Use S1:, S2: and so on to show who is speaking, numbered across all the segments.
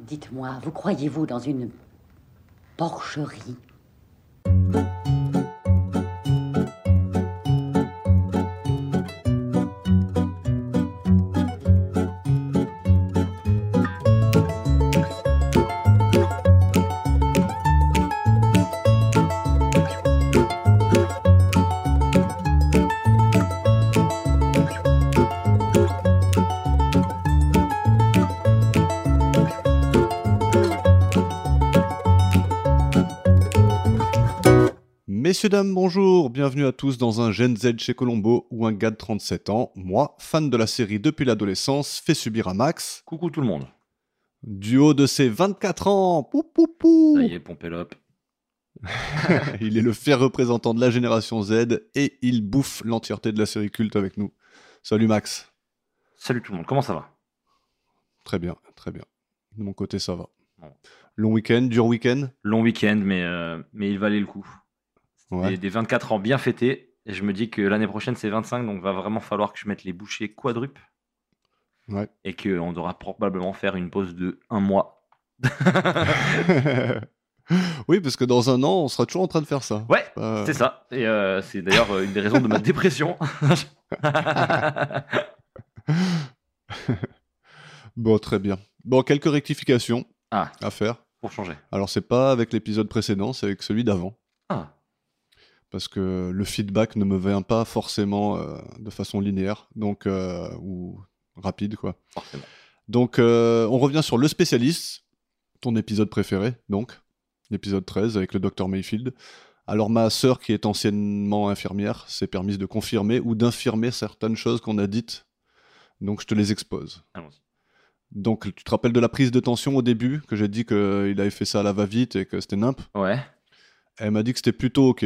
S1: Dites-moi, vous croyez-vous dans une porcherie
S2: Messieurs, dames, bonjour, bienvenue à tous dans un Gen Z chez Colombo où un gars de 37 ans, moi, fan de la série depuis l'adolescence, fait subir à Max,
S3: Coucou tout le monde.
S2: du haut de ses 24 ans, pou pou pou
S3: Ça y est, pompez l'op.
S2: Il est le fier représentant de la génération Z et il bouffe l'entièreté de la série culte avec nous. Salut Max,
S3: Salut tout le monde, comment ça va
S2: très bien, très bien. De mon côté, ça va.
S3: Bon.
S2: Long week-end, dur week-end
S3: Long week-end, mais, euh, mais il valait le coup.
S2: Ouais.
S3: Des, des 24 ans bien fêtés. Et je me dis que l'année prochaine, c'est 25, donc va vraiment falloir que je mette les bouchées quadruples.
S2: Ouais.
S3: Et qu'on devra probablement faire une pause de un mois.
S2: oui, parce que dans un an, on sera toujours en train de faire ça.
S3: Ouais,
S2: Euh,
S3: c'est ça. Et euh, c'est d'ailleurs euh, une des raisons de ma dépression.
S2: Bon, très bien. Bon, quelques rectifications
S3: Ah.
S2: à faire.
S3: Pour changer.
S2: Alors, c'est pas avec l'épisode précédent, c'est avec celui d'avant.
S3: Ah,
S2: Parce que le feedback ne me vient pas forcément euh, de façon linéaire, donc, euh, ou rapide, quoi.
S3: forcément.
S2: Donc, euh, on revient sur Le Spécialiste, ton épisode préféré, donc, l'épisode 13 avec le docteur Mayfield. Alors, ma sœur, qui est anciennement infirmière, s'est permise de confirmer ou d'infirmer certaines choses qu'on a dites. Donc, je te les expose.
S3: Allons-y.
S2: Donc, tu te rappelles de la prise de tension au début, que j'ai dit qu'il avait fait ça à la va-vite et que c'était nimp
S3: Ouais.
S2: Elle m'a dit que c'était plutôt OK.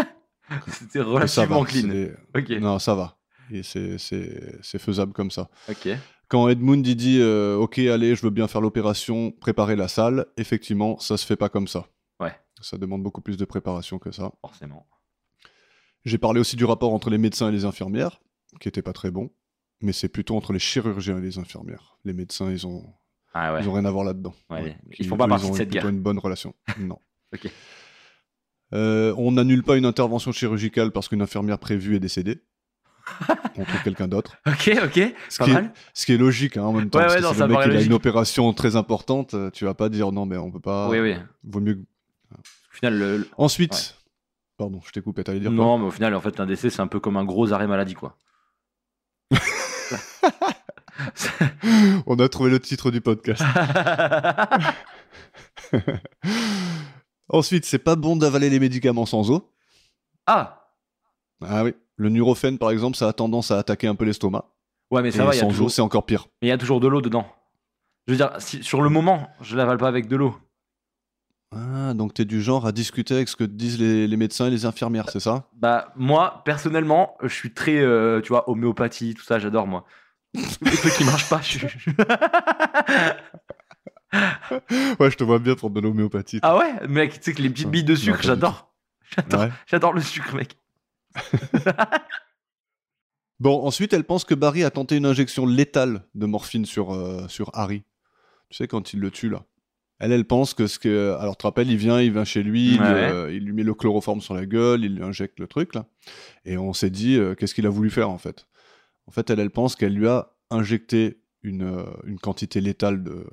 S3: C'était
S2: Que ça va,
S3: relativement
S2: c'est
S3: clean.
S2: des-
S3: Ok.
S2: Non, ça va. Et c'est- c'est c'est faisable comme ça.
S3: Ok.
S2: Quand Edmund il dit euh, Ok, allez, je veux bien faire l'opération, préparer la salle, effectivement, ça se fait pas comme ça.
S3: Ouais.
S2: Ça demande beaucoup plus de préparation que ça.
S3: Forcément.
S2: J'ai parlé aussi du rapport entre les médecins et les infirmières, qui était pas très bon, mais c'est plutôt entre les chirurgiens et les infirmières. Les médecins, ils ont,
S3: Ah ouais.
S2: ils ont rien à voir là-dedans.
S3: Ouais, les-
S2: Puis
S3: Ils font
S2: eux,
S3: pas partie
S2: ont
S3: de cette
S2: plutôt
S3: guerre.
S2: une bonne relation. Non.
S3: Ok.
S2: Euh, on n'annule pas une intervention chirurgicale parce qu'une infirmière prévue est décédée. on trouve quelqu'un d'autre.
S3: Ok, ok.
S2: Ce
S3: Pas
S2: qui, est,
S3: mal.
S2: ce qui est logique hein, en même temps.
S3: Ouais,
S2: parce
S3: ouais,
S2: que
S3: non,
S2: si
S3: ça
S2: le mec
S3: paraît
S2: il a une
S3: logique.
S2: opération très importante, euh, tu vas pas dire non mais on peut pas.
S3: Oui, oui.
S2: Vaut mieux. que-
S3: Au final, le, le-
S2: Ensuite,
S3: Ouais.
S2: pardon, je t'ai coupé. T'allais dire quoi
S3: non, mais au final, en fait, un décès, c'est un peu comme un gros arrêt maladie, quoi.
S2: On a trouvé le titre du podcast. Ensuite, c'est pas bon d'avaler les médicaments sans eau.
S3: ah
S2: Ah oui. Le Nurofen par exemple, ça a tendance à attaquer un peu l'estomac.
S3: Ouais, mais ça va, il y, a
S2: sans eau,
S3: toujours...
S2: c'est encore pire.
S3: mais il y a toujours de l'eau dedans. Je veux dire, si- sur le moment, je l'avale pas avec de l'eau.
S2: Ah, donc t'es du genre à discuter avec ce que disent les, les médecins et les infirmières, c'est ça
S3: Bah, moi, personnellement, je suis très, euh, tu vois, homéopathie, tout ça, j'adore, moi. Les trucs qui marchent pas, je suis-
S2: Ouais, je te vois bien pour de l'homéopathie.
S3: Ah ouais, mec, tu sais que les petites billes de
S2: Non,
S3: sucre,
S2: pas du
S3: j'adore. J'adore
S2: Ouais.
S3: j'adore le sucre, mec.
S2: Bon, ensuite, elle pense que Barry a tenté une injection létale de morphine sur, euh, sur Harry. Tu sais, quand il le tue, là. Elle, elle pense que ce que. Alors, tu te rappelles, il vient, il vient chez lui, il,
S3: Ouais,
S2: euh, il lui met le chloroforme sur la gueule, il lui injecte le truc, là. Et on s'est dit, euh, qu'est-ce qu'il a voulu faire, en fait En fait, elle, elle pense qu'elle lui a injecté une, euh, une quantité létale de,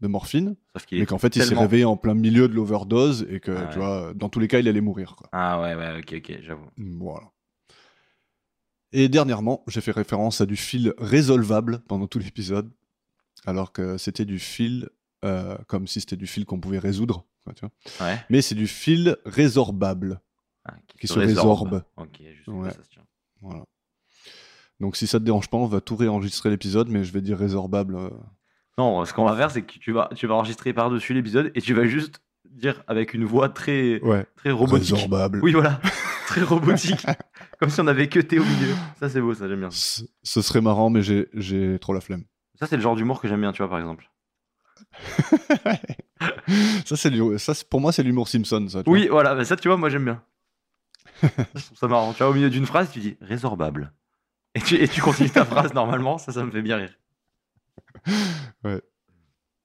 S2: de morphine,
S3: Sauf qu'il
S2: mais
S3: est.
S2: qu'en fait, il s'est
S3: tellement-
S2: réveillé en plein milieu de l'overdose et que,
S3: Ah
S2: tu
S3: ouais.
S2: vois, dans tous les cas, il allait mourir, quoi.
S3: Ah ouais, ouais, ok, ok, j'avoue.
S2: Voilà. Et dernièrement, j'ai fait référence à du fil résolvable pendant tout l'épisode, alors que c'était du fil, euh, comme si c'était du fil qu'on pouvait résoudre. quoi, tu vois.
S3: Ouais.
S2: Mais c'est du fil résorbable.
S3: Ah,
S2: Qui se résorbe.
S3: Ok, je sais
S2: Ouais.
S3: pas, ça se tient.
S2: Voilà. Donc si ça te dérange pas, on va tout réenregistrer l'épisode, mais je vais dire résorbable. euh.
S3: Non, ce qu'on va faire, c'est que tu vas, tu vas enregistrer par-dessus l'épisode et tu vas juste dire avec une voix très,
S2: Ouais,
S3: très robotique.
S2: résorbable.
S3: Oui, voilà, très robotique. Comme si on avait que thé au milieu. Ça, c'est beau, ça, j'aime bien.
S2: Ce ce serait marrant, mais j'ai- j'ai trop la flemme.
S3: Ça, c'est le genre d'humour que j'aime bien, tu vois, par exemple.
S2: ça, c'est l'hu- ça, c'est- pour moi, c'est l'humour Simpson, ça. tu
S3: Oui, voilà, bah ça, tu vois, moi, j'aime bien. Ça, je trouve ça marrant. Tu vois, au milieu d'une phrase, tu dis résorbable. Et tu, et tu continues ta phrase normalement, ça, ça me fait bien rire.
S2: vois.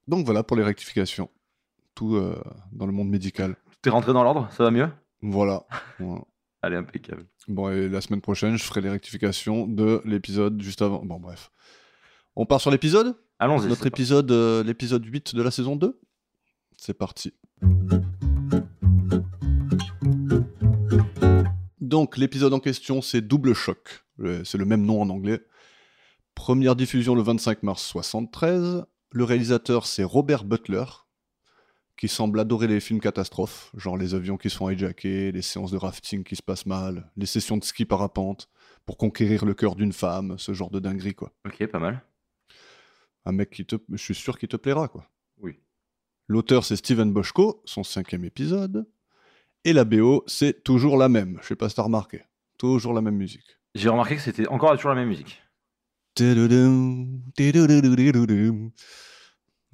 S2: Donc voilà pour les rectifications. Tout euh, dans le monde médical.
S3: T'es rentré dans l'ordre Ça va mieux
S2: Voilà. Voilà.
S3: Allez, impeccable.
S2: Bon, et la semaine prochaine, je ferai les rectifications de l'épisode juste avant. Bon, bref. On part sur l'épisode
S3: Allons-y.
S2: Notre
S3: c'est parti.
S2: épisode, euh, l'épisode 8 de la saison 2 C'est parti. Donc, l'épisode en question, c'est Double Choc. Le- C'est le même nom en anglais. Première diffusion le 25 mars 73. Le réalisateur, c'est Robert Butler, qui semble adorer les films catastrophes, genre les avions qui se font hijacker, les séances de rafting qui se passent mal, les sessions de ski parapente, pour conquérir le cœur d'une femme, ce genre de dinguerie, quoi
S3: Ok, pas mal.
S2: un mec qui te, je suis sûr qu'il te plaira quoi.
S3: Oui.
S2: L'auteur c'est Steven Boschko, son cinquième épisode, et la BO c'est toujours la même. Je sais pas si t'as remarqué, toujours la même musique.
S3: J'ai remarqué que c'était encore toujours la même musique.
S2: Tududu, tududu.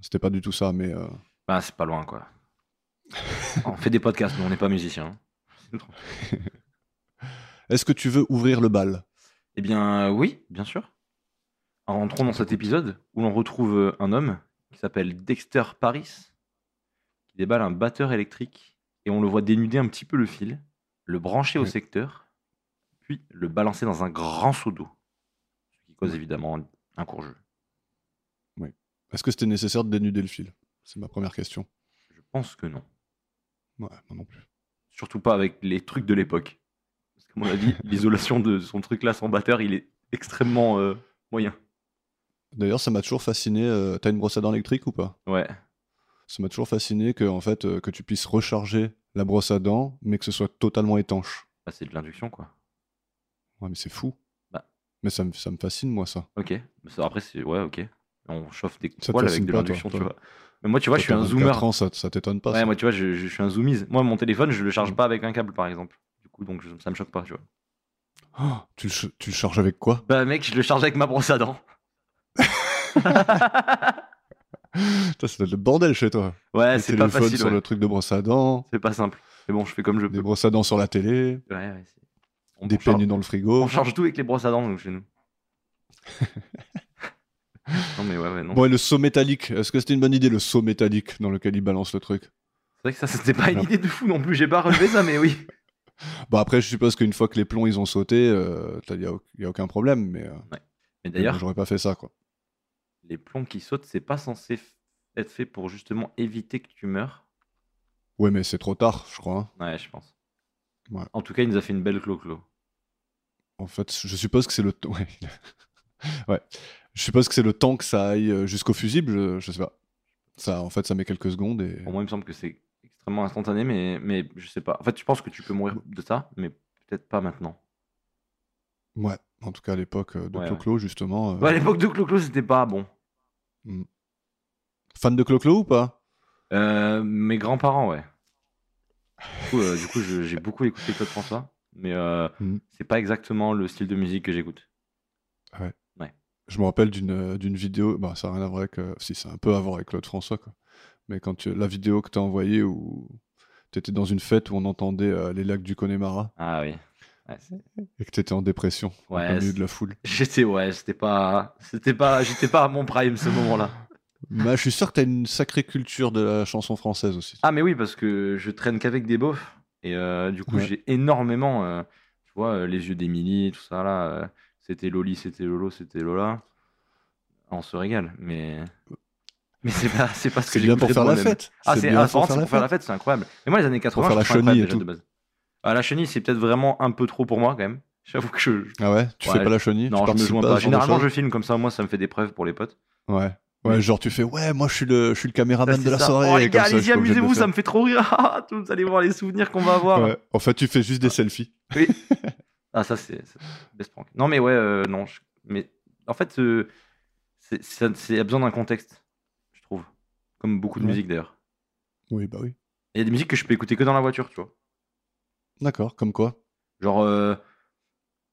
S2: C'était pas du tout ça, mais euh,
S3: Bah, c'est pas loin, quoi. on fait des podcasts, mais on n'est pas musicien.
S2: est-ce que tu veux ouvrir le bal
S3: Eh bien, euh, oui, bien sûr. Alors, entrons dans cet épisode où l'on retrouve euh, un homme qui s'appelle Dexter Paris, qui déballe un batteur électrique et on le voit dénuder un petit peu le fil, le brancher au
S2: Ouais.
S3: secteur, puis le balancer dans un grand seau d'eau. Ce qui cause évidemment un court jeu.
S2: Est-ce que c'était nécessaire de dénuder le fil C'est ma première question.
S3: Je pense que non.
S2: Ouais, moi non plus.
S3: Surtout pas avec les trucs de l'époque. Parce que, à mon avis, l'isolation de son truc là sans batteur, il est extrêmement euh, moyen.
S2: D'ailleurs, ça m'a toujours fasciné. euh, T'as une brosse à dents électrique ou pas
S3: Ouais. bah,
S2: Ça m'a toujours fasciné que, en fait, euh, que tu puisses recharger la brosse à dents, mais que ce soit totalement étanche.
S3: Bah, c'est de l'induction, quoi.
S2: Ouais, mais c'est fou.
S3: Bah.
S2: Mais ça me, ça me fascine, moi, ça.
S3: Ok. Mais ça, Après, c'est. Ouais, ok. On chauffe des
S2: Ça te
S3: poils
S2: fascine
S3: avec de
S2: pas,
S3: l'induction,
S2: hein, toi,
S3: tu
S2: toi.
S3: vois. Mais moi, tu vois, je suis
S2: Quand
S3: un
S2: t'as 24
S3: zoomer.
S2: ans, ça, ça t'étonne pas.
S3: ouais,
S2: ça.
S3: moi, tu vois, je, je suis un zoomise. Moi, mon téléphone, je le charge
S2: Mm.
S3: pas avec un câble, par exemple. Du coup, donc, je- ça me choque pas, tu vois.
S2: Oh, tu, le ch- tu le charges avec quoi
S3: Bah, mec, je le charge avec ma brosse à dents.
S2: Putain, ça doit être le bordel chez toi.
S3: Ouais,
S2: Le
S3: Ah, c'est pas
S2: téléphone
S3: facile.
S2: sur
S3: ouais.
S2: le truc de brosse à dents,
S3: C'est pas simple. Mais bon, je fais comme je
S2: des
S3: peux.
S2: brosses à dents sur la télé,
S3: Ouais, ouais, c'est- on,
S2: des
S3: on charge,
S2: peignes dans le frigo.
S3: on charge tout avec les brosses à dents, nous, chez nous. non, mais ouais, ouais, non.
S2: Bon, et le seau métallique, est-ce que c'était une bonne idée, le seau métallique dans lequel il balance le truc
S3: C'est vrai que ça, c'était pas une
S2: Non.
S3: idée de fou non plus. J'ai pas relevé ça, mais oui.
S2: Bah, après, je suppose qu'une fois que les plombs, ils ont sauté, il n'y a, au- y a aucun problème, mais euh,
S3: Mais
S2: mais moi,
S3: d'ailleurs,
S2: j'aurais pas fait ça, quoi.
S3: les plombs qui sautent, c'est pas censé f- être fait pour justement éviter que tu meurs.
S2: Ouais, mais c'est trop tard, je crois. hein.
S3: Ouais, je pense.
S2: Ouais.
S3: En tout cas, il nous a fait une belle clo-clo.
S2: En fait, je suppose que c'est le temps. Ouais. Ouais. Je suppose que c'est le temps que ça aille euh, jusqu'au fusible. Je, je sais pas. Ça, en fait, ça met quelques secondes et.
S3: Pour moi, il me semble que c'est extrêmement instantané, mais, mais je sais pas. En fait, je pense que tu peux mourir de ça, mais peut-être pas maintenant.
S2: Ouais. En tout cas, à l'époque euh, de
S3: Ouais,
S2: Clo-Clo, justement. euh,
S3: Ouais, à l'époque de clo-clo, c'était pas bon.
S2: Fan de Clo-Clo ou pas
S3: Euh, mes grands-parents, ouais. Du coup, euh, du coup, je- j'ai beaucoup écouté Claude François, mais euh,
S2: Mhm.
S3: c'est pas exactement le style de musique que j'écoute.
S2: Je me rappelle d'une euh, d'une vidéo. Bah, ça n'a rien à voir avec. euh, Si, c'est un peu à voir avec Claude François, quoi. Mais quand tu... la vidéo que t'as envoyée où t'étais dans une fête où on entendait euh, les lacs du Connemara
S3: Ah oui. Ouais, c'est-
S2: et que t'étais en dépression
S3: Ouais,
S2: au milieu
S3: c'est-
S2: de la foule.
S3: J'étais ouais, c'était pas, c'était pas, j'étais pas à mon prime ce moment-là.
S2: Bah, je suis sûr que t'as une sacrée culture de la chanson française aussi.
S3: Ah mais oui, parce que je traîne qu'avec des beaufs et euh, du coup
S2: Ouais.
S3: j'ai énormément, euh, tu vois, euh, les yeux d'Émilie, tout ça là. euh, c'était Loli, c'était Lolo, c'était Lola. On se régale, mais mais c'est pas, c'est pas ce que
S2: C'est
S3: j'ai
S2: bien pour faire la fête.
S3: Ah c'est
S2: bien
S3: ah, c'est vraiment, c'est pour faire la fête, c'est incroyable. Mais moi les années 80,
S2: faire
S3: je
S2: la
S3: trouve incroyable
S2: chenille et
S3: déjà, de
S2: tout.
S3: base. Ah, la chenille, c'est peut-être vraiment un peu trop pour moi quand même. J'avoue que je, je-
S2: Ah ouais Tu
S3: Ouais,
S2: fais pas la chenille
S3: non,
S2: tu
S3: je me
S2: participes
S3: joins
S2: à
S3: pas.
S2: ce genre de
S3: Généralement, je
S2: choses
S3: filme comme ça, moi ça me fait des preuves pour les potes.
S2: Ouais. Ouais, genre tu fais ouais, moi je suis le, je suis le caméraman
S3: Ça,
S2: Ah, de
S3: c'est
S2: la
S3: ça.
S2: soirée.
S3: Oh les
S2: comme
S3: gars,
S2: ça, je
S3: allez-y,
S2: suis pas obligé de
S3: amusez-vous,
S2: le
S3: ça me fait trop rire. Ah, tout, Vous allez voir les souvenirs qu'on va avoir.
S2: faire. Ouais. En fait, tu fais juste des selfies.
S3: Ah, ça, c'est c'est best prank. Non, mais ouais, euh, non. je- Mais en fait, euh, c'est ça- c'est- il y a besoin d'un contexte, je trouve. Comme beaucoup de
S2: Ouais.
S3: musique d'ailleurs.
S2: Oui, bah oui.
S3: Il y a des musiques que je peux écouter que dans la voiture, tu vois.
S2: D'accord, comme quoi
S3: Genre, euh,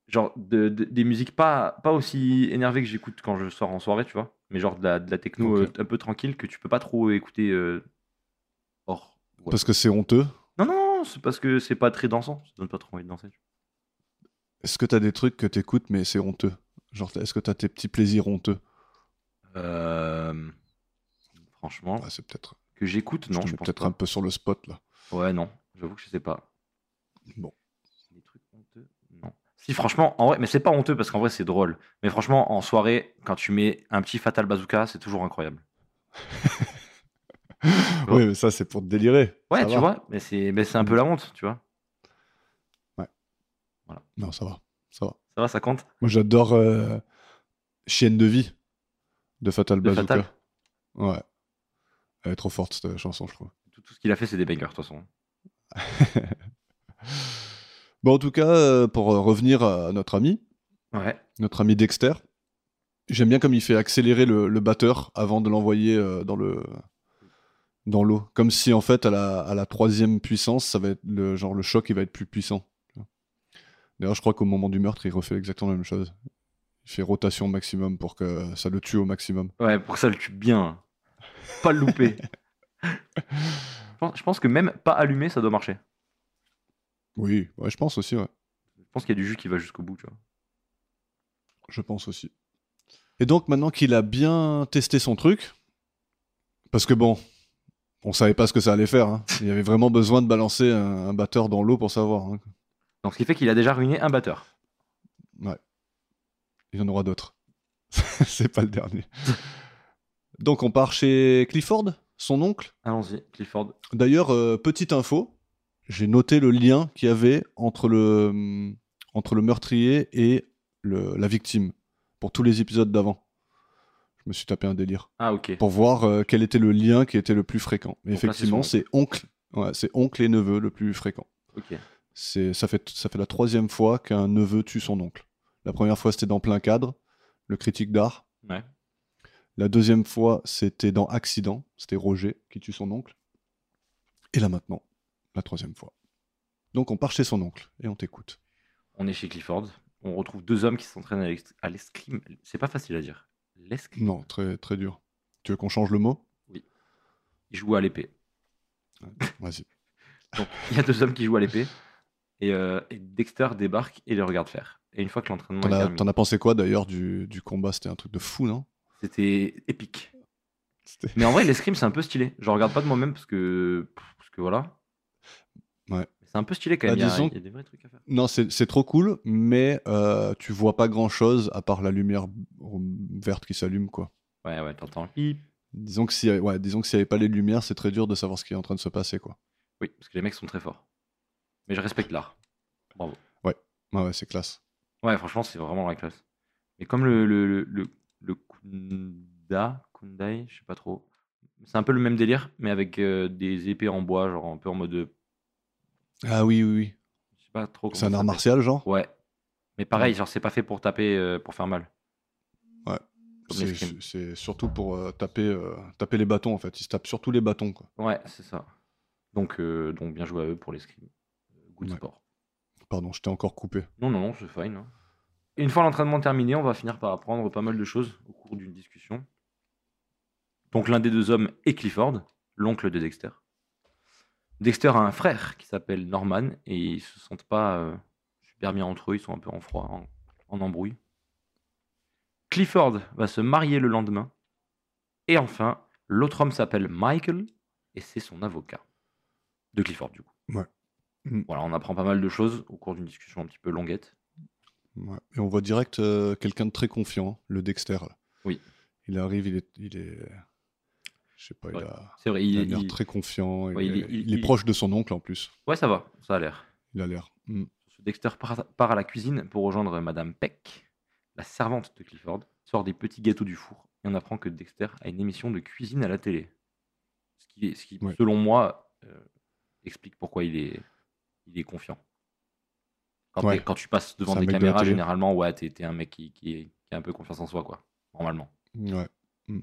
S3: genre de- de- des musiques pas, pas aussi énervées que j'écoute quand je sors en soirée, tu vois. Mais genre de la, de la techno
S2: Ok.
S3: euh, un peu tranquille que tu peux pas trop écouter euh, hors. Ouais.
S2: Parce que c'est honteux.
S3: Non, non, non, c'est parce que c'est pas très dansant. Ça donne pas trop envie de danser. tu
S2: Est-ce que t'as des trucs que t'écoutes mais c'est honteux Genre, est-ce que t'as tes petits plaisirs honteux
S3: vois. Euh, Franchement,
S2: Ouais, Ah, c'est peut-être.
S3: que j'écoute,
S2: je
S3: non,
S2: te
S3: je
S2: mets
S3: pense
S2: peut-être
S3: pas.
S2: un peu sur le spot là.
S3: Ouais, non, j'avoue que je sais pas.
S2: Bon.
S3: Des trucs honteux Non. Si, franchement, en vrai, mais c'est pas honteux parce qu'en vrai, c'est drôle. Mais franchement, en soirée, quand tu mets un petit Fatal Bazooka, c'est toujours incroyable. vois.
S2: Oui, mais ça, c'est pour te délirer.
S3: Ouais,
S2: Ça
S3: tu
S2: va.
S3: vois, mais c'est mais c'est un peu la honte, tu vois.
S2: Non, ça va. Ça va.
S3: Ça va, ça compte
S2: Moi, j'adore euh, Chienne de vie de Fatal
S3: De
S2: Bazooka.
S3: Fatal.
S2: Ouais. Elle est trop forte, cette chanson, je trouve.
S3: Tout, tout ce qu'il a fait, c'est des bangers, de toute façon.
S2: Bon, en tout cas, euh, pour euh, revenir à notre ami,
S3: Ouais.
S2: notre ami Dexter, j'aime bien comme il fait accélérer le, le batteur avant de l'envoyer euh, dans le dans l'eau. Comme si, en fait, à la, à la troisième puissance, ça va être le, genre, le choc, il va être plus puissant. tu vois. D'ailleurs, je crois qu'au moment du meurtre, il refait exactement la même chose. Il fait rotation maximum pour que ça le tue au maximum.
S3: Ouais, pour ça, le tue bien. Pas le louper. je, pense, je pense que même pas allumé, ça doit marcher.
S2: Oui, ouais, je pense aussi, ouais.
S3: Je pense qu'il y a du jus qui va jusqu'au bout, tu vois.
S2: Je pense aussi. Et donc maintenant qu'il a bien testé son truc, parce que bon, on savait pas ce que ça allait faire. hein. Il y avait vraiment besoin de balancer un, un batteur dans l'eau pour savoir. hein.
S3: Donc, ce qui fait qu'il a déjà ruiné un batteur.
S2: Il y en aura d'autres. C'est pas le dernier. Donc on part chez Clifford, son oncle.
S3: Allons-y, Clifford.
S2: D'ailleurs, euh, petite info, j'ai noté le lien qu'il y avait entre le, hum, entre le meurtrier et le- la victime pour tous les épisodes d'avant. Je me suis tapé un délire.
S3: Ah, ok.
S2: pour voir euh, quel était le lien qui était le plus fréquent. Et
S3: là, c'est
S2: effectivement,
S3: son
S2: c'est oncle. Ouais, c'est oncle et neveu le plus fréquent.
S3: Ok.
S2: C'est ça fait ça fait la troisième fois qu'un neveu tue son oncle. La première fois c'était dans plein cadre, le critique d'art.
S3: Ouais.
S2: La deuxième fois c'était dans accident, c'était Roger qui tue son oncle. Et là maintenant, la troisième fois. Donc on part chez son oncle et on t'écoute.
S3: On est chez Clifford. On retrouve deux hommes qui s'entraînent à l'escr- à l'escrime. C'est pas facile à dire. L'escrime.
S2: Non, très très dur. Tu veux qu'on change le mot
S3: Ils jouent à l'épée.
S2: Vas-y.
S3: Donc, il y a deux hommes qui jouent à l'épée. Et, euh, et Dexter débarque et les regarde faire. Et une fois que l'entraînement est
S2: T'en as,
S3: terminé,
S2: t'en as pensé quoi d'ailleurs du, du combat C'était un truc de fou, non
S3: c'était épique.
S2: C'était-
S3: Mais en vrai, l'escrime, c'est un peu stylé. Je regarde pas de moi-même parce que. Parce que voilà.
S2: Ouais.
S3: C'est un peu stylé quand
S2: Bah,
S3: même. Il y a-
S2: disons-
S3: il y, a des vrais trucs à faire.
S2: Non, c'est c'est trop cool, mais euh, tu vois pas grand chose à part la lumière verte qui s'allume, quoi.
S3: Ouais, ouais, t'entends. Hip.
S2: Disons que s'il n'y ouais, disons que s'il y avait pas les lumières, c'est très dur de savoir ce qui est en train de se passer, quoi.
S3: Oui, parce que les mecs sont très forts. Mais je respecte l'art.
S2: Ouais, ouais, c'est classe.
S3: Ouais, franchement, c'est vraiment la classe. Mais comme le, le, le, le, le Kunda, Kundai, je sais pas trop. C'est un peu le même délire, mais avec euh, des épées en bois, genre un peu en mode. euh,
S2: Ah oui, oui, oui.
S3: Je sais pas trop.
S2: C'est
S3: comment
S2: un
S3: ça
S2: art
S3: s'appelle.
S2: martial, genre
S3: Ouais. Mais pareil, genre, c'est pas fait pour taper, euh, pour faire mal.
S2: Ouais.
S3: Comme
S2: C'est-
S3: l'escrime.
S2: C'est c'est surtout pour euh, taper, euh, taper les bâtons, en fait. Ils se tapent surtout les bâtons, quoi.
S3: Ouais, c'est ça. Donc, euh, donc, bien joué à eux pour l'escrime. Good
S2: Ouais.
S3: sport.
S2: Pardon, je t'ai encore coupé.
S3: Non, non, non, c'est fine. hein. Et une fois l'entraînement terminé, on va finir par apprendre pas mal de choses au cours d'une discussion. Donc l'un des deux hommes est Clifford, l'oncle de Dexter. Dexter a un frère qui s'appelle Norman et ils se sentent pas euh, super bien entre eux, ils sont un peu en froid, en, en embrouille. Clifford va se marier le lendemain. Et enfin, l'autre homme s'appelle Michael et c'est son avocat. De Clifford, du coup.
S2: Ouais. Mm.
S3: Voilà, on apprend pas mal de choses au cours d'une discussion un petit peu longuette.
S2: Ouais. Et on voit direct euh, quelqu'un de très confiant, hein, le Dexter. là.
S3: Oui.
S2: Il arrive, il est... Il est... Je sais pas,
S3: Ouais.
S2: il a...
S3: C'est vrai,
S2: Il, a
S3: il,
S2: l'air
S3: il-
S2: très confiant.
S3: Ouais,
S2: il,
S3: il est-
S2: est-
S3: il-
S2: il est
S3: il-
S2: proche de son oncle en plus.
S3: Ouais, ça va, ça a l'air.
S2: Il a l'air. Mm.
S3: Dexter part, part à la cuisine pour rejoindre Madame Peck, la servante de Clifford, sort des petits gâteaux du four et on apprend que Dexter a une émission de cuisine à la télé. Ce qui, est- ce qui
S2: Ouais.
S3: selon moi, euh, explique pourquoi il est, il est confiant. Quand,
S2: Ouais.
S3: t'es- quand tu passes devant
S2: C'est un
S3: des
S2: mec de la
S3: caméras,
S2: télé.
S3: généralement, ouais, t'es t'es un mec qui, qui est, qui a un peu confiance en soi, quoi. Normalement.
S2: Ouais. Mm.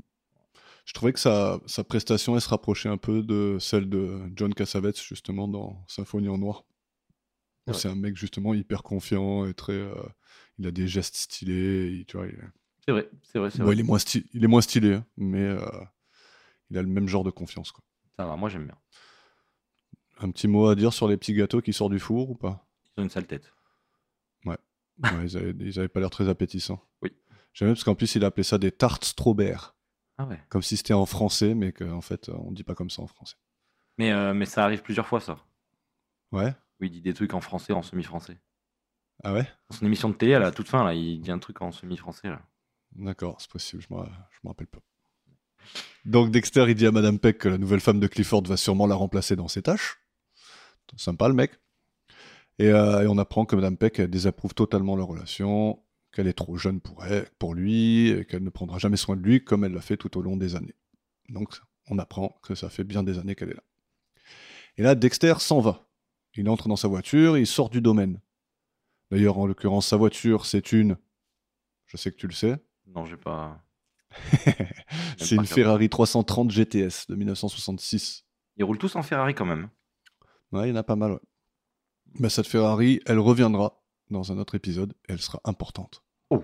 S2: Je trouvais que sa, sa prestation, elle se rapprochait un peu de celle de John Cassavetes, justement, dans Symphonie en Noir. Où
S3: Ouais.
S2: C'est un mec, justement, hyper confiant et très. euh, il a des gestes stylés. il- tu vois, il,
S3: C'est vrai, c'est vrai, c'est
S2: Bon,
S3: vrai.
S2: il est, moins sty- il est moins stylé, hein, mais euh, il a le même genre de confiance. quoi.
S3: Ça va, moi j'aime bien.
S2: Un petit mot à dire sur les petits gâteaux qui sortent du four ou pas
S3: Ils ont une sale tête.
S2: Ouais, Ils avaient, ils avaient pas l'air très appétissants.
S3: Oui.
S2: J'aimais parce qu'en plus, il appelait ça des tartes strawberry.
S3: Ah ouais.
S2: Comme si c'était en français, mais qu'en en fait, on dit pas comme ça en français.
S3: Mais, euh, mais ça arrive plusieurs fois, ça.
S2: Ouais
S3: Où il dit des trucs en français, en semi-français.
S2: Ah ouais
S3: Dans son émission de télé, là, à la toute fin, là, il dit un truc en semi-français. là.
S2: D'accord, c'est possible, je me je me rappelle pas. Donc Dexter, il dit à Madame Peck que la nouvelle femme de Clifford va sûrement la remplacer dans ses tâches. Sympa le mec. Et, euh, et on apprend que Madame Peck elle désapprouve totalement leur relation, qu'elle est trop jeune pour, elle- pour lui, et qu'elle ne prendra jamais soin de lui comme elle l'a fait tout au long des années. Donc on apprend que ça fait bien des années qu'elle est là. Et là, Dexter s'en va. Il entre dans sa voiture et il sort du domaine. D'ailleurs, en l'occurrence, sa voiture, c'est une... Je sais que tu le sais.
S3: Non, j'ai pas. J'aime
S2: C'est
S3: pas
S2: une
S3: faire-
S2: Ferrari 330 GTS de 1966.
S3: Ils roulent tous en Ferrari quand même.
S2: Ouais, il y en a pas mal, ouais. Mais cette Ferrari, elle reviendra dans un autre épisode et elle sera importante.
S3: On va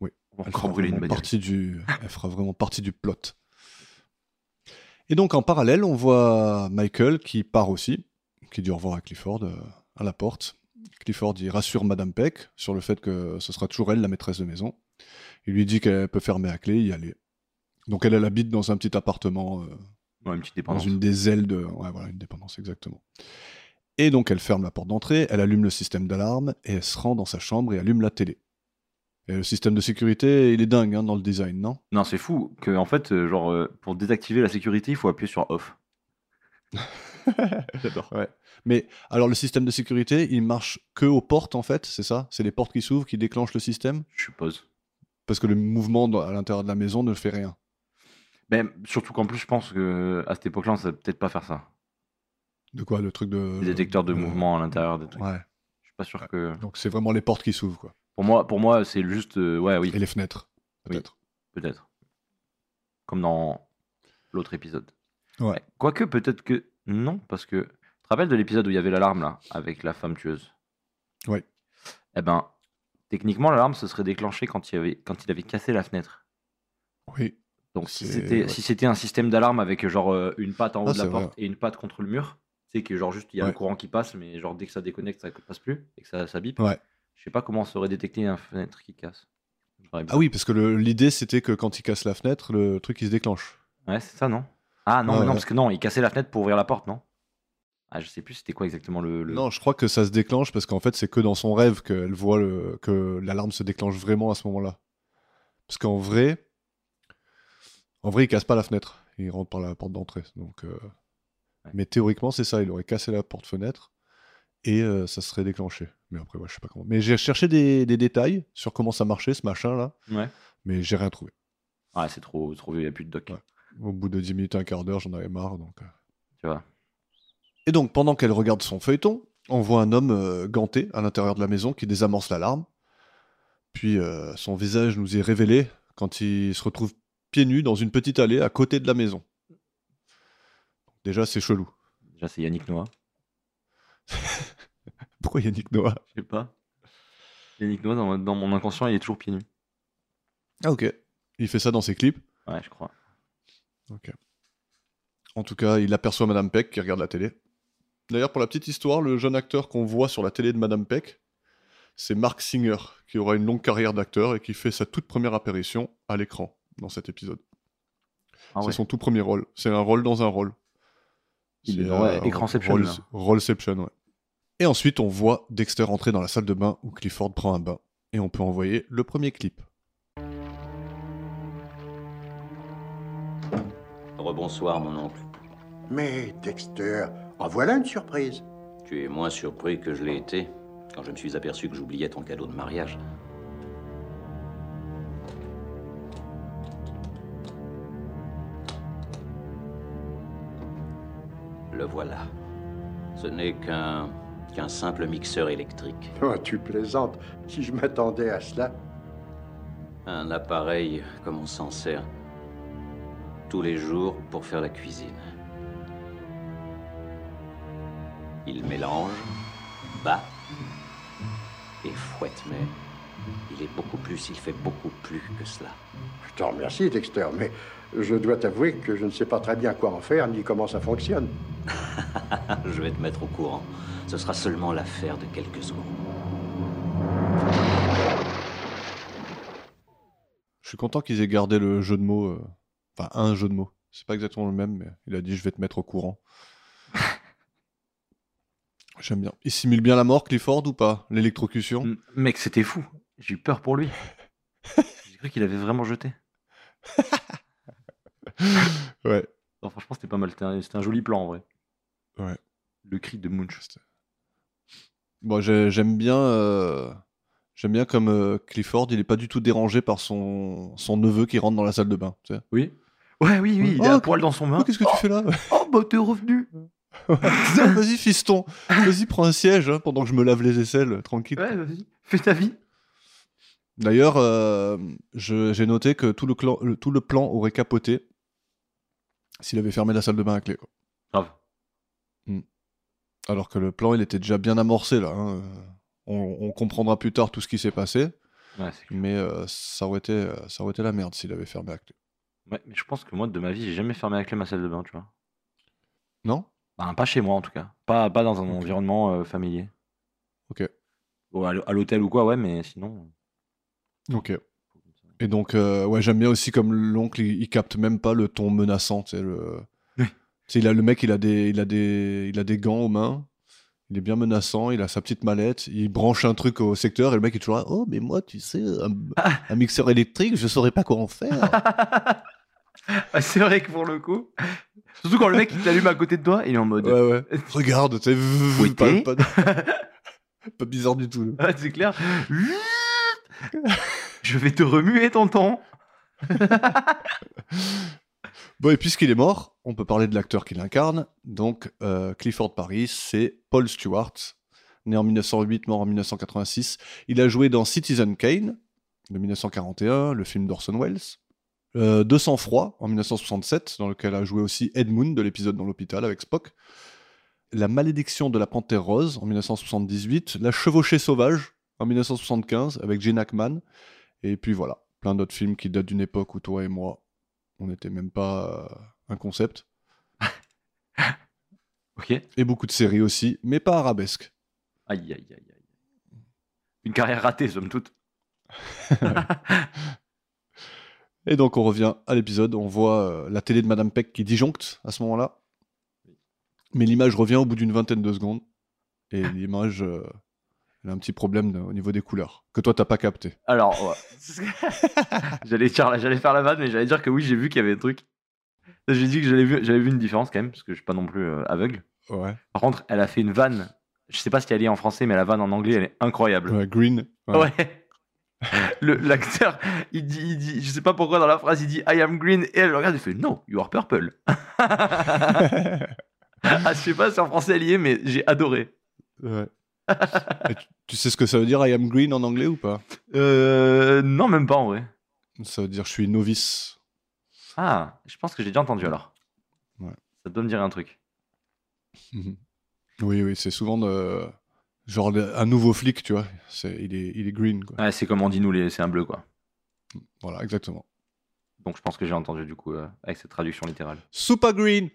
S2: Elle
S3: encore
S2: fera
S3: brûler une
S2: vraiment
S3: bagnole.
S2: partie du... Elle fera vraiment partie du plot. Et donc, en parallèle, on voit Michael qui part aussi, qui dit au revoir à Clifford euh, à la porte. Clifford, il rassure Madame Peck sur le fait que ce sera toujours elle, la maîtresse de maison. Il lui dit qu'elle peut fermer à clé et y aller. Donc, elle, elle habite dans un petit appartement... euh,
S3: Ouais, une petite
S2: dans
S3: dépendance.
S2: une des ailes de. Ouais, voilà, une dépendance, exactement. Et donc, elle ferme la porte d'entrée, elle allume le système d'alarme et elle se rend dans sa chambre et allume la télé. Et le système de sécurité, il est dingue hein, dans le design, non
S3: Non, c'est fou que, en fait, euh, genre, euh, pour désactiver la sécurité, il faut appuyer sur off. J'adore.
S2: Ouais. Mais alors, le système de sécurité, il marche que aux portes, en fait, c'est ça C'est les portes qui s'ouvrent qui déclenchent le système
S3: Je suppose.
S2: Parce que le mouvement dans- à l'intérieur de la maison ne fait rien.
S3: Mais surtout qu'en plus, je pense que à cette époque-là, on savait peut-être pas faire ça.
S2: De quoi Le truc de.
S3: Des détecteurs de mouvement à l'intérieur, des trucs.
S2: Euh, Ouais.
S3: Je suis pas sûr que.
S2: Donc, c'est vraiment les portes qui s'ouvrent, quoi.
S3: Pour moi, pour moi, c'est juste. euh, ouais, oui,
S2: Et les fenêtres,
S3: Oui.
S2: peut-être.
S3: peut-être. Comme dans l'autre épisode.
S2: Ouais.
S3: Quoique, peut-être que. Non, parce que. Tu te rappelles de l'épisode où il y avait l'alarme, là, avec la femme tueuse
S2: Ouais.
S3: Eh ben, techniquement, l'alarme se serait déclenchée quand il, y avait... quand il avait cassé la fenêtre.
S2: Oui.
S3: Donc si
S2: C'est-
S3: c'était
S2: ouais.
S3: si c'était un système d'alarme avec genre euh, une patte en haut
S2: Ah,
S3: de la
S2: c'est
S3: porte et une patte contre le mur, c'est que genre juste il y a le
S2: Ouais.
S3: courant qui passe, mais genre dès que ça déconnecte, ça passe plus et que ça, ça bip.
S2: Ouais.
S3: Je sais pas comment on saurait détecter une fenêtre qui casse. J'aurais
S2: Ah
S3: bizarre.
S2: oui, parce que le- l'idée, c'était que quand il casse la fenêtre, le truc, il se déclenche.
S3: Ouais, c'est ça non Ah non,
S2: Ouais,
S3: mais non
S2: ouais.
S3: parce que non, il cassait la fenêtre pour ouvrir la porte non Ah je sais plus c'était quoi exactement le. le-
S2: Non, je crois que ça se déclenche parce qu'en fait, c'est que dans son rêve qu'elle voit le... que l'alarme se déclenche vraiment à ce moment-là. Parce qu'en vrai, en vrai, il casse pas la fenêtre. Il rentre par la porte d'entrée. Donc, euh,
S3: Ouais.
S2: mais théoriquement, c'est ça. Il aurait cassé la porte-fenêtre et euh, ça serait déclenché. Mais après, ouais, je sais pas comment. Mais j'ai cherché des, des détails sur comment ça marchait ce machin-là,
S3: Ouais.
S2: mais j'ai rien trouvé.
S3: Ouais, c'est trop trop vieux, il y a plus de doc.
S2: Ouais. Au bout de 10 minutes, un quart d'heure, j'en avais marre. Donc. euh.
S3: Tu vois.
S2: Et donc, pendant qu'elle regarde son feuilleton, on voit un homme euh, ganté à l'intérieur de la maison qui désamorce l'alarme. Puis euh, son visage nous est révélé quand il se retrouve pieds nus dans une petite allée à côté de la maison. Déjà, c'est chelou.
S3: Déjà c'est Yannick Noah.
S2: Pourquoi Yannick Noah
S3: Je sais pas. Yannick Noah dans, dans mon inconscient il est toujours pieds nus.
S2: Ah, ok. Il fait ça dans ses clips.
S3: Ouais je crois.
S2: En tout cas, il aperçoit Madame Peck qui regarde la télé. D'ailleurs, pour la petite histoire, le jeune acteur qu'on voit sur la télé de Madame Peck, c'est Mark Singer, qui aura une longue carrière d'acteur et qui fait sa toute première apparition à l'écran dans cet épisode.
S3: Ah
S2: c'est
S3: ouais.
S2: son tout premier rôle. C'est un rôle dans un rôle.
S3: Il
S2: C'est,
S3: est dans, ouais, écranception,
S2: rôle-
S3: là.
S2: Rôleception, ouais. Et ensuite, on voit Dexter entrer dans la salle de bain où Clifford prend un bain. Et on peut envoyer le premier clip.
S4: Rebonsoir, mon oncle.
S5: Mais Dexter, en voilà une surprise.
S4: Tu es moins surpris que je l'ai été quand je me suis aperçu que j'oubliais ton cadeau de mariage. Le voilà. Ce n'est qu'un qu'un simple mixeur électrique,
S5: Oh, tu plaisantes, si je m'attendais à cela.
S4: un appareil comme on s'en sert tous les jours pour faire la cuisine. Il mélange, bat et fouette, mais il est beaucoup plus, il fait beaucoup plus que cela.
S5: Je t'en remercie, Dexter, mais je dois t'avouer que je ne sais pas très bien quoi en faire ni comment ça fonctionne.
S4: Je vais te mettre au courant. Ce sera seulement l'affaire de quelques secondes.
S2: Je suis content qu'ils aient gardé le jeu de mots euh, Enfin, un jeu de mots. C'est pas exactement le même, mais il a dit je vais te mettre au courant. J'aime bien. Il simule bien la mort, Clifford, ou pas L'électrocution
S3: M- Mec, c'était fou. J'ai eu peur pour lui. J'ai cru qu'il avait vraiment jeté.
S2: Ouais.
S3: Non, franchement, c'était pas mal. C'était un, c'était un joli plan en vrai.
S2: Ouais.
S3: Le cri de Munch.
S2: Bon, j'ai- j'aime bien, euh, j'aime bien comme euh, Clifford, il est pas du tout dérangé par son, son neveu qui rentre dans la salle de bain. tu sais.
S3: Oui. Ouais, oui, oui. Il
S2: Oh,
S3: a un poil dans son
S2: Oh,
S3: bain.
S2: qu'est-ce que tu fais là
S3: Oh, bah t'es revenu.
S2: Vas-y, fiston, vas-y, prends un siège hein, pendant que je me lave les aisselles, euh, tranquille.
S3: Ouais, vas-y. Fais ta vie.
S2: D'ailleurs, euh, je- j'ai noté que tout le, clan- le- tout le plan aurait capoté s'il avait fermé la salle de bain à clé. quoi.
S3: Grave.
S2: Alors que le plan, il était déjà bien amorcé là. hein. On, on comprendra plus tard tout ce qui s'est passé,
S3: Ouais, c'est clair.
S2: mais euh, ça, aurait été, euh, ça aurait été la merde s'il avait fermé à clé.
S3: Ouais, mais je pense que moi, de ma vie, j'ai jamais fermé la clé ma salle de bain, tu vois.
S2: Non
S3: Bah, pas chez moi en tout cas. Pas, pas dans un environnement euh, familier.
S2: Ok.
S3: Bon, à l- à l'hôtel ou quoi, ouais, mais sinon.
S2: Ok. Et donc, euh, ouais, j'aime bien aussi comme l'oncle, il, il capte même pas le ton menaçant. tu sais, le...
S3: Oui.
S2: tu sais, il a, le mec, il a, des, il, a des, il a des gants aux mains, il est bien menaçant, il a sa petite mallette, il branche un truc au secteur et le mec est toujours là, oh, mais moi, tu sais, un, un mixeur électrique, je saurais pas quoi en faire.
S3: Ah, c'est vrai que pour le coup. Surtout quand le mec il t'allume à côté de toi, il est en mode.
S2: ouais, ouais. Regarde, tu sais,
S3: Oui,
S2: pas,
S3: t'es.
S2: pas, pas bizarre du tout.
S3: Ah, c'est clair. Je vais te remuer, tonton.
S2: Bon, et puisqu'il est mort, on peut parler de l'acteur qui l'incarne. Donc, euh, Clifford Paris, c'est Paul Stewart, né en 1908, mort en 1986. Il a joué dans Citizen Kane, de 1941, le film d'Orson Welles. Euh, De sang-froid, en 1967, dans lequel a joué aussi Edmund, de l'épisode dans l'hôpital avec Spock. La malédiction de la panthère rose, en 1978. La chevauchée sauvage, en 1975, avec Gene Hackman. Et puis voilà, plein d'autres films qui datent d'une époque où toi et moi, on n'était même pas euh, un concept.
S3: Ok. Aïe,
S2: Et beaucoup de séries aussi, mais pas arabesques.
S3: aïe, aïe, aïe. Une carrière ratée, somme toute.
S2: Et donc on revient à l'épisode, on voit euh, la télé de Madame Peck qui disjoncte à ce moment-là. Mais l'image revient au bout d'une vingtaine de secondes. Et l'image, euh, elle a un petit problème de- au niveau des couleurs, que toi t'as pas capté.
S3: Alors, ouais. j'allais, faire la- j'allais faire la vanne, mais j'allais dire que oui, j'ai vu qu'il y avait des trucs. J'ai dit que j'avais vu, j'avais vu une différence quand même, parce que je suis pas non plus euh, aveugle.
S2: Ouais.
S3: Par contre, elle a fait une vanne. Je sais pas si elle est en français, mais la vanne en anglais, elle est incroyable.
S2: green. ouais.
S3: Ouais. Le- L'acteur, il dit, il dit, je sais pas pourquoi dans la phrase, il dit I am green et elle le regarde et fait No, you are purple. ah, je sais pas si en français elle y est, mais j'ai adoré.
S2: Ouais. Et tu- tu sais ce que ça veut dire, I am green en anglais ou pas
S3: Euh, non, même pas en vrai.
S2: Ça veut dire je suis novice.
S3: Ah, je pense que j'ai déjà entendu alors.
S2: Ouais.
S3: Ça doit me dire un truc.
S2: Mhm. Oui, oui, c'est souvent de- genre de- un nouveau flic, tu vois. C'est, il, est, il est green, quoi.
S3: Ouais, c'est comme on dit nous, les- c'est un bleu quoi.
S2: Voilà, exactement.
S3: Donc je pense que j'ai entendu du coup euh, avec cette traduction littérale.
S2: Super green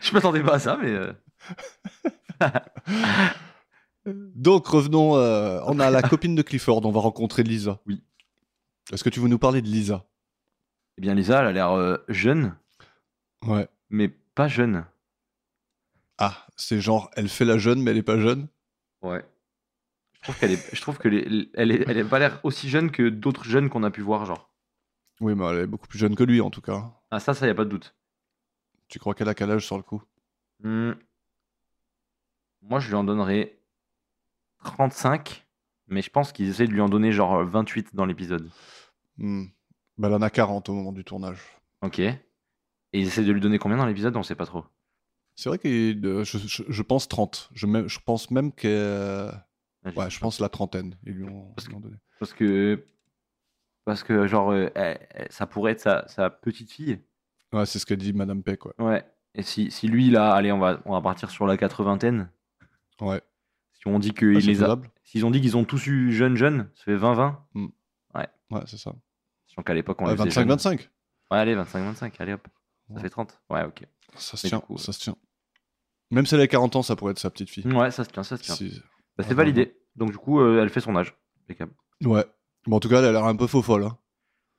S3: je m'attendais pas à ça, mais euh,
S2: Donc, revenons. euh, on a la copine de Clifford, on va rencontrer Lisa.
S3: Oui.
S2: Est-ce que tu veux nous parler de Lisa
S3: eh bien Lisa, elle a l'air euh, jeune,
S2: Ouais.
S3: mais pas jeune.
S2: Ah, c'est genre, elle fait la jeune, mais elle est pas jeune
S3: Ouais. Je trouve qu'elle est, je trouve que les- elle est, elle a pas l'air aussi jeune que d'autres jeunes qu'on a pu voir, genre.
S2: Oui, mais elle est beaucoup plus jeune que lui, en tout cas.
S3: Ah ça, ça y a pas de doute.
S2: Tu crois qu'elle a quel âge sur le coup
S3: Hmm. Moi, je lui en donnerais 35, mais je pense qu'ils essaient de lui en donner genre 28 dans l'épisode.
S2: Hmm. Bah, elle en a 40 au moment du tournage.
S3: Ok. Et ils essaient de lui donner combien dans l'épisode On sait pas trop.
S2: C'est vrai que je, je- je pense 30. Je, me- je pense même que. euh, Ouais, je pense la trentaine. Ils lui ont,
S3: Parce
S2: ils lui ont donné.
S3: Ah, Parce que, parce que genre, euh, elle- elle- ça pourrait être sa, sa petite fille.
S2: Ouais, c'est ce qu'a dit Madame Peck, ouais.
S3: Ouais. Et si, si lui là, allez, on va, on va partir sur la quatre-vingtaine.
S2: Ouais.
S3: Si on dit
S2: Ah,
S3: qu'il
S2: c'est
S3: les a,
S2: faisable.
S3: S'ils ont dit qu'ils ont tous eu jeune, jeune, ça fait 20-20.
S2: Ouais, c'est ça.
S3: Sachant qu'à l'époque, on
S2: Ouais,
S3: les faisait jeunes.
S2: 25-25.
S3: Ouais, allez, 25-25, allez hop.
S2: Ouais.
S3: Ça fait 30. Ouais, ok.
S2: Ça se
S3: Mais
S2: tient,
S3: du coup, ouais. Mmh.
S2: ça se tient. Même si elle a 40 ans, ça pourrait être sa petite fille.
S3: Ouais, ça se tient, ça se tient.
S2: Si-
S3: Bah,
S2: Ouais,
S3: c'est validé. Donc, du coup, euh, elle fait son âge. Impeccable.
S2: Ouais. Mais en tout cas, elle a l'air un peu faux folle. hein.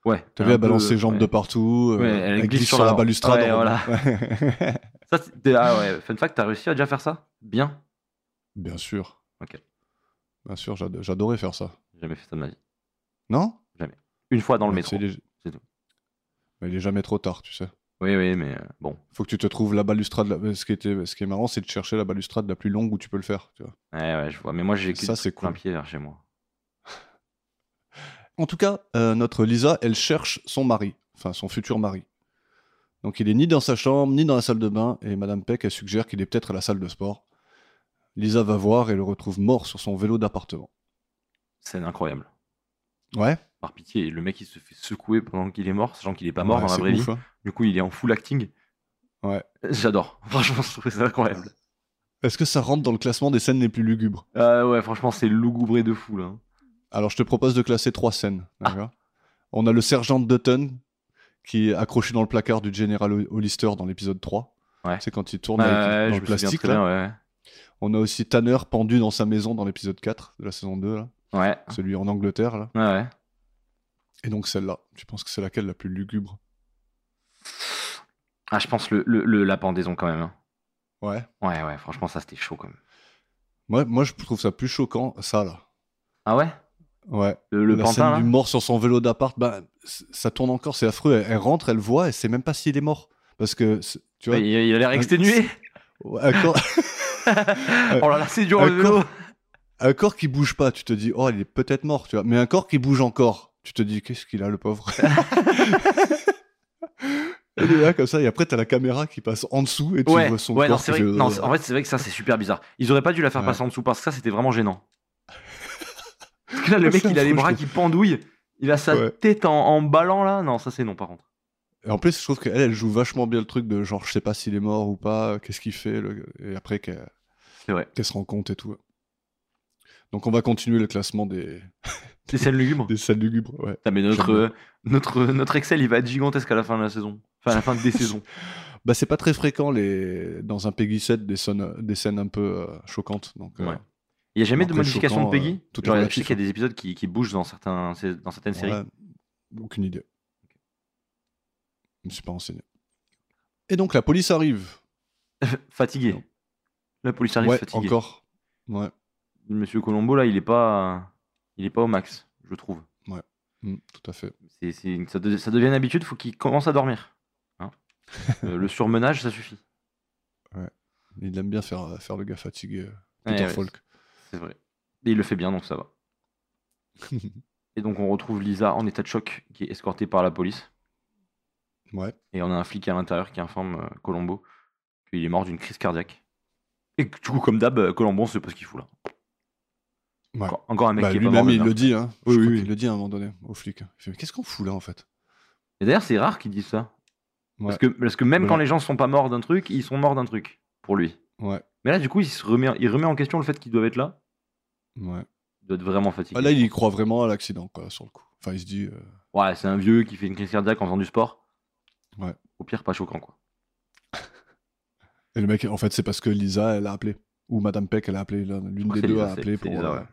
S3: Ouais.
S2: T'as vu, elle
S3: un peu,
S2: balance ses jambes
S3: ouais.
S2: de partout, euh,
S3: Ouais,
S2: elle, glisse, sur la
S3: rampe.
S2: balustrade.
S3: Ouais,
S2: en-
S3: voilà. Ça, c'est- t'es- ah ouais, fun fact, t'as réussi à déjà faire ça Bien.
S2: Bien sûr.
S3: Ok.
S2: Bien sûr, j'ad- j'adorais faire ça.
S3: J'ai jamais fait ça de ma vie.
S2: Non
S3: Une fois dans le
S2: Mais
S3: métro.
S2: tu sais, il est-
S3: c'est tout.
S2: Mais il est jamais trop tard, tu sais.
S3: Oui, oui, mais euh, bon.
S2: Faut que tu te trouves la balustrade. la- Ce, qui était... ce qui est marrant, c'est de chercher la balustrade la plus longue où tu peux le faire. tu vois.
S3: Ouais, ouais, je vois. Mais moi, j'ai que
S2: Ça,
S3: des
S2: c'est
S3: trucs plein
S2: cool.
S3: pied vers chez moi.
S2: En tout cas, euh, notre Lisa, elle cherche son mari, enfin son futur mari. Donc il est ni dans sa chambre, ni dans la salle de bain, et Madame Peck, elle suggère qu'il est peut-être à la salle de sport. Lisa va voir et le retrouve mort sur son vélo d'appartement.
S3: C'est incroyable.
S2: Ouais,
S3: Par pitié, le mec, il se fait secouer pendant qu'il est mort, sachant qu'il est pas mort
S2: Ouais,
S3: dans la
S2: c'est
S3: vraie
S2: ouf,
S3: vie.
S2: hein.
S3: Du coup, il est en full acting.
S2: Ouais.
S3: J'adore. Franchement, je trouve ça incroyable.
S2: Est-ce que ça rentre dans le classement des scènes les plus lugubres
S3: Ah ouais, franchement, c'est lougubré de fou, là. hein.
S2: Alors je te propose de classer trois scènes. d'accord On a le sergent Dutton qui est accroché dans le placard du général Hol- Hollister dans l'épisode 3.
S3: Ouais.
S2: C'est quand il tourne
S3: Ouais,
S2: avec-
S3: ouais,
S2: dans
S3: je
S2: le
S3: me souviens
S2: plastique.
S3: très
S2: là.
S3: bien, ouais.
S2: On a aussi Tanner pendu dans sa maison dans l'épisode 4 de la saison 2, là.
S3: Ouais, ouais.
S2: celui en Angleterre. Là.
S3: ouais, ouais.
S2: Et donc celle-là, tu penses que c'est laquelle la plus lugubre
S3: Ah, je pense le, le, le- la pendaison quand même. hein.
S2: Ouais.
S3: Ouais, ouais, franchement, ça c'était chaud quand même.
S2: Moi, moi, je trouve ça plus choquant, ça là.
S3: Ah ouais
S2: Ouais.
S3: Le, le
S2: la
S3: pantin
S2: scène
S3: là
S2: du mort sur son vélo d'appart, bah, c- ça tourne encore, c'est affreux. Elle, elle rentre, elle voit, elle sait même pas s'il est mort. Parce que, c'est- tu vois,
S3: Ouais, il, il a l'air
S2: Un-
S3: exténué.
S2: ouais, un, corps,
S3: oh là là, c'est dur le
S2: un
S3: vélo.
S2: un corps qui bouge pas, tu te dis, oh, il est peut-être mort, tu vois. Mais un corps qui bouge encore, tu te dis, qu'est-ce qu'il a, le pauvre Il est là comme ça, et après, t'as la caméra qui passe en dessous et tu
S3: Ouais,
S2: vois son
S3: ouais, non,
S2: corps.
S3: c'est
S2: qui
S3: vrai.
S2: fait-
S3: non, c'est- en fait, c'est vrai que ça c'est super bizarre. Ils auraient pas dû la faire
S2: Ouais.
S3: passer en dessous parce que ça c'était vraiment gênant. Parce que là, le mec, il a les
S2: Franchement,
S3: bras
S2: je-
S3: qui pendouillent. Il a sa
S2: Ouais.
S3: tête en, en ballant là. Non, ça c'est non par contre.
S2: Et en plus, je trouve qu'elle, elle joue vachement bien le truc de genre, je sais pas s'il est mort ou pas, euh, qu'est-ce qu'il fait, le- et après qu'elle
S3: C'est vrai.
S2: qu'elle se rend compte et tout. Donc, on va continuer le classement des,
S3: C'est scène lugubre.
S2: des salles lugubres. Ouais.
S3: Putain, mais notre,
S2: J'aime
S3: euh, notre, notre Excel il va être gigantesque à la fin de la saison. Enfin, à la fin des saisons.
S2: Bah, c'est pas très fréquent les... dans un Peggy 7 des, scènes- des scènes un peu euh, choquantes. Donc, euh,
S3: Ouais. Il n'y a jamais
S2: Après,
S3: de modification de
S2: choquant,
S3: Peggy
S2: euh, tout est
S3: Genre, Je sais
S2: relatif,
S3: qu'il y a des épisodes qui, qui bougent dans, certains, dans certaines séries.
S2: ouais, aucune idée. Je me suis pas renseigné. Et donc, la police arrive.
S3: fatigué.
S2: Non.
S3: La police arrive
S2: ouais,
S3: fatigué.
S2: encore. Ouais,
S3: Monsieur Colombo, là, il est pas, il est pas au max, je trouve.
S2: Mm, tout à fait.
S3: C'est, c'est une- ça, de- ça devient une habitude, faut qu'il commence à dormir. hein. Euh, le surmenage, ça suffit.
S2: Il aime bien faire, faire le gars fatigué, euh,
S3: Ouais,
S2: Peter
S3: ouais,
S2: Falk.
S3: C'est vrai. Et il le fait bien, donc ça va. Et donc, on retrouve Lisa en état de choc, qui est escortée par la police.
S2: Ouais.
S3: Et on a un flic à l'intérieur qui informe euh, Colombo qu'il est mort d'une crise cardiaque. Et du coup, comme d'hab, euh, Colombo, c'est pas ce qu'il fout là.
S2: Ouais.
S3: Encore, encore un mec
S2: Bah,
S3: qui est pas
S2: lui-même,
S3: mort. de
S2: il
S3: merde.
S2: le dit, hein.
S3: Oui,
S2: Je
S3: oui,
S2: crois
S3: oui.
S2: qu'il le dit à un moment donné au flic. Il fait, mais qu'est-ce qu'on fout là, en fait
S3: Et d'ailleurs, c'est rare qu'ils disent ça.
S2: Ouais.
S3: Parce, que, parce que même
S2: Mais
S3: quand
S2: non.
S3: les gens sont pas morts d'un truc, ils sont morts d'un truc, pour lui.
S2: Ouais,
S3: Mais là, du coup, il, se remet, il remet en question le fait qu'ils doivent être là.
S2: ouais.
S3: Il doit être vraiment fatigué.
S2: Ah, là, il y croit vraiment à l'accident, quoi, sur le coup. Enfin, il se dit, euh,
S3: Ouais, c'est un vieux qui fait une crise cardiaque en faisant du sport.
S2: Ouais.
S3: Au pire, pas choquant, quoi.
S2: Et le mec, en fait, c'est parce que Lisa, elle a appelé. Ou Madame Peck, elle a appelé. l'un- L'une
S3: crois
S2: des
S3: que c'est
S2: deux
S3: Lisa,
S2: a
S3: c'est-
S2: appelé
S3: c'est
S2: pour.
S3: Lisa,
S2: euh,
S3: ouais.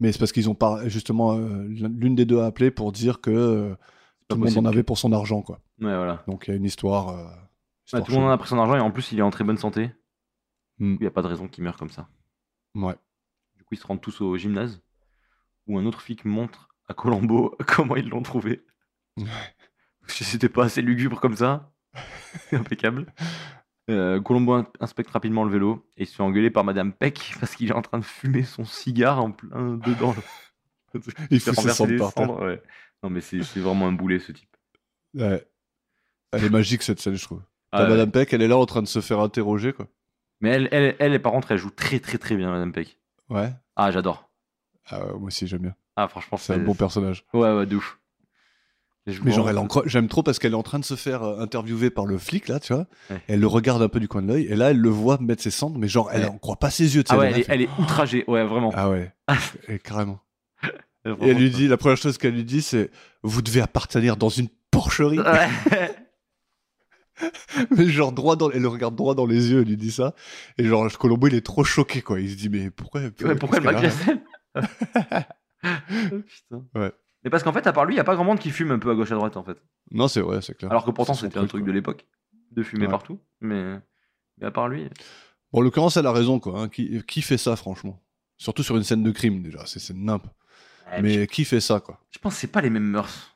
S2: Mais c'est parce qu'ils ont par... justement, euh, l'une des deux a appelé pour dire que euh,
S3: pas
S2: tout le monde en
S3: possible
S2: avait pour son argent, quoi.
S3: Ouais, voilà.
S2: Donc il y a une histoire. euh,
S3: Ouais,
S2: histoire
S3: Ah, tout le monde en a pris son argent et en plus, il est en très bonne santé.
S2: Hmm.
S3: Il n'y a pas de raison qu'il meure comme ça.
S2: chaude. Ouais.
S3: Du coup, ils se rendent tous au gymnase où un autre flic montre à Colombo comment ils l'ont trouvé.
S2: Ouais.
S3: Parce que C'était pas assez lugubre comme ça. C'est impeccable. Euh, Colombo in- inspecte rapidement le vélo et il se fait engueuler par Madame Peck parce qu'il est en train de fumer son cigare en plein dedans. Le...
S2: Il fout ses
S3: renverser
S2: cendres
S3: les
S2: par terre.
S3: cendres, ouais. Non, mais c'est c'est vraiment un boulet ce type.
S2: Ouais. Elle est magique, cette scène, je trouve.
S3: Ah,
S2: T'as
S3: ouais.
S2: Madame Peck, elle est là en train de se faire interroger, quoi.
S3: Mais elle, elle, elle, par contre, elle joue très très très bien Madame Peck.
S2: Ouais.
S3: Ah, j'adore.
S2: Ah ouais, moi aussi, j'aime bien.
S3: Ah, franchement,
S2: C'est un bon personnage.
S3: Ouais, ouais, de ouf. Mais
S2: Mais genre, elle en cro- j'aime trop parce qu'elle est en train de se faire euh, interviewer par le flic, là, tu vois.
S3: Ouais.
S2: Elle le regarde un peu du coin de l'œil, et là, elle le voit mettre ses cendres, mais genre, elle
S3: Ouais.
S2: en croit pas ses yeux, tu sais.
S3: Ah
S2: la
S3: ouais, elle est,
S2: meuf,
S3: elle est outragée, ouais, vraiment.
S2: Ah ouais. Et carrément.
S3: Euh,
S2: Et elle
S3: vraiment.
S2: lui dit, la première chose qu'elle lui dit, c'est Vous devez appartenir dans une porcherie.
S3: Ouais.
S2: mais genre, droit dans. Elle le regarde droit dans les yeux, elle lui dit ça. Et genre, Colombo, il est trop choqué, quoi. Il se dit Mais pourquoi
S3: Ouais, pourquoi elle
S2: qu'est-ce
S3: m'a
S2: qu'elle a
S3: cassé Oh, Putain.
S2: Ouais.
S3: Mais parce qu'en fait, à part lui, il n'y a pas grand monde qui fume un peu à gauche à droite, en fait.
S2: Non, c'est vrai, c'est clair.
S3: Alors que pourtant,
S2: Ah, C'est son
S3: c'était un truc
S2: quoi.
S3: de l'époque, de fumer
S2: Ouais.
S3: partout. Mais... mais à part lui.
S2: Bon, en l'occurrence, elle a raison, quoi. hein. Qui, qui fait ça, franchement Surtout sur une scène de crime, déjà. C'est c'est nimp.
S3: eh,
S2: Mais qui fait ça, quoi
S3: je pense que c'est pas les mêmes mœurs.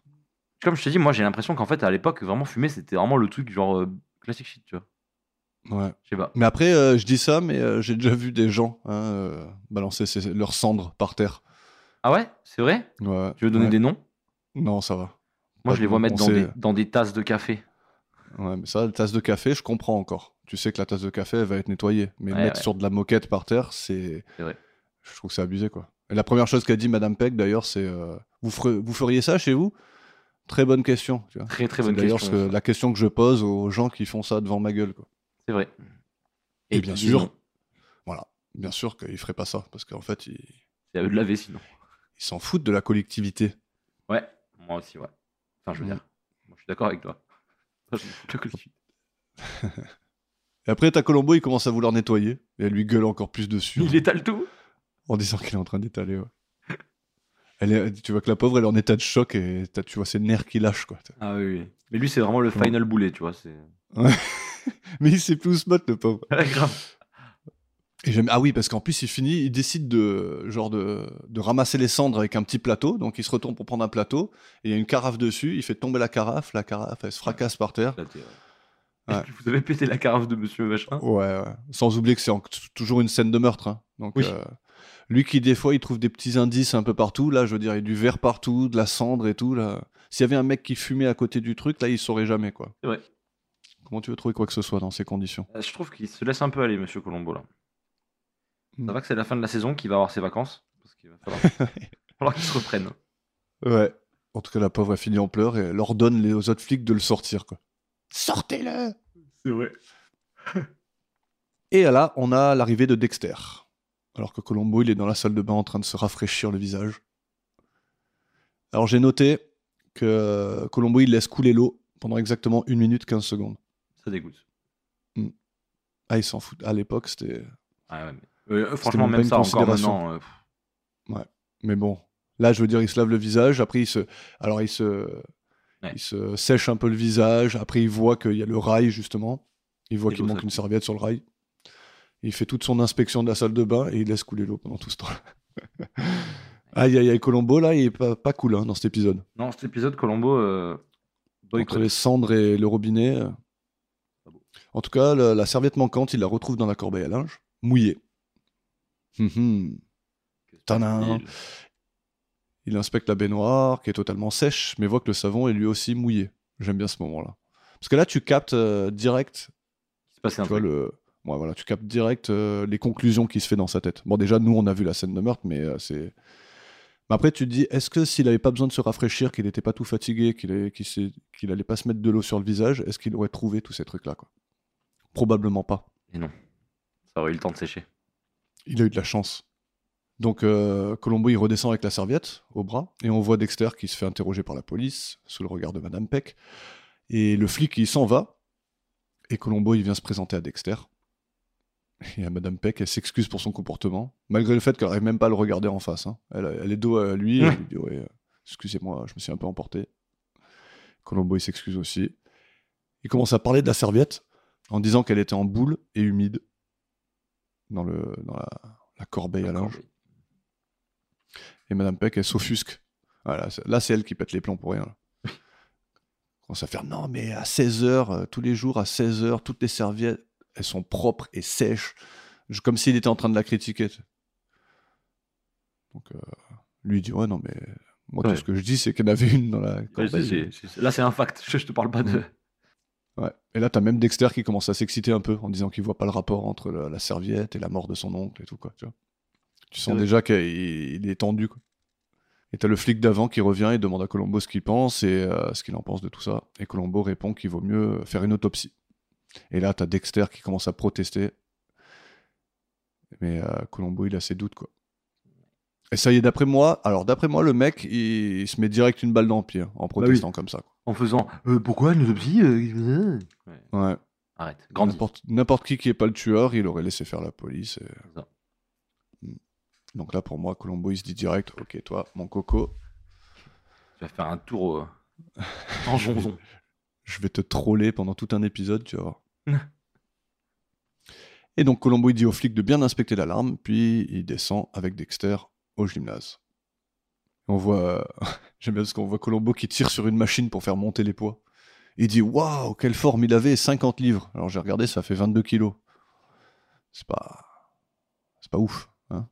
S3: Comme je te dis, moi j'ai l'impression qu'en fait à l'époque, vraiment fumer c'était vraiment le truc genre euh, classique shit, tu vois.
S2: Ouais.
S3: Je sais pas.
S2: Mais après, euh, je dis ça, mais euh, j'ai déjà vu des gens hein, euh, balancer ses- leurs cendres par terre.
S3: Ah ouais, c'est vrai
S2: Ouais.
S3: Tu veux donner
S2: Ouais. Bah,
S3: des noms
S2: Non, ça va.
S3: Moi
S2: Pas
S3: je les vois
S2: de
S3: mettre dans
S2: pensée.
S3: des, dans des tasses de café.
S2: Ouais, mais ça, la tasse de café, je comprends encore. Tu sais que la tasse de café, elle va être nettoyée. Mais
S3: Ouais,
S2: mettre
S3: ouais.
S2: sur de la moquette par terre, c'est.
S3: C'est vrai.
S2: Je trouve que c'est abusé, quoi. Et la première chose qu'a dit Madame Peck, d'ailleurs, c'est euh, vous, ferez- vous feriez ça chez vous Très bonne question. Tu vois.
S3: Très très
S2: C'est
S3: bonne
S2: d'ailleurs
S3: question.
S2: ce que-
S3: ça.
S2: la question que je pose aux gens qui font ça devant ma gueule, quoi.
S3: C'est vrai.
S2: Et
S3: ils
S2: bien
S3: disent
S2: sûr.
S3: non.
S2: Voilà. Bien sûr qu'ils feraient pas ça, parce qu'en fait, ils ils
S3: C'est à eux de laver sinon.
S2: s'en foutent de la collectivité.
S3: Ouais, moi aussi, ouais. Enfin, je veux
S2: Mm.
S3: dire, moi, je suis d'accord avec toi. Ça, je m'en fous de la collectivité.
S2: Et après, t'as Colombo, il commence à vouloir nettoyer, et elle lui gueule encore plus dessus.
S3: Il étale tout.
S2: En disant qu'elle est en train d'étaler, ouais. Elle est- tu vois que la pauvre, elle est en état de choc et t'as- tu vois ses nerfs qui lâchent, quoi.
S3: Ah oui. oui. Mais lui, c'est vraiment le final boulet, tu vois. C'est
S2: Mais il sait plus où se battre, le pauvre.
S3: grave.
S2: Et j'aime- ah oui, parce qu'en plus, il finit, il décide de, genre de, de ramasser les cendres avec un petit plateau. Donc, il se retourne pour prendre un plateau et il y a une carafe dessus. Il fait tomber la carafe. La carafe, elle se fracasse par terre.
S3: Là, t'es, ouais.
S2: Ouais.
S3: Vous avez pété la carafe de monsieur machin.
S2: Ouais, ouais. Sans oublier que c'est en- t- toujours une scène de meurtre. hein. Donc,
S3: Oui.
S2: euh, lui qui, des fois, il trouve des petits indices un peu partout. Là, je veux dire, il y a du verre partout, de la cendre et tout. Là. S'il y avait un mec qui fumait à côté du truc, là, il saurait jamais, quoi.
S3: C'est vrai.
S2: Comment tu veux trouver quoi que ce soit dans ces conditions
S3: Euh, Je trouve qu'il se laisse un peu aller, monsieur Colombo, là.
S2: Mm.
S3: Ça va que c'est la fin de la saison qu'il va avoir ses vacances. Parce qu'il va falloir, falloir qu'il se reprenne.
S2: Ouais. En tout cas, la pauvre, elle finit en pleurs et elle ordonne les- aux autres flics de le sortir, quoi. Sortez-le
S3: C'est vrai.
S2: Et là, on a l'arrivée de Dexter. Alors que Colombo, il est dans la salle de bain en train de se rafraîchir le visage. Alors j'ai noté que Colombo, il laisse couler l'eau pendant exactement 1 minute 15 secondes.
S3: Ça dégoûte.
S2: Ah, il s'en fout. À l'époque, c'était...
S3: Ah ouais, mais- Euh, franchement,
S2: même pas
S3: même
S2: une
S3: ça, encore
S2: considération.
S3: maintenant. euh, pff,
S2: Mais bon, là, je veux dire, il se lave le visage, après, il se... Alors, il se... Il se sèche un peu le visage, après, il voit qu'il y a le rail, justement. Il voit
S3: Et
S2: qu'il
S3: l'eau,
S2: manque
S3: ça.
S2: une serviette sur le rail. Il fait toute son inspection de la salle de bain et il laisse couler l'eau pendant tout ce temps aïe, aïe, aïe, Colombo, là, il est pas, pas cool hein, dans cet épisode.
S3: Non, cet épisode, Colombo. euh,
S2: Entre
S3: boycott.
S2: les cendres et le robinet. euh.
S3: Pas beau.
S2: En tout cas, le- la serviette manquante, il la retrouve dans la corbeille à linge, mouillée. Hum, hum. Tadam.
S3: Il-
S2: Il inspecte la baignoire, qui est totalement sèche, mais voit que le savon est lui aussi mouillé. J'aime bien ce moment-là. Parce que là, tu captes euh, direct,
S3: Il se passait un
S2: tu vois,
S3: truc.
S2: le... ouais, voilà, tu captes direct euh, les conclusions qui se fait dans sa tête. Bon, déjà, nous, on a vu la scène de meurtre, mais euh, c'est... Mais après, tu te dis, est-ce que s'il avait pas besoin de se rafraîchir, qu'il n'était pas tout fatigué, qu'il n'allait pas se mettre de l'eau sur le visage, est-ce qu'il aurait trouvé tous ces trucs-là quoi Probablement pas.
S3: Ça aurait eu le temps de sécher.
S2: Il a eu de la chance. Donc euh, Colombo, il redescend avec la serviette au bras, et on voit Dexter qui se fait interroger par la police, sous le regard de Madame Peck. Et le flic, il s'en va, et Colombo, il vient se présenter à Dexter. Et à Madame Peck, elle s'excuse pour son comportement, malgré le fait qu'elle n'arrive même pas à le regarder en face. hein. Elle, elle est dos à lui, et elle lui dit Ouais, euh, excusez-moi, je me suis un peu emporté. Colombo, il s'excuse aussi. Il commence à parler de la serviette, en disant qu'elle était en boule et humide dans, le, dans la, la corbeille à linge. Et Madame Peck, elle s'offusque. Voilà, c'est- là, c'est elle qui pète les plombs pour rien. là. commence à faire non, mais à 16h, tous les jours, à 16h, toutes les serviettes, elles sont propres et sèches. Je- comme s'il était en train de la critiquer. tu sais. Donc, euh, lui il dit ouais, non, mais moi,
S3: Ouais.
S2: tout ce que je dis, c'est qu'elle avait une dans la
S3: Ouais, c'est-
S2: corbeille.
S3: Bah, c'est- c'est- Là, c'est un fact. Je, je te parle pas de.
S2: Ouais. Et là, t'as même Dexter qui commence à s'exciter un peu en disant qu'il voit pas le rapport entre la, la serviette et la mort de son oncle et tout, quoi. Tu, vois. tu sens
S3: Ouais.
S2: déjà qu'il il est tendu, quoi. Et t'as le flic d'avant qui revient et demande à Colombo ce qu'il pense et euh, ce qu'il en pense de tout ça. Et Colombo répond qu'il vaut mieux faire une autopsie. Et là, t'as Dexter qui commence à protester. Mais euh, Colombo, il a ses doutes, quoi. Et ça y est, d'après moi, alors d'après moi, le mec, il, il se met direct une balle dans le pied hein, en
S3: oui.
S2: protestant comme ça.
S3: En faisant. euh, pourquoi euh, nous obsie
S2: quoi. Ouais.
S3: Arrête. Grandis.
S2: N'importe- N'importe qui qui n'est pas le tueur, il aurait laissé faire la police. et-
S3: C'est ça.
S2: Mm. Donc là, pour moi, Colombo, il se dit direct Ok, toi, mon coco,
S3: Tu vas faire un tour au- en jonjon.
S2: Je vais te troller pendant tout un épisode, tu vas voir. Et donc Colombo il dit au flic de bien inspecter l'alarme, puis il descend avec Dexter au gymnase. On voit, j'aime bien parce qu'on voit Colombo qui tire sur une machine pour faire monter les poids. Il dit waouh quelle forme il avait 50 livres. Alors j'ai regardé ça fait 22 kilos. C'est pas, c'est pas ouf. hein.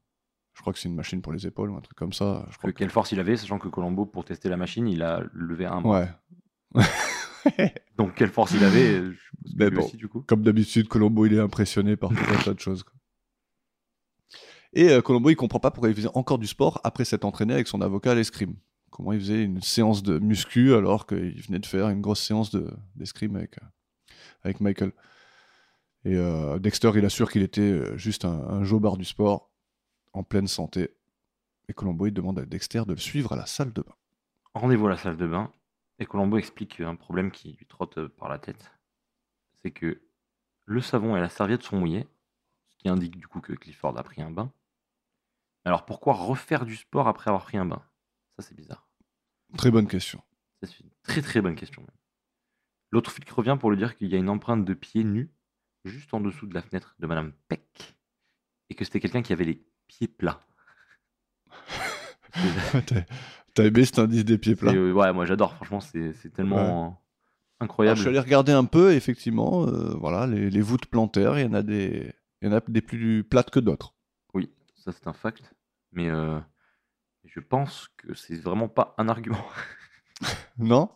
S2: je crois que c'est une machine pour les épaules ou un truc comme ça. Je crois
S3: Que- Quelle force il avait, sachant que Colombo, pour tester la machine, il a levé un bras.
S2: Ouais.
S3: Donc quelle force il avait, euh, je suppose que
S2: Mais
S3: lui
S2: bon.
S3: aussi, du coup.
S2: Comme d'habitude, Colombo, il est impressionné par tout un tas de choses. quoi. Et euh, Colombo, il comprend pas pourquoi il faisait encore du sport après s'être entraîné avec son avocat à l'escrime. Comment il faisait une séance de muscu alors qu'il venait de faire une grosse séance de- d'escrime avec, euh, avec Michael. Et euh, Dexter, il assure qu'il était euh, juste un, un jobard du sport, en pleine santé. Et Colombo, il demande à Dexter de le suivre à la salle de bain.
S3: Rendez-vous à la salle de bain et Colombo explique un problème qui lui trotte par la tête. C'est que le savon et la serviette sont mouillés, ce qui indique du coup que Clifford a pris un bain. Alors pourquoi refaire du sport après avoir pris un bain Ça c'est bizarre.
S2: Très bonne question.
S3: Ça, C'est une très très bonne question. même. L'autre flic revient pour lui dire qu'il y a une empreinte de pied nu juste en dessous de la fenêtre de Madame Peck et que c'était quelqu'un qui avait les pieds plats.
S2: T'as- T'as aimé cet indice des pieds plats
S3: Et, euh, ouais, moi j'adore, franchement, c'est c'est tellement euh,
S2: Alors,
S3: incroyable.
S2: je suis allé regarder un peu, et effectivement, euh, voilà, les, les voûtes plantaires, il y en a des, il y en a des plus plates que d'autres.
S3: Oui, ça c'est un fact. Mais euh, je pense que c'est vraiment pas un argument.
S2: Non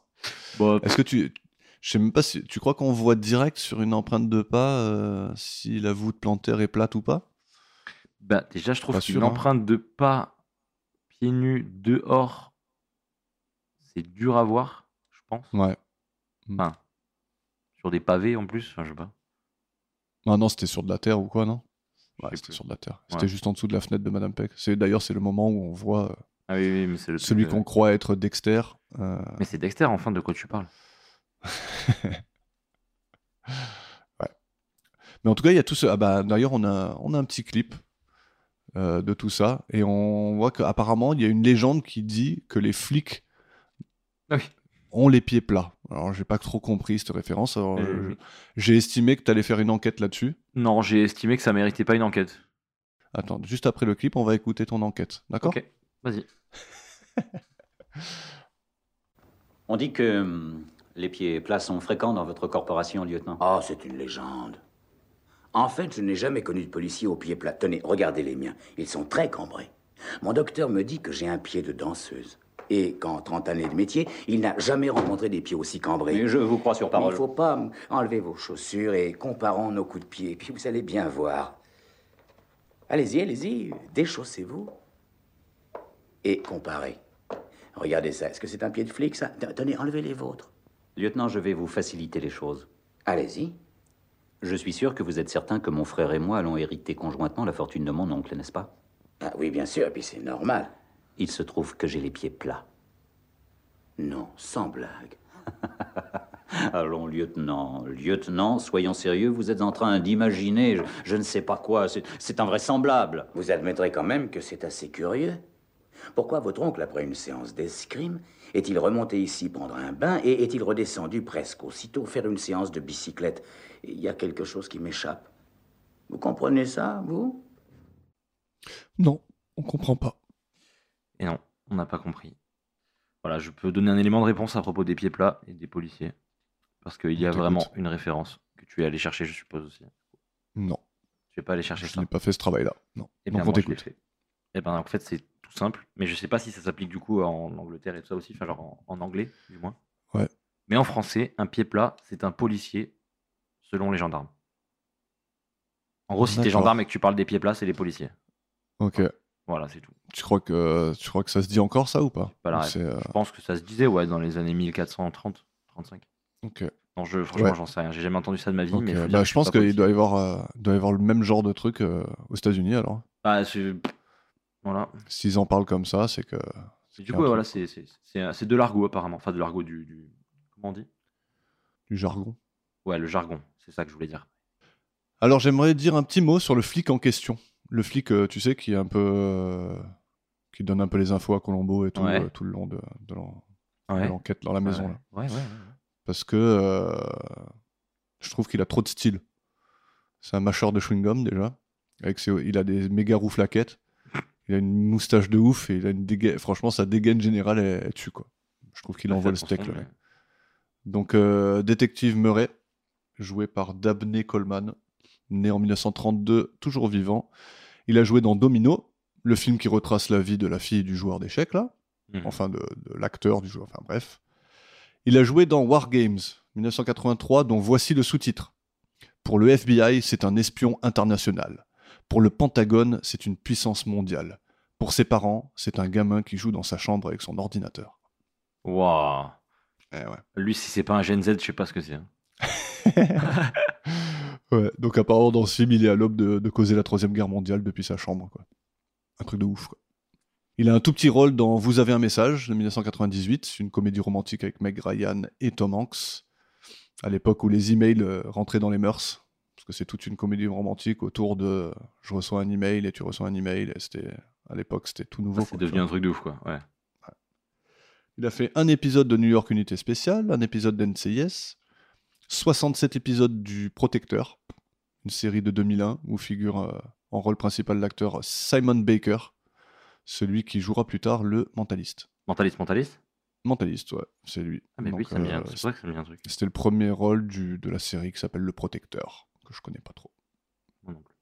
S3: Bon,
S2: Est-ce que tu, je sais même pas si tu crois qu'on voit direct sur une empreinte de pas euh, si la voûte plantaire est plate ou pas
S3: bah, déjà, je trouve
S2: Pas
S3: qu'une
S2: sûr, hein.
S3: empreinte de pas pieds nus dehors, c'est dur à voir, je pense.
S2: Ouais.
S3: Enfin, sur des pavés en plus, enfin, je sais pas.
S2: Ah non, c'était sur de la terre ou quoi, non
S3: Je
S2: Ouais,
S3: sais
S2: c'était
S3: plus.
S2: sur de la terre.
S3: Ouais.
S2: C'était juste en dessous de la fenêtre de Madame Peck. C'est d'ailleurs c'est le moment où on voit euh,
S3: Ah oui, oui, mais c'est le truc
S2: celui
S3: de-
S2: qu'on croit être Dexter. euh,
S3: Mais c'est Dexter, enfin, de quoi tu parles
S2: Mais en tout cas, il y a tout ce. Ah bah, d'ailleurs, on a, on a un petit clip euh, de tout ça. Et on voit qu'apparemment, il y a une légende qui dit que les flics
S3: Ah oui.
S2: ont les pieds plats. Alors, j'ai pas trop compris cette référence. Alors,
S3: Euh,
S2: je- J'ai estimé que tu allais faire une enquête là-dessus.
S3: Non, j'ai estimé que ça méritait pas une enquête.
S2: Attends, juste après le clip, on va écouter ton enquête. D'accord
S3: Ok, vas-y.
S4: On dit que hum, les pieds plats sont fréquents dans votre corporation, lieutenant.
S6: Ah, c'est une légende. En fait, je n'ai jamais connu de policier aux pieds plats. Tenez, regardez les miens. Ils sont très cambrés. Mon docteur me dit que j'ai un pied de danseuse. Et qu'en 30 années de métier, il n'a jamais rencontré des pieds aussi cambrés.
S4: Mais je vous crois sur
S6: Il
S4: parole.
S6: ne faut pas m- enlever vos chaussures et comparons nos coups de pied, puis vous allez bien voir. Allez-y, allez-y, déchaussez-vous. Et comparez. Regardez ça, est-ce que c'est un pied de flic, ça T- Tenez, enlevez les vôtres.
S4: Lieutenant, je vais vous faciliter les choses.
S6: Allez-y.
S4: Je suis sûr que vous êtes certain que mon frère et moi allons hériter conjointement la fortune de mon oncle, n'est-ce pas
S6: Ah oui, bien sûr, et puis c'est normal.
S4: Il se trouve que j'ai les pieds plats.
S6: Non, sans blague.
S4: Allons, lieutenant, lieutenant, soyons sérieux, vous êtes en train d'imaginer, je, je ne sais pas quoi, c'est- c'est invraisemblable.
S6: Vous admettrez quand même que c'est assez curieux. Pourquoi votre oncle, après une séance d'escrime, est-il remonté ici prendre un bain et est-il redescendu presque aussitôt faire une séance de bicyclette Il y a quelque chose qui m'échappe. Vous comprenez ça, vous
S2: Non, on comprend pas.
S3: Et non, on n'a pas compris. Voilà, je peux donner un élément de réponse à propos des pieds plats et des policiers. Parce qu'il y a
S2: On t'écoute.
S3: vraiment une référence que tu es allé chercher, je suppose aussi.
S2: Non,
S3: Tu n'es pas allé chercher
S2: je
S3: ça. Eh
S2: n'ai pas fait ce travail-là. Non.
S3: Et
S2: Donc, on t'écoute.
S3: Et ben en fait, c'est tout simple. Mais je sais pas si ça s'applique du coup en Angleterre et tout ça aussi, enfin genre en, en anglais du moins.
S2: Ouais.
S3: Mais en français, un pied plat, c'est un policier selon les gendarmes. En gros, si t'es
S2: D'accord.
S3: gendarme et que tu parles des pieds plats, c'est les policiers.
S2: Ok.
S3: Voilà, c'est tout.
S2: Tu crois que tu crois que ça se dit encore ça ou pas
S3: Pas la
S2: Ou
S3: ref.
S2: c'est, euh,
S3: Je pense que ça se disait ouais dans les années 1430, 35.
S2: euh, Ok.
S3: Non, je, franchement,
S2: Ouais.
S3: j'en sais rien. J'ai jamais entendu ça de ma vie.
S2: Ok,
S3: Mais faut
S2: bah,
S3: dire
S2: je
S3: que suis
S2: pense
S3: pas
S2: qu'il
S3: policier.
S2: doit y avoir, euh, doit y avoir le même genre de truc euh, aux États-Unis alors.
S3: Bah, c'est- voilà.
S2: S'ils en parlent comme ça, c'est que. c'est
S3: Du
S2: qu'il y a
S3: coup,
S2: un
S3: voilà,
S2: truc,
S3: c'est c'est- c'est- c'est de l'argot apparemment. Enfin, de l'argot du, du. Comment on dit
S2: Du jargon.
S3: Ouais, le jargon. C'est ça que je voulais dire.
S2: Alors, j'aimerais dire un petit mot sur le flic en question. Le flic, euh, tu sais, qui est un peu. euh, qui donne un peu les infos à Colombo et tout,
S3: Ouais.
S2: euh, tout le long de, de l'en-
S3: Ouais.
S2: l'enquête dans la maison. Là.
S3: Ouais, ouais, ouais, ouais.
S2: Parce que euh, je trouve qu'il a trop de style. C'est un mâcheur de chewing-gum déjà. Avec ses- il a des méga roues flaquettes. Il a une moustache de ouf et il a une dégaine. Franchement, sa dégaine générale, elle, elle tue quoi. Je trouve qu'il
S3: Ouais,
S2: envoie le
S3: faites
S2: steak
S3: attention,
S2: là. Donc, euh, détective Murray, joué par Dabney Coleman, né en 1932, toujours vivant. Il a joué dans Domino, le film qui retrace la vie de la fille du joueur d'échecs, là.
S3: mais- Mhm.
S2: Mm. Enfin, de, de l'acteur du joueur, enfin bref. Il a joué dans War Games, 1983, dont voici le sous-titre. Pour le FBI, c'est un espion international. Pour le Pentagone, c'est une puissance mondiale. Pour ses parents, c'est un gamin qui joue dans sa chambre avec son ordinateur.
S3: Waouh.
S2: Eh ouais.
S3: Lui, si c'est pas un Gen Z, je sais pas ce que c'est. hein.
S2: Ouais, donc apparemment dans ce film, il est à l'aube de, de causer la Troisième Guerre mondiale depuis sa chambre. Quoi. Un truc de ouf. Quoi. Il a un tout petit rôle dans Vous avez un message de 1998, une comédie romantique avec Meg Ryan et Tom Hanks, à l'époque où les emails euh, rentraient dans les mœurs. Parce que c'est toute une comédie romantique autour de euh, je reçois un email et tu reçois un email. Et c'était, à l'époque, c'était tout nouveau.
S3: Ah, c'est
S2: quoi,
S3: devenu
S2: tu vois.
S3: un truc de ouf, quoi. Ouais.
S2: Il a fait un épisode de New York Unité Spéciale, un épisode d'NCIS, 67 épisodes du Protecteur, une série de 2001 où figure euh, en rôle principal l'acteur Simon Baker, celui qui jouera plus tard le mentaliste.
S3: Mentaliste, mentaliste
S2: Mentaliste, ouais, c'est lui.
S3: Ah, mais oui,
S2: Donc,
S3: ça me
S2: euh,
S3: vient. C'est vrai que ça me vient un truc.
S2: C'était le premier rôle du- de la série qui s'appelle Le Protecteur, que je connais pas trop.
S3: Moi non plus.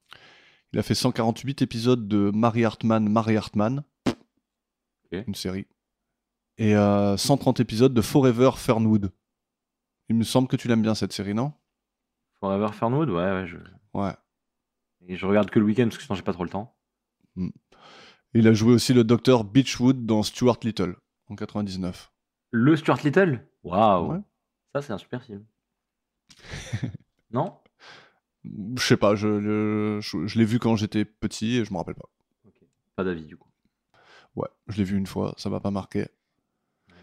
S2: Il a fait 148 épisodes de Mary Hartman, Mary Hartman.
S3: Ok.
S2: Une série. Et euh, 130 épisodes de Forever Fernwood. Il me semble que tu l'aimes bien cette série, non
S3: Forever Fernwood, ouais, ouais. Je...
S2: Ouais.
S3: Et je regarde que le week-end parce que sinon j'ai pas trop le temps.
S2: Il a joué aussi le docteur Beechwood dans Stuart Little en 99.
S3: Le Stuart Little Waouh
S2: Ouais.
S3: Ça, c'est un super film. non
S2: Je sais pas, je, le- je, je l'ai vu quand j'étais petit et je me rappelle pas.
S3: Pas d'avis, du coup.
S2: Ouais, je l'ai vu une fois, ça m'a pas marqué.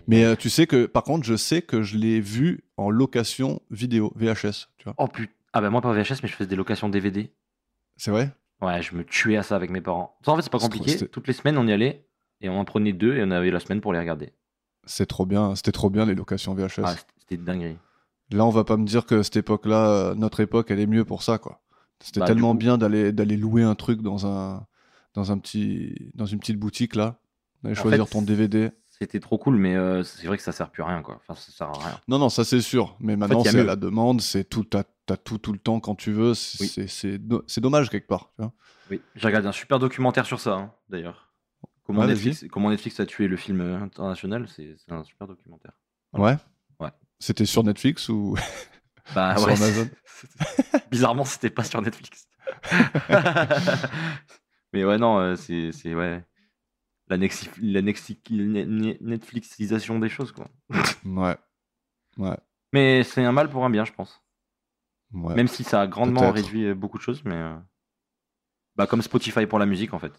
S2: Mais euh, tu sais que, par contre, je sais que je l'ai vu en location vidéo, VHS, tu vois.
S3: Oh putain. Ah, bah moi, pas VHS, mais je faisais des locations DVD.
S2: C'est vrai
S3: Ouais, je me tuais à ça avec mes parents. Ça, en fait, c'est pas
S2: C'est trop-
S3: compliqué.
S2: c'était-
S3: Toutes les semaines, on y allait et on en prenait deux et on avait la semaine pour les regarder.
S2: C'est trop bien, c'était trop bien les locations VHS.
S3: Ah, c'était- c'était une dinguerie.
S2: Là, on va pas me dire que cette époque-là, euh, notre époque, elle est mieux pour ça, quoi. C'était
S3: Bah, du
S2: tellement
S3: coup-
S2: bien d'aller d'aller louer un truc dans un dans un petit dans une petite boutique là, d'aller
S3: En
S2: choisir
S3: fait,
S2: ton DVD.
S3: C'était trop cool, mais euh, c'est vrai que ça sert plus à rien, quoi. Enfin, ça sert à rien.
S2: Non, non, ça c'est sûr. Mais maintenant,
S3: il y a
S2: c'est à
S3: mieux.
S2: la demande, c'est tout, t'as t'as tout tout le temps quand tu veux. C'est
S3: Oui.
S2: c'est- c'est do- c'est dommage quelque part. tu vois.
S3: Oui, j'ai regardé un super documentaire sur ça, hein, d'ailleurs. Comment,
S2: Ouais,
S3: Netflix, comment Netflix a tué le film euh, international, c'est c'est un super documentaire.
S2: Ouais.
S3: Voilà. Ouais.
S2: C'était sur Netflix ou
S3: Bah
S2: Sur
S3: ouais.
S2: Amazon.
S3: c'est- Bizarrement, c'était pas sur Netflix. Mais ouais, non, euh, c'est c'est- ouais. La, nexi- la nexi- ne- ne- Netflixisation des choses, quoi.
S2: ouais, ouais,
S3: Mais c'est un mal pour un bien, je pense.
S2: ouais.
S3: Même si ça a grandement
S2: Peut-être.
S3: réduit euh, beaucoup de choses, mais. euh, Bah, comme Spotify pour la musique, en fait.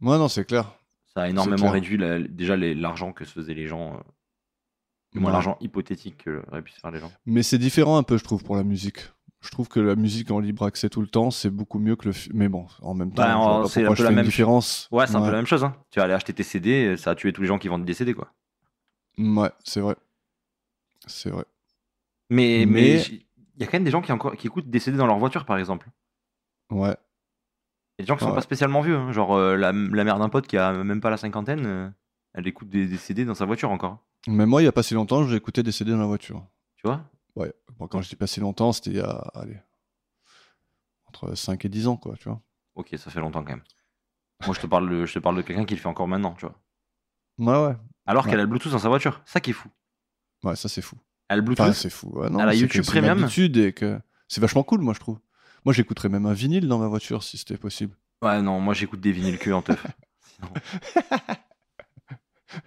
S2: Ouais, non, c'est clair.
S3: Ça a
S2: clair.
S3: énormément réduit la- déjà les- l'argent que se faisaient les gens. euh, du moins,
S2: Ouais.
S3: l'argent hypothétique que auraient pu se faire les gens.
S2: Mais c'est différent un peu, je trouve, pour la musique. Je trouve que la musique en libre accès tout le temps, c'est beaucoup mieux que le film. Mais bon, en même temps,
S3: Bah,
S2: je vois
S3: en-
S2: pas
S3: c'est
S2: pourquoi
S3: un peu
S2: je
S3: la
S2: fais une
S3: même ch-
S2: différence.
S3: Ouais, c'est un peu la même chose. Hein. Tu vas aller acheter tes CD, ça a tué tous les gens qui vendent des CD, quoi.
S2: même. Ouais, c'est vrai. C'est vrai.
S3: Mais
S2: Mais-
S3: mais j- il y a quand même des gens qui, encore, qui écoutent des CD dans leur voiture, par exemple.
S2: Ouais.
S3: Il y a des gens qui sont
S2: Ouais.
S3: pas spécialement vieux. hein. Genre, euh, la, la mère d'un pote qui a même pas la cinquantaine, euh, elle écoute des, des CD dans sa voiture encore.
S2: Mais moi, il y a pas si longtemps, j'ai écouté des CD dans la voiture.
S3: Tu vois
S2: Ouais. Bon, quand je dis pas si longtemps, c'était il y a. Allez. Entre 5 et 10 ans, quoi, tu vois.
S3: Ok, ça fait longtemps quand même. Moi, je te parle de, je te parle de quelqu'un qui le fait encore maintenant, tu vois.
S2: Ouais, ouais.
S3: Alors
S2: Ouais.
S3: qu'elle a le Bluetooth dans sa voiture. Ça qui est fou.
S2: Ouais, ça, c'est fou.
S3: Elle a le
S2: Enfin,
S3: Bluetooth.
S2: c'est fou. Ouais, non,
S3: à la
S2: c'est que
S3: YouTube
S2: c'est une
S3: Premium.
S2: habitude et que c'est vachement cool, moi, je trouve. Moi, j'écouterais même un vinyle dans ma voiture si c'était possible.
S3: ouais, non, moi, j'écoute des vinyles que en teuf. Sinon-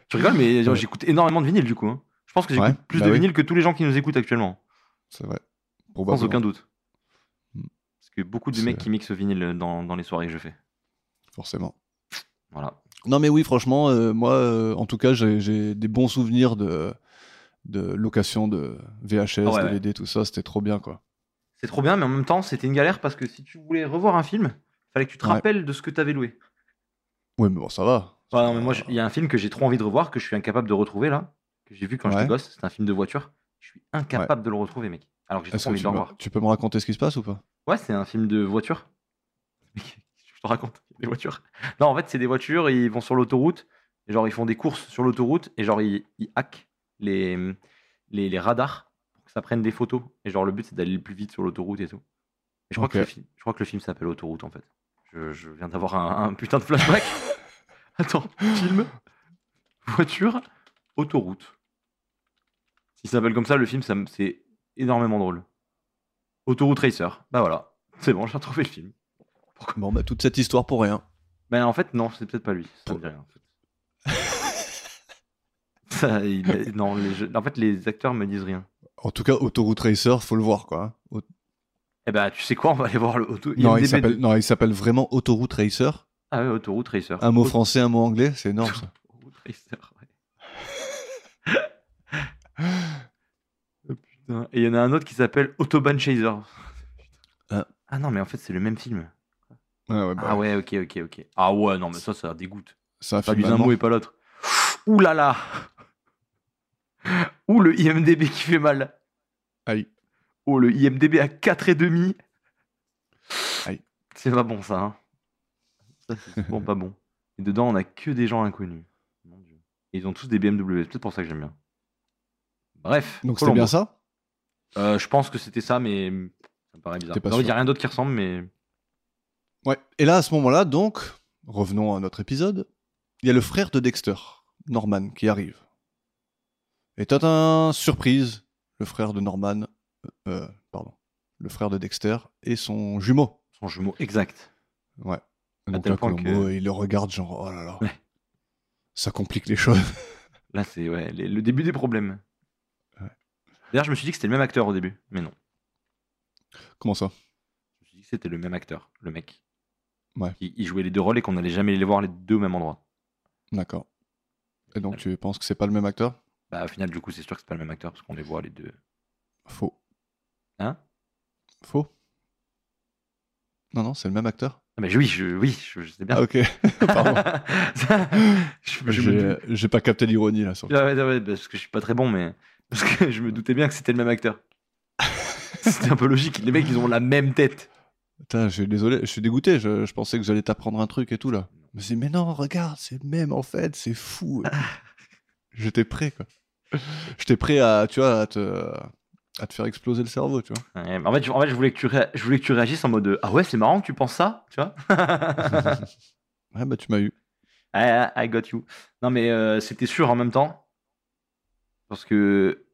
S3: tu rigoles, mais genre,
S2: Ouais.
S3: j'écoute énormément de vinyles du coup. hein. Je pense que j'écoute
S2: Ouais,
S3: plus
S2: bah
S3: de
S2: oui.
S3: vinyles que tous les gens qui nous écoutent actuellement.
S2: C'est vrai.
S3: Sans
S2: Probablement.
S3: aucun doute.
S2: Mm.
S3: Parce que beaucoup de
S2: C'est-
S3: mecs qui mixent au vinyle dans, dans les soirées que je fais.
S2: Forcément.
S3: Voilà.
S2: Non mais oui, franchement, euh, moi, euh, en tout cas, j'ai- j'ai des bons souvenirs de, de location de VHS,
S3: Ah ouais,
S2: DVD, tout ça. C'était trop bien, quoi.
S3: C'est trop bien, mais en même temps, c'était une galère parce que si tu voulais revoir un film, fallait que tu te
S2: Ouais.
S3: rappelles de ce que t'avais loué.
S2: Ouais, mais bon, ça va.
S3: Ouais, non, mais moi, je- il y a un film que j'ai trop envie de revoir que je suis incapable de retrouver là. que j'ai vu quand
S2: Ouais.
S3: j'étais gosse. C'est un film de voiture. Je suis incapable de le retrouver, mec. Alors que j'ai
S2: Est-ce
S3: trop
S2: que Ah,
S3: envie
S2: tu,
S3: de le
S2: peux-
S3: revoir.
S2: tu peux me raconter ce qui se passe ou pas
S3: Ouais, c'est un film de voiture. Je te raconte, des voitures. Non, en fait, c'est des voitures, ils vont sur l'autoroute, et genre ils font des courses sur l'autoroute, et genre ils, ils hackent les, les, les radars pour que ça prenne des photos. Et genre le but, c'est d'aller le plus vite sur l'autoroute et tout. Et je, crois que
S2: Ok.
S3: le fi- je crois que le film s'appelle Autoroute, en fait. Je, je viens d'avoir un, un putain de flashback. Attends, film, voiture, autoroute. S'il s'appelle comme ça, le film, ça me- c'est énormément drôle. Autoroute Racer. Bah voilà, c'est bon, j'ai retrouvé le film.
S2: Bon, bah, toute cette histoire pour rien.
S3: Ben en fait, non, c'est peut-être pas lui. Ça me dit rien. En fait. Ça, il est- non, les jeux- en fait, les acteurs me disent rien.
S2: En tout cas, Autoroute Racer, faut le voir, quoi. Au-
S3: Eh ben, tu sais quoi, on va aller voir le auto.
S2: Non, il
S3: IMDb2.
S2: s'appelle non, il s'appelle vraiment Autoroute Racer.
S3: Ah ouais, Autoroute Racer.
S2: Un mot français, un mot anglais, c'est énorme. ça.
S3: Autoroute Racer, ouais. Oh, putain. Et il y en a un autre qui s'appelle Autobahn Chaser.
S2: Ah.
S3: Ah non, mais en fait, c'est le même film.
S2: Ah ouais, bah,
S3: Ah ouais, ok, ok, ok. Ah ouais, non, mais ça, ça dégoûte.
S2: c'est un
S3: Ça
S2: film
S3: lui un
S2: allemand.
S3: mot et pas l'autre. Ouh là là Ouh le IMDB qui fait mal
S2: Aïe.
S3: Oh le IMDB à 4,5
S2: Aïe.
S3: C'est pas bon ça. Hein. Ça c'est souvent pas bon. Et dedans on a que des gens inconnus. Mon Dieu. Et ils ont tous des BMW, c'est peut-être pour ça que j'aime bien. Bref.
S2: Donc c'était
S3: Colombo.
S2: bien ça
S3: Euh, Je pense que c'était ça, mais ça me paraît bizarre.
S2: T'es pas
S3: Non, Il n'y
S2: sûr.
S3: a rien d'autre qui ressemble, mais
S2: Ouais. Et là, à ce moment-là, donc, revenons à notre épisode. Il y a le frère de Dexter, Norman, qui arrive. Et tatin, surprise, le frère de Norman, euh, euh, pardon, le frère de Dexter et son jumeau.
S3: son jumeau exact.
S2: Ouais. Donc
S3: tel
S2: là,
S3: point
S2: Columbo,
S3: que-
S2: il le regarde genre, oh là là.
S3: Ouais.
S2: Ça complique les choses.
S3: Là c'est ouais, les- le début des problèmes.
S2: Ouais.
S3: D'ailleurs je me suis dit que c'était le même acteur au début, mais non.
S2: Comment ça
S3: Je me suis dit que c'était le même acteur, le mec.
S2: Ouais.
S3: Qui- Il jouait les deux rôles et qu'on n'allait jamais les voir les deux au même endroit.
S2: D'accord. Et donc tu penses que c'est pas le même acteur
S3: Bah, au final, du coup, c'est sûr que c'est pas le même acteur parce qu'on les voit les deux.
S2: Faux.
S3: Hein
S2: Faux. Non, non, c'est le même acteur.
S3: Ah, mais je- oui, je, oui, je, je sais bien.
S2: Ah, ok. Pardon.
S3: Ça, je, je me
S2: J'ai- euh,
S3: doute-
S2: J'ai pas capté l'ironie là. Sur... le-
S3: Ah ouais, ah ouais, parce que je suis pas très bon, mais parce que je me doutais bien que c'était le même acteur. c'était un peu logique. Les mecs, ils ont la même tête.
S2: Putain, je suis désolé, je suis dégoûté. Je, je pensais que j'allais t'apprendre un truc et tout là. Je me suis dit, mais non, regarde, c'est le même en fait, c'est fou. J'étais prêt quoi. J'étais prêt à, tu vois, à te, à te faire exploser le cerveau, tu vois.
S3: Ouais, mais en fait, je, en fait, je voulais que tu, réa- je voulais que tu réagisses en mode ah ouais, c'est marrant que tu penses ça, tu vois.
S2: Ouais, bah tu m'as eu.
S3: Ah, I got you. Non, mais euh, c'était sûr en même temps. Parce que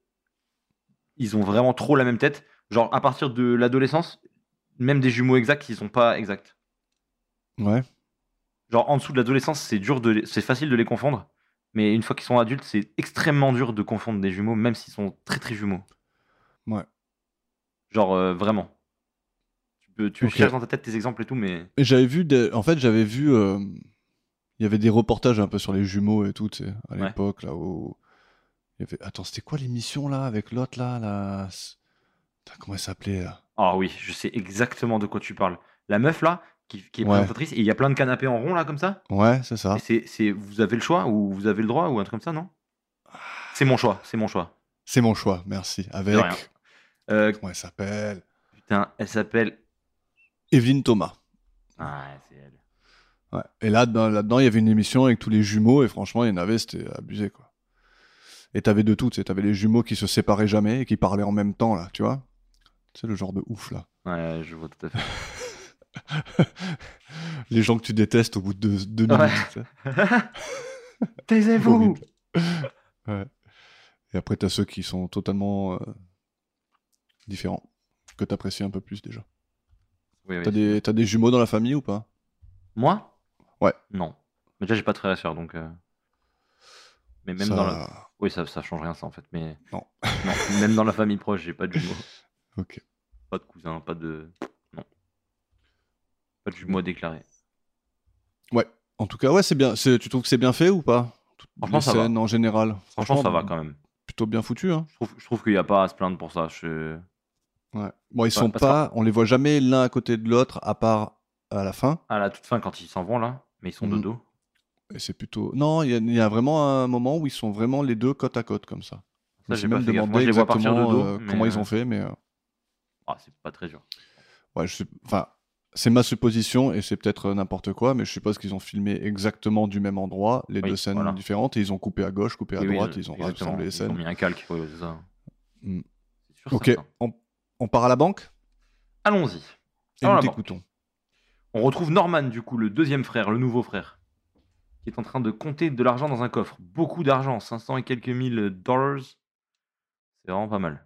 S3: ils ont vraiment trop la même tête. Genre, à partir de l'adolescence, même des jumeaux exacts, ils sont pas exacts.
S2: Ouais.
S3: Genre, en dessous de l'adolescence, c'est dur de, les- c'est facile de les confondre. Mais une fois qu'ils sont adultes, c'est extrêmement dur de confondre des jumeaux, même s'ils sont très très jumeaux.
S2: Ouais.
S3: Genre, euh, vraiment. Tu, peux, tu
S2: Ok.
S3: cherches dans ta tête tes exemples et tout, mais.
S2: Et J'avais vu, des- en fait, j'avais vu, euh, il y avait des reportages un peu sur les jumeaux et tout, tu sais, à
S3: Ouais.
S2: l'époque, là où. Il y avait... Attends, c'était quoi l'émission là, avec l'autre là, là s- Putain, Comment elle s'appelait là
S3: Ah oui, je sais exactement de quoi tu parles. La meuf là, qui, qui est
S2: Ouais. Ah.
S3: présentatrice, et il y a plein de canapés en rond là comme ça.
S2: Ouais, c'est ça.
S3: Et c'est, c'est- vous avez le choix ou vous avez le droit ou un truc comme ça, non C'est mon choix, c'est mon choix.
S2: C'est mon choix, merci. Avec.
S3: De rien. Euh,
S2: Comment elle s'appelle
S3: putain, elle s'appelle.
S2: Evelyne Thomas.
S3: Ah, c'est elle.
S2: Ouais. Et là, dans- là-dedans, il y avait une émission avec tous les jumeaux, et franchement, il y en avait, c'était abusé, quoi. Et t'avais de tout, tu sais, t'avais les jumeaux qui se séparaient jamais et qui parlaient en même temps, là, tu vois C'est le genre de ouf, là.
S3: Ouais, je vois tout à fait.
S2: les gens que tu détestes au bout de deux, deux
S3: Ouais.
S2: minutes. tu sais.
S3: Taisez-vous
S2: Horrible. Ouais. Et après, t'as ceux qui sont totalement euh, différents, que t'apprécies un peu plus déjà.
S3: Oui, oui.
S2: T'as des, t'as des jumeaux dans la famille ou pas
S3: Moi
S2: Ouais.
S3: Non. Mais déjà, j'ai pas de frère et soeur, donc. euh, Mais même
S2: Ça-
S3: dans la. Oui, ça, ça change rien, ça, en fait. Mais.
S2: Non.
S3: Non, Même dans la famille proche, j'ai pas de jumeaux.
S2: Ok.
S3: Pas de cousins, pas de. Non. Pas de jumeaux à déclarer.
S2: En tout cas, ouais, c'est bien. c'est- Tu trouves que c'est bien fait ou pas Toutes
S3: Franchement,
S2: les
S3: ça va.
S2: scènes en général.
S3: Franchement, ça va quand même.
S2: Plutôt bien foutu. Hein.
S3: Je trouve, je trouve qu'il n'y a pas à se plaindre pour ça. Je...
S2: Ouais. Bon, ils sont
S3: parce
S2: pas. On les voit jamais l'un à côté de l'autre, à part à la fin.
S3: À la toute fin, quand ils s'en vont là, mais ils sont de
S2: Mhm.
S3: dos.
S2: Et c'est plutôt. Non, il y, a- il y a vraiment un moment où ils sont vraiment les deux côte à côte comme ça.
S3: Ça,
S2: Je me
S3: j'ai
S2: suis
S3: pas
S2: même
S3: fait gaffe.
S2: demandé
S3: Moi, je les vois partir de
S2: exactement
S3: dos,
S2: euh,
S3: mais,
S2: comment ils
S3: euh,
S2: ont fait, mais euh,
S3: Ah, c'est pas très dur.
S2: ouais, je sais- enfin, c'est ma supposition et c'est peut-être euh, n'importe quoi, mais je suppose qu'ils ont filmé exactement du même endroit, les
S3: Oui,
S2: deux scènes
S3: voilà.
S2: différentes, et ils ont coupé à gauche, coupé à
S3: Oui, oui,
S2: droite, ils ont
S3: exactement.
S2: rassemblé les
S3: Ils ont
S2: scènes.
S3: mis un calque, ouais, ouais, c'est ça.
S2: Hmm.
S3: C'est sûr,
S2: Ok,
S3: certain.
S2: on, on part à la banque
S3: Allons-y.
S2: et nous
S3: Alors, la banque.
S2: t'écoutons.
S3: On retrouve Norman, du coup, le deuxième frère, le nouveau frère, qui est en train de compter de l'argent dans un coffre. Beaucoup d'argent, 500 et quelques mille dollars. C'est vraiment pas mal.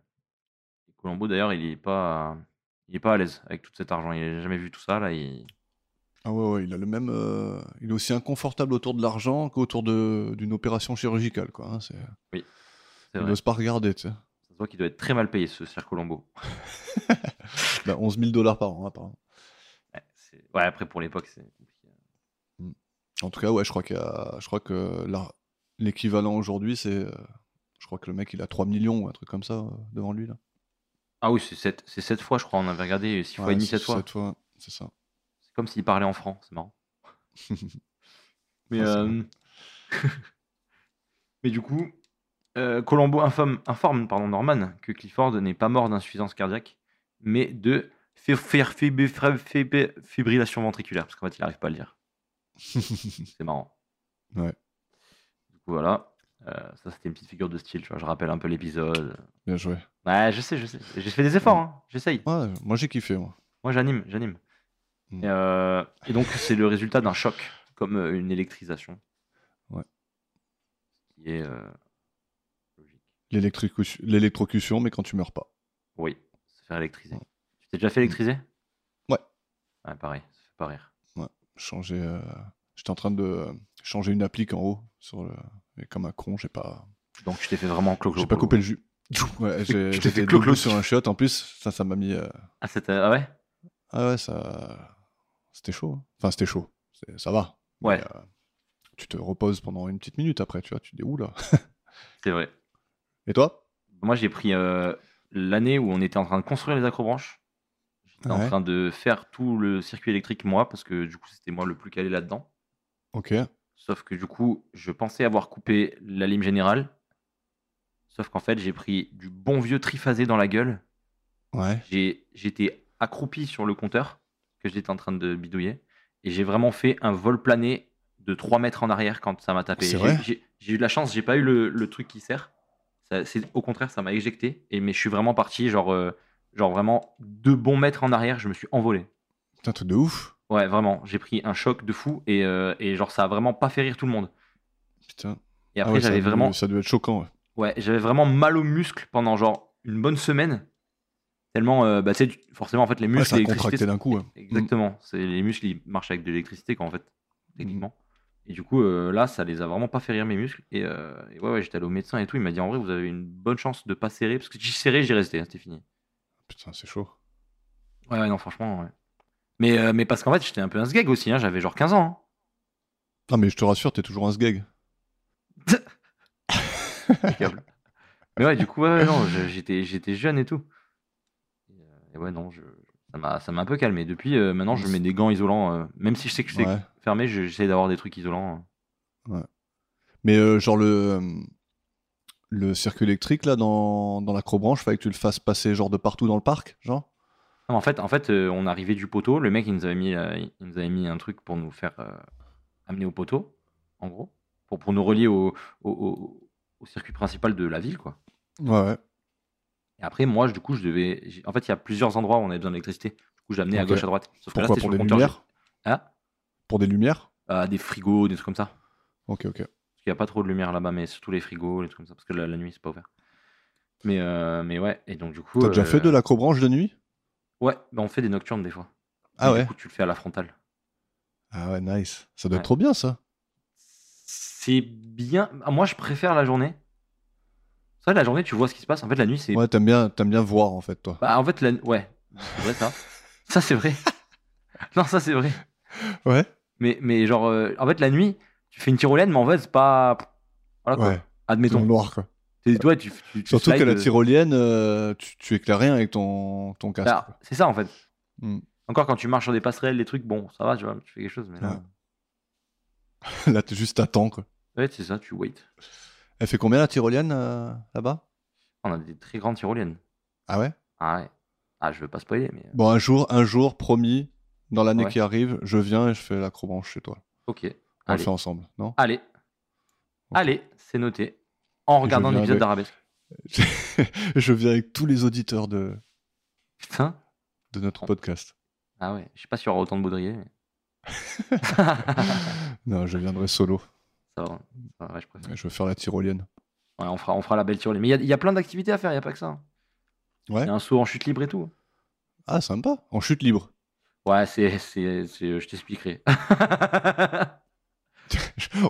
S3: Et Colombo, d'ailleurs, il est pas, il est pas à l'aise avec tout cet argent. Il n'a jamais vu tout ça, là. Il...
S2: Ah ouais, ouais, il a le même. euh, il est aussi inconfortable autour de l'argent qu'autour de- d'une opération chirurgicale, quoi. hein, c'est-
S3: C'est
S2: il
S3: vrai.
S2: n'ose pas regarder, tu sais.
S3: Ça se voit qu'il doit être très mal payé, ce Sir Colombo.
S2: Bah, 11 000 dollars par an, apparemment.
S3: Ouais, c'est- ouais, après, pour l'époque, c'est compliqué.
S2: En tout cas, ouais, je crois qu'il y a- je crois que la- l'équivalent aujourd'hui, c'est, euh, je crois que le mec, il a 3 millions ou un truc comme ça euh, devant lui là.
S3: Ah oui, c'est 7, c'est sept fois, je crois. On avait regardé 6 fois et
S2: Ouais,
S3: demi,
S2: c'est-
S3: 7 fois.
S2: sept fois, c'est ça.
S3: C'est comme s'il parlait en franc, c'est marrant. Mais,
S2: Ouais, c'est
S3: euh, Mais du coup, euh, Colombo informe, informe pardon, Norman que Clifford n'est pas mort d'insuffisance cardiaque, mais de fi- fi- fi- fi- fi- fibrillation ventriculaire, parce qu'en fait, il n'arrive pas à le dire. c'est marrant.
S2: Ouais.
S3: Du coup, voilà. Euh, ça, c'était une petite figure de style, tu vois. Je rappelle un peu l'épisode.
S2: Bien joué.
S3: Ouais, je sais, je sais. J'ai fait des efforts, hein. j'essaye.
S2: Ouais, moi j'ai kiffé. Moi.
S3: Moi, j'anime, j'anime.
S2: Mm.
S3: Et, euh, et donc, c'est le résultat d'un choc, comme euh, une électrisation.
S2: Ouais.
S3: Qui est euh, logique.
S2: L'électricu- L'électrocution, mais quand tu meurs pas.
S3: Oui, se faire électriser. Tu t'es déjà fait électriser
S2: Hmm. Ouais.
S3: Ouais, pareil, ça fait pas rire.
S2: Changer. euh, J'étais en train de euh, changer une applique en haut sur le. et comme un con, j'ai pas.
S3: Donc, tu t'es fait vraiment clo
S2: J'ai pas coupé le jus. Ouais, j'ai-
S3: Tu t'es fait
S2: j'étais
S3: clo-clo.
S2: debout sur un shot. En plus, ça, ça m'a mis. euh,
S3: Ah, c'était. Ah ouais
S2: Ah ouais, ça. C'était chaud. hein. Enfin, c'était chaud. C'est- Ça va.
S3: Ouais,
S2: Mais, euh, tu te reposes pendant une petite minute après, tu vois, tu te dis ouh là.
S3: c'est vrai.
S2: Et toi
S3: Moi, j'ai pris euh, l'année où on était en train de construire les acrobranches. J'étais en
S2: Ouais.
S3: train de faire tout le circuit électrique, moi, parce que du coup, c'était moi le plus calé là-dedans.
S2: Ok.
S3: Sauf que du coup, je pensais avoir coupé la lime générale. Sauf qu'en fait, j'ai pris du bon vieux triphasé dans la gueule.
S2: Ouais.
S3: J'ai- J'étais accroupi sur le compteur que j'étais en train de bidouiller. Et j'ai vraiment fait un vol plané de 3 mètres en arrière quand ça m'a tapé.
S2: C'est
S3: J'ai-
S2: vrai
S3: J'ai j'ai eu de la chance, j'ai pas eu le, le truc qui sert. Ça- c'est- Au contraire, ça m'a éjecté. Et, mais je suis vraiment parti, genre, euh, genre vraiment deux bons mètres en arrière, je me suis envolé.
S2: Putain, truc de ouf.
S3: Ouais, vraiment, j'ai pris un choc de fou. Et, euh, et genre, ça a vraiment pas fait rire tout le monde.
S2: Putain.
S3: Et
S2: Ah
S3: après,
S2: ouais, ça a
S3: j'avais
S2: dû-
S3: vraiment
S2: Ça devait être choquant. ouais.
S3: Ouais, j'avais vraiment mal aux muscles pendant genre une bonne semaine. Tellement, euh, bah, tu sais, tu- forcément, en fait, les
S2: Ouais,
S3: muscles.
S2: ça a contracté
S3: l'électricité,
S2: d'un coup. ouais.
S3: c'est- Exactement. C'est les muscles, ils marchent avec de l'électricité, quand en fait, techniquement. Et du coup, euh, là, ça les a vraiment pas fait rire mes muscles. Et, euh, et ouais, ouais, j'étais allé au médecin et tout. Il m'a dit, en vrai, vous avez une bonne chance de pas serrer. Parce que si je serrais, j'y restais. hein, C'était fini.
S2: Putain, c'est chaud.
S3: Ouais, ouais, non, franchement, ouais. Mais, euh, mais parce qu'en fait, j'étais un peu un sgeg aussi. hein, J'avais genre 15 ans. hein.
S2: Non, mais je te rassure, t'es toujours un sgeg.
S3: Impeccable. Mais ouais, du coup, ouais, ouais, non, je- j'étais, j'étais jeune et tout. Et, euh, et ouais, non, je, ça, m'a, ça m'a un peu calmé. Depuis, euh, maintenant, je mets des gants isolants. euh, même si je sais que c'est
S2: Ouais.
S3: fermé, je- j'essaie d'avoir des trucs isolants. hein.
S2: Mais euh, genre le. euh, Le circuit électrique, là, dans, dans l'acrobranche, fallait que tu le fasses passer, genre, de partout dans le parc, genre
S3: Non, en fait, en fait euh, on arrivait du poteau. Le mec, il nous avait mis, euh, il nous avait mis un truc pour nous faire euh, amener au poteau, en gros, pour, pour nous relier au, au, au- au circuit principal de la ville, quoi.
S2: Ouais, ouais.
S3: Et après, moi, je- du coup, je devais. j'ai- En fait, il y a plusieurs endroits où on avait besoin d'électricité. Du coup, je l'amenais à
S2: Ok.
S3: gauche, à droite. Sauf que là,
S2: Pourquoi
S3: c'était
S2: Pour
S3: sur
S2: des
S3: le compteur,
S2: lumières
S3: j'ai- Hein
S2: Pour des lumières
S3: Euh, Des frigos, des trucs comme ça.
S2: Ok, ok.
S3: Parce qu'il n'y a pas trop de lumière là-bas, mais surtout les frigos, les trucs comme ça, parce que la, la nuit, c'est pas ouvert. Mais, euh, mais ouais, et donc du coup.
S2: T'as déjà
S3: euh,
S2: fait de l'acrobranche de nuit
S3: Ouais, bah, on fait des nocturnes des fois.
S2: Ah
S3: Mais
S2: ouais
S3: Du coup, tu le fais à la frontale.
S2: Ah ouais, nice. Ça doit
S3: Ouais.
S2: être trop bien, ça.
S3: C'est bien. Ah, Moi, je préfère la journée. Ça, la journée, tu vois ce qui se passe. En fait, la nuit, c'est.
S2: Ouais, t'aimes bien, t'aimes bien voir, en fait, toi.
S3: Bah, en fait, la. Ouais, c'est vrai ça. ça, c'est vrai. non, ça, c'est vrai.
S2: Ouais
S3: Mais, mais genre, euh, en fait, la nuit, tu fais une tyrolienne, mais en fait, c'est pas. Voilà quoi.
S2: Ouais, c'est dans
S3: Admettons.
S2: le noir, quoi.
S3: T'es- ouais, tu, tu- tu
S2: Surtout que
S3: slides,
S2: la
S3: euh,
S2: tyrolienne, euh, tu, tu éclaires rien avec ton, ton casque.
S3: bah, C'est ça, en fait.
S2: Hmm.
S3: Encore quand tu marches sur des passerelles, des trucs, bon, ça va, tu vois, tu fais quelque chose. Mais là,
S2: Ouais. là, tu juste attends, quoi.
S3: Ouais, c'est ça, tu wait.
S2: Elle fait combien la tyrolienne euh, là-bas
S3: On a des très grandes tyroliennes.
S2: Ah ouais
S3: Ah ouais. Ah, je veux pas spoiler, mais.
S2: Bon, un jour, un jour, promis, dans l'année
S3: Ouais.
S2: qui arrive, je viens et je fais l'acrobranche chez toi.
S3: Ok.
S2: On le
S3: Allez.
S2: fait ensemble, non
S3: Allez. Allez, c'est noté. En regardant
S2: viens
S3: l'épisode
S2: avec-
S3: d'Arabesque.
S2: Je viens avec tous les auditeurs de,
S3: Putain.
S2: de notre podcast.
S3: Ah ouais, je sais pas s'il y aura autant de baudriers. mais-
S2: Non, je viendrai solo.
S3: Ça va, ça va, ouais, je préfère.
S2: Je vais faire la tyrolienne.
S3: Ouais, on, fera, on fera la belle tyrolienne. Mais il y a- il y, a plein d'activités à faire, il n'y a pas que ça.
S2: Ouais.
S3: Il y a un saut en chute libre et tout.
S2: Ah, sympa. En chute libre.
S3: Ouais, c'est, c'est, c'est- je t'expliquerai.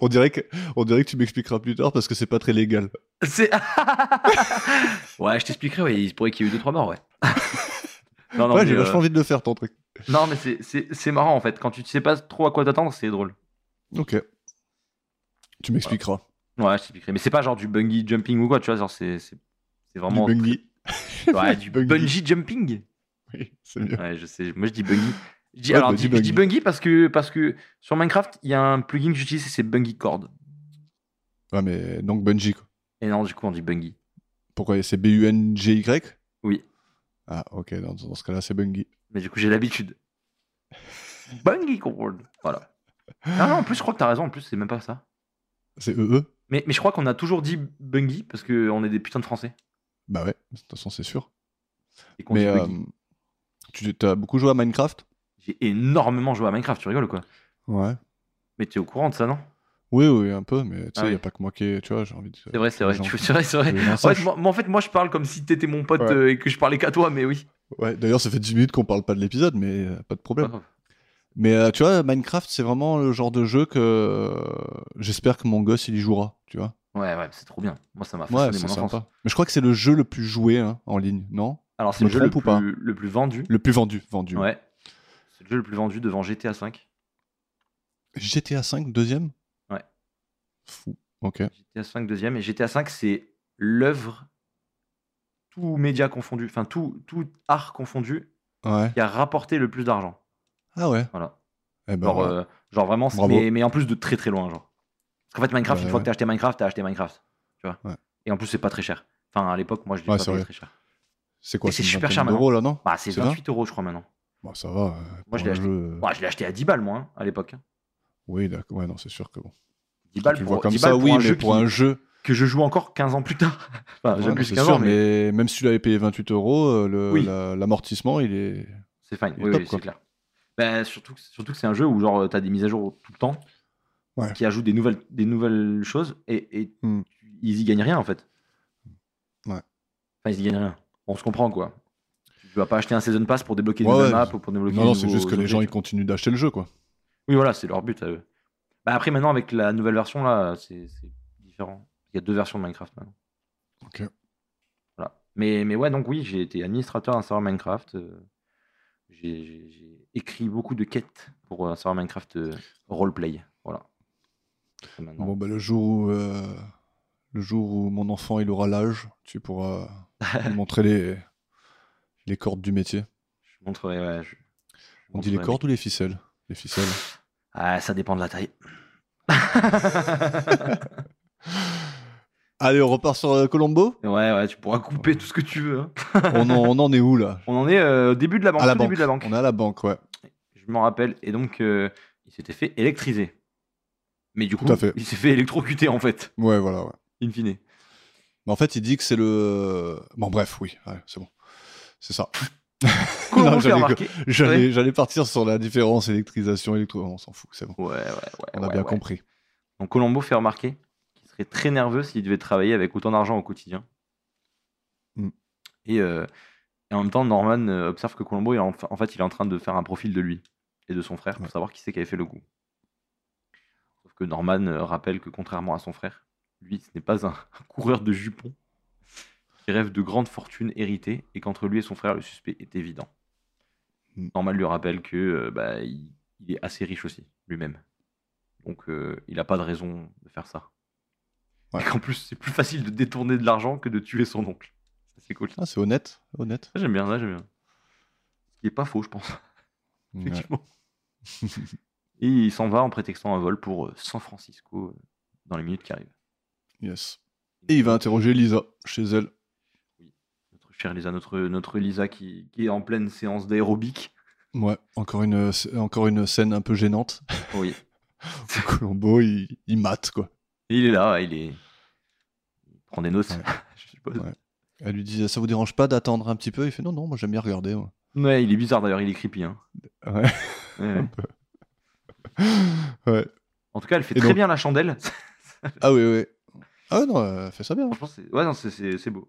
S2: On dirait que, on dirait que tu m'expliqueras plus tard parce que c'est pas très légal.
S3: c'est... ouais, je t'expliquerai, ouais, il se pourrait qu'il y ait eu 2-3 morts, ouais. non, non,
S2: ouais,
S3: mais,
S2: j'ai
S3: euh,
S2: vachement envie de le faire, ton truc.
S3: non, mais c'est, c'est, c'est marrant en fait. Quand tu ne sais pas trop à quoi t'attendre, c'est drôle.
S2: Ok. Tu m'expliqueras.
S3: Ah, Ouais, je t'expliquerai. Mais c'est pas genre du bungee jumping ou quoi, tu vois, genre c'est, c'est, c'est vraiment.
S2: Du bungee.
S3: Ouais, du
S2: Bungee.
S3: bungee jumping.
S2: Oui, c'est mieux.
S3: Ouais, je sais. Moi, je dis buggy. Je dis,
S2: Ouais,
S3: alors,
S2: bah,
S3: je
S2: dis
S3: dis- je dis buggy parce que, parce que sur Minecraft, il y a un plugin que j'utilise, c'est buggy cord.
S2: Ouais, mais donc Bungie, quoi.
S3: Et non, du coup, on dit buggy.
S2: Pourquoi C'est B-U-N-G-Y
S3: Oui.
S2: Ah, ok, dans, dans ce cas-là, c'est Bungie.
S3: Mais du coup, j'ai l'habitude. buggy cord. Voilà. Ah non, en plus, je crois que t'as raison. En plus, c'est même pas ça.
S2: C'est E EE
S3: Mais, mais je crois qu'on a toujours dit buggy parce qu'on est des putains de français.
S2: Bah ouais, de toute façon, c'est sûr.
S3: Et qu'on
S2: Mais
S3: dit
S2: euh,
S3: buggy.
S2: tu as beaucoup joué à Minecraft
S3: J'ai énormément joué à Minecraft, tu rigoles ou quoi
S2: Ouais.
S3: Mais t'es au courant de ça, non
S2: Oui, oui, un peu, mais tu sais,
S3: Ah
S2: il
S3: oui.
S2: n'y a pas que moi qui ai- Tu vois, j'ai envie de.
S3: C'est vrai, c'est vrai.
S2: Euh, les gens-
S3: tu- C'est vrai, c'est vrai.
S2: les gens
S3: En fait,
S2: sachent.
S3: moi, moi, en fait, moi, je parle comme si t'étais mon pote
S2: Ouais.
S3: euh, et que je parlais qu'à toi, mais oui.
S2: Ouais, d'ailleurs, ça fait 10 minutes qu'on parle pas de l'épisode, mais euh, pas de
S3: Pas
S2: problème.
S3: grave.
S2: Mais euh, tu vois, Minecraft, c'est vraiment le genre de jeu que euh, j'espère que mon gosse, il y jouera, tu vois.
S3: Ouais, ouais, c'est trop bien. Moi, ça m'a
S2: Ouais,
S3: façonné
S2: c'est
S3: mon enfance.
S2: sympa. Mais je crois que c'est le jeu le plus joué hein, en ligne, non
S3: Alors,
S2: Je
S3: c'est le
S2: me
S3: jeu le
S2: trompe
S3: plus,
S2: ou pas
S3: le plus vendu.
S2: Le plus vendu, vendu. ouais.
S3: Ouais. C'est le jeu le plus vendu devant GTA V.
S2: GTA V, deuxième
S3: Ouais.
S2: Fou. Ok.
S3: GTA V, deuxième. Et GTA V, c'est l'œuvre, tout média confondu, enfin, tout, tout art confondu,
S2: Ouais.
S3: qui a rapporté le plus d'argent.
S2: Ah ouais.
S3: Voilà.
S2: Eh ben,
S3: Genre,
S2: ouais.
S3: euh, genre vraiment, c'est-
S2: Bravo.
S3: mais, mais en plus de très très loin, genre. Parce qu'en fait, Minecraft,
S2: Ouais,
S3: une fois
S2: ouais.
S3: que t'as acheté Minecraft, t'as acheté Minecraft. Tu vois.
S2: Ouais.
S3: Et en plus, c'est pas très cher. Enfin, à l'époque, moi, je l'ai
S2: Ouais,
S3: pas
S2: c'est
S3: payé
S2: vrai.
S3: très cher.
S2: c'est quoi
S3: et c'est
S2: une
S3: super
S2: vingtaine
S3: cher
S2: d'euros, là, non
S3: Bah, c'est
S2: C'est
S3: 28 euros, je crois, maintenant.
S2: Bon, ça va. euh, pour
S3: je
S2: un
S3: l'ai acheté.
S2: jeu, euh,
S3: Bah, je l'ai acheté à 10 balles, moi, hein, à l'époque.
S2: Oui, d'accord. Ouais, non, c'est sûr que bon.
S3: 10
S2: Quand
S3: balles
S2: tu le
S3: pour,
S2: vois comme
S3: 10
S2: ça,
S3: balles pour
S2: oui,
S3: un
S2: mais
S3: jeu
S2: pour
S3: qui-
S2: un jeu.
S3: que je joue encore 15 ans plus tard. Enfin, j'ai
S2: Ouais,
S3: plus
S2: c'est
S3: 15
S2: sûr,
S3: ans, mais
S2: mais même si tu l'avais payé 28 euros, euh, le-
S3: Oui.
S2: la- l'amortissement, il est.
S3: c'est fine.
S2: il est
S3: Oui,
S2: top,
S3: oui,
S2: quoi.
S3: c'est clair. Bah, surtout, que- surtout que c'est un jeu où genre t'as des mises à jour tout le temps
S2: Ouais.
S3: qui ajoutent des nouvelles, des nouvelles choses et, et
S2: Hmm.
S3: tu- ils y gagnent rien en fait.
S2: Ouais.
S3: Enfin, ils y gagnent rien. On se comprend quoi. Tu vas pas acheter un season pass pour débloquer des
S2: Ouais,
S3: nouvelles
S2: ouais.
S3: maps ou pour débloquer
S2: Non,
S3: des
S2: non, c'est
S3: nouveaux
S2: juste que les
S3: objets,
S2: gens,
S3: tu
S2: ils
S3: vois.
S2: continuent d'acheter le jeu, quoi.
S3: Oui, voilà, c'est leur but à eux. Bah, après, maintenant, avec la nouvelle version là, c'est c'est différent. Il y a deux versions de Minecraft maintenant.
S2: Ok.
S3: Voilà. Mais, mais ouais, donc oui, j'ai été administrateur d'un serveur Minecraft. euh, j'ai- J'ai j'ai écrit beaucoup de quêtes pour un serveur Minecraft euh, roleplay. Voilà. Et maintenant-
S2: Bon, bah, le jour où. euh, Le jour où mon enfant il aura l'âge, tu pourras lui montrer les, les cordes du métier.
S3: Je montrerai. ouais, je- je
S2: On dit les
S3: montrerai mes-
S2: cordes ou les ficelles Les ficelles.
S3: Ah, ça dépend de la taille.
S2: Allez, on repart sur euh, Colombo
S3: ouais, ouais, tu pourras couper tout ce que tu veux. hein.
S2: on, en, on en est où là
S3: On en est euh, au début de la banque.
S2: À la
S3: au
S2: banque.
S3: début de la banque.
S2: On est à la banque, ouais.
S3: Je m'en rappelle. Et donc, euh, il s'était fait électriser. Mais du coup,
S2: à fait.
S3: il s'est fait électrocuter en fait,
S2: Ouais, voilà, ouais.
S3: in fine.
S2: Mais en fait, il dit que c'est le. Bon, bref, oui, ouais, c'est bon. C'est ça.
S3: Colombo
S2: Non,
S3: fait
S2: j'allais-
S3: remarquer.
S2: J'allais
S3: Ouais.
S2: j'allais partir sur la différence électrisation, électro. On s'en fout, c'est bon.
S3: Ouais, ouais, ouais.
S2: On a
S3: ouais,
S2: bien
S3: ouais.
S2: compris.
S3: Donc Colombo fait remarquer qu'il serait très nerveux s'il devait travailler avec autant d'argent au quotidien.
S2: Mm.
S3: Et, euh, et en même temps, Norman euh, observe que Colombo, est en, en fait, il est en train de faire un profil de lui et de son frère pour
S2: Ouais.
S3: savoir qui c'est qui avait fait le coup. Sauf que Norman euh, rappelle que contrairement à son frère, lui, ce n'est pas un, un coureur de jupons qui rêve de grandes fortunes héritées et qu'entre lui et son frère, le suspect est évident.
S2: Mm.
S3: Norman lui rappelle que euh, bah, il- il est assez riche aussi, lui-même. Donc euh, il n'a pas de raison de faire ça.
S2: Ouais.
S3: Et qu'en plus, c'est plus facile de détourner de l'argent que de tuer son oncle. Ça, c'est cool. Ça,
S2: Ah, c'est honnête, honnête.
S3: j'aime bien, ça, j'aime bien. Ce qui n'est pas faux, je pense,
S2: Ouais.
S3: effectivement. Et il s'en va en prétextant un vol pour euh, San Francisco euh, dans les minutes qui arrivent.
S2: Yes. Et il va interroger Lisa chez elle.
S3: Notre chère Lisa, notre, notre Lisa qui, qui est en pleine séance d'aérobic.
S2: Ouais, encore une, sc- encore une scène un peu gênante.
S3: Oui.
S2: Colombo, il, il mate, quoi.
S3: Et il est là, il est. Il prend des notes.
S2: Ouais.
S3: je suppose.
S2: Ouais. Elle lui dit Ça vous dérange pas d'attendre un petit peu Il fait Non, non, moi j'aime bien regarder. moi.
S3: Ouais, il est bizarre d'ailleurs, il est creepy. Hein.
S2: Ouais.
S3: Ouais, ouais.
S2: Ouais.
S3: En tout cas, elle fait
S2: Et
S3: très
S2: donc-
S3: bien la chandelle.
S2: Ah oui, oui. Ah non, elle fait ça bien.
S3: Franchement, c'est ouais, non, c'est- c'est c'est beau.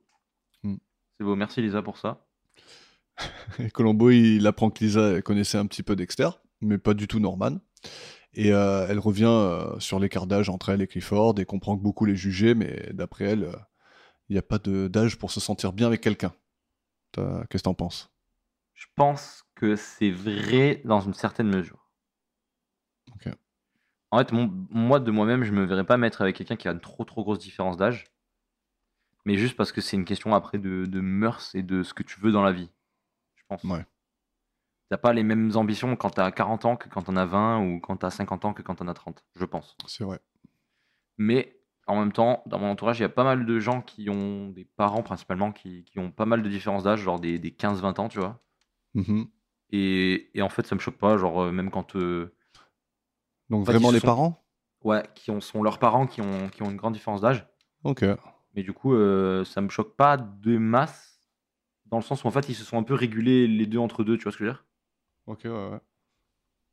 S2: Hmm.
S3: C'est beau, merci Lisa pour ça.
S2: Et Colombo, il apprend que Lisa elle connaissait un petit peu Dexter, mais pas du tout Norman. Et euh, elle revient euh, sur l'écartage entre elle et Clifford et comprend que beaucoup les jugeaient, mais d'après elle, euh, il n'y a pas de- d'âge pour se sentir bien avec quelqu'un. T'as- Qu'est-ce que t'en penses
S3: Je pense que c'est vrai dans une certaine mesure.
S2: Ok.
S3: En fait, mon- moi de moi-même, je me verrais pas mettre avec quelqu'un qui a une trop trop grosse différence d'âge. Mais juste parce que c'est une question après de, de mœurs et de ce que tu veux dans la vie. Je pense.
S2: Ouais.
S3: T'as pas les mêmes ambitions quand t'as 40 ans que quand t'en as 20 ou quand t'as 50 ans que quand t'en as 30, je pense.
S2: C'est vrai.
S3: Mais en même temps, dans mon entourage, il y a pas mal de gens qui ont des parents principalement qui, qui ont pas mal de différences d'âge, genre des, des 15-20 ans, tu vois.
S2: Mhm.
S3: Et, et en fait, ça me choque pas, genre euh, même quand. euh,
S2: Donc
S3: fait,
S2: vraiment
S3: ils
S2: les
S3: sont-
S2: parents
S3: ouais, qui ont, sont leurs parents qui ont, qui ont une grande différence d'âge.
S2: Ok.
S3: Mais du coup, euh, ça me choque pas de masse, dans le sens où en fait, ils se sont un peu régulés les deux entre deux, tu vois ce que je veux dire
S2: Ok, ouais, ouais.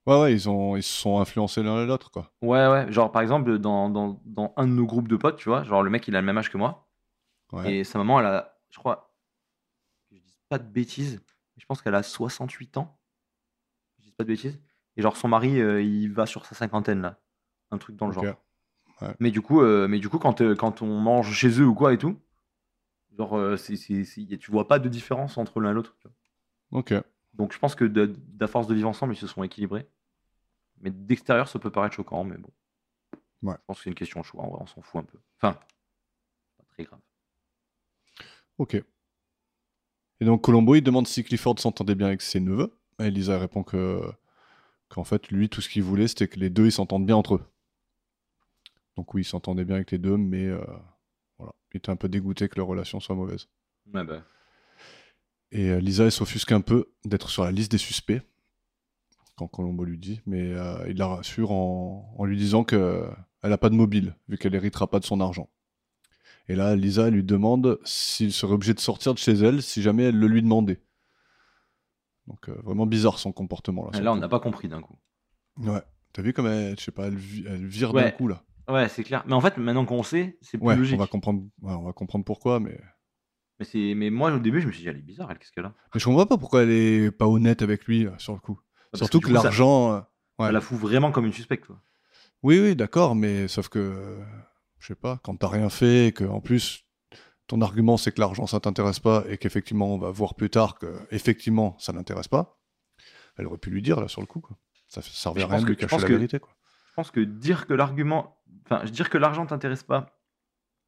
S2: Ouais, ouais, ils, ont, ils se sont influencés l'un et l'autre, quoi.
S3: Ouais, ouais. Genre, par exemple, dans, dans, dans un de nos groupes de potes, tu vois, genre le mec, il a le même âge que moi.
S2: Ouais.
S3: Et sa maman, elle a, je crois, que je dis pas de bêtises, mais je pense qu'elle a 68 ans. Je dis pas de bêtises. Et genre, son mari, euh, il va sur sa cinquantaine, là. Un truc dans le
S2: Ok.
S3: genre. Mais du coup, euh, mais du coup quand, euh, quand on mange chez eux ou quoi et tout, genre, euh, c'est- c'est- c'est- y a- tu vois pas de différence entre l'un et l'autre. tu vois.
S2: Ok.
S3: Donc, je pense que de, d'à force de vivre ensemble, ils se sont équilibrés. Mais d'extérieur, ça peut paraître choquant, mais bon.
S2: Ouais.
S3: Je pense que c'est une question de choix, en vrai, on s'en fout un peu. Enfin, pas très grave.
S2: Ok. Et donc Colombo, il demande si Clifford s'entendait bien avec ses neveux. Et Lisa répond que qu'en fait, lui, tout ce qu'il voulait, c'était que les deux, ils s'entendent bien entre eux. Donc oui, il s'entendait bien avec les deux, mais euh, voilà, il était un peu dégoûté que leur relation soit mauvaise.
S3: Ouais, bah.
S2: Et euh, Lisa, elle s'offusque un peu d'être sur la liste des suspects, quand Colombo lui dit, mais euh, il la rassure en, en lui disant que euh, elle n'a pas de mobile, vu qu'elle héritera pas de son argent. Et là, Lisa elle lui demande s'il serait obligé de sortir de chez elle si jamais elle le lui demandait. Donc euh, vraiment bizarre son comportement là.
S3: Ah, Là,
S2: sur
S3: on
S2: le
S3: n'a pas compris d'un coup.
S2: coup. Ouais. T'as vu comme elle, je sais pas, elle, vi- elle vire d'un
S3: Ouais.
S2: coup là.
S3: Ouais, c'est clair. Mais en fait, maintenant qu'on sait, c'est plus
S2: Ouais, on
S3: logique.
S2: va comprendre, ouais, on va comprendre pourquoi, mais.
S3: Mais, c'est... mais moi, au début, je me suis dit, elle est bizarre, elle, qu'est-ce qu'elle a
S2: Mais je comprends pas pourquoi elle est pas honnête avec lui là, sur le coup.
S3: Parce
S2: Surtout
S3: du
S2: que,
S3: coup, ça-
S2: l'argent. euh,
S3: Ça,
S2: ouais.
S3: la fout vraiment comme une suspecte, quoi.
S2: Oui, oui, d'accord, mais sauf que, euh, je sais pas, quand t'as rien fait, et que en plus, ton argument c'est que l'argent ça t'intéresse pas et qu'effectivement on va voir plus tard que effectivement ça n'intéresse pas, elle aurait pu lui dire là sur le coup. Quoi. Ça f- servait
S3: Je
S2: à rien
S3: pense
S2: de
S3: que-
S2: lui
S3: je
S2: cacher
S3: pense
S2: la
S3: que-
S2: vérité. Quoi.
S3: Je pense que dire que l'argument. Enfin, dire que l'argent t'intéresse pas,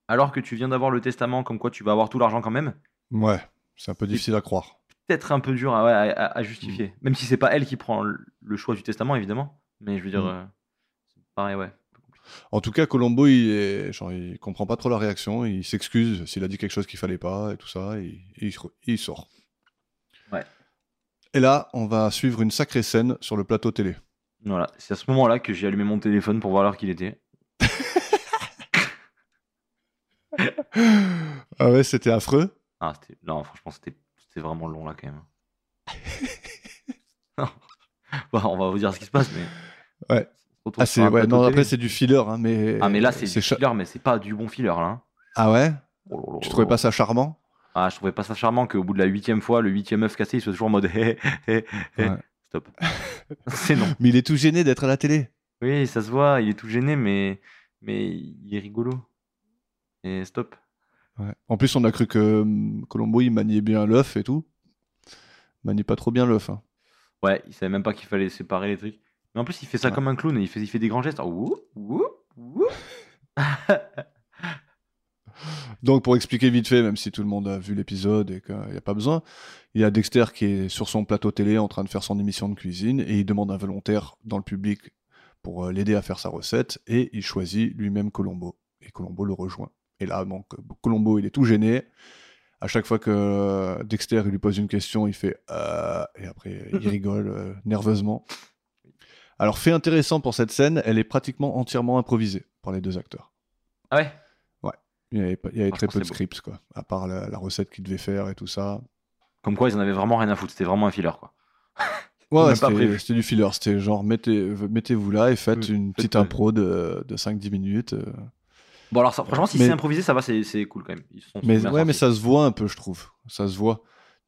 S3: alors que tu viens d'avoir le testament, comme quoi tu vas avoir tout l'argent quand même,
S2: Ouais, c'est un peu difficile à croire.
S3: peut-être un peu dur à, ouais, à- à- à
S2: Mm.
S3: justifier. Même si c'est pas elle qui prend le- le choix du testament, évidemment. Mais je veux dire,
S2: Mm.
S3: euh, c'est pareil, ouais.
S2: En tout cas, Colombo, il, est, genre, il comprend pas trop la réaction, il s'excuse s'il a dit quelque chose qu'il fallait pas et tout ça, et, et il, se re- il sort.
S3: Ouais.
S2: Et là, on va suivre une sacrée scène sur le plateau télé.
S3: Voilà, c'est à ce moment-là que j'ai allumé mon téléphone pour voir l'heure qu'il était.
S2: Ah ouais, c'était affreux.
S3: Ah, c'était. Non, franchement, c'était c'était vraiment long là quand même. Non. Bon, on va vous dire ce qui se passe, mais.
S2: Ouais.
S3: On se retrouve
S2: Ah,
S3: sur
S2: c'est,
S3: un
S2: ouais,
S3: plateau
S2: non,
S3: télé.
S2: après, c'est du filler, hein, mais.
S3: Ah, mais là, c'est du
S2: cha-
S3: filler, mais c'est pas du bon filler là. hein.
S2: Ah ouais
S3: Oh là là
S2: Tu
S3: là
S2: trouvais
S3: là.
S2: pas ça charmant
S3: Ah, je trouvais pas ça charmant qu'au bout de la huitième fois, le huitième œuf cassé, il soit toujours en mode hé hé hé hé.
S2: Ouais.
S3: Stop. c'est non.
S2: Mais il est tout gêné d'être à la télé.
S3: Oui, ça se voit, il est tout gêné, mais, mais il est rigolo. Et stop.
S2: Ouais. En plus, on a cru que hum, Colombo, il maniait bien l'œuf et tout. Manie pas trop bien l'œuf. hein.
S3: Ouais, il savait même pas qu'il fallait séparer les trucs. Mais en plus, il fait ça
S2: Ouais.
S3: comme un clown et il fait, il fait des grands gestes. Ah, Ouh, ouh, ouh.
S2: Donc, pour expliquer vite fait, même si tout le monde a vu l'épisode et qu'il n'y a pas besoin, il y a Dexter qui est sur son plateau télé en train de faire son émission de cuisine et il demande un volontaire dans le public pour euh, l'aider à faire sa recette, et il choisit lui-même Colombo. Et Colombo le rejoint. Et là, donc, Colombo, il est tout gêné. À chaque fois que euh, Dexter il lui pose une question, il fait Euh et après il rigole euh, nerveusement. Alors, fait intéressant pour cette scène, elle est pratiquement entièrement improvisée par les deux acteurs.
S3: Ah ouais
S2: Il y avait, pas- il y avait
S3: Franchement,
S2: très peu de
S3: c'est beau.
S2: script, quoi, à part la, la recette qu'ils devaient faire et tout ça.
S3: Comme quoi, ils en avaient vraiment rien à foutre. C'était vraiment un filler, quoi.
S2: Ouais,
S3: Même
S2: ouais,
S3: pas prévu.
S2: c'était c'était du filler. C'était genre, mettez- mettez-vous là et faites
S3: Oui,
S2: une petite
S3: faites-
S2: impro de, de 5-10 minutes. euh.
S3: Bon, alors, ça, franchement, si
S2: Mais-
S3: c'est improvisé, ça va, c'est c'est cool quand même. Ils se sont
S2: Mais,
S3: bien
S2: ouais, mais
S3: sortis.
S2: ça se voit un peu, je trouve. Ça se voit.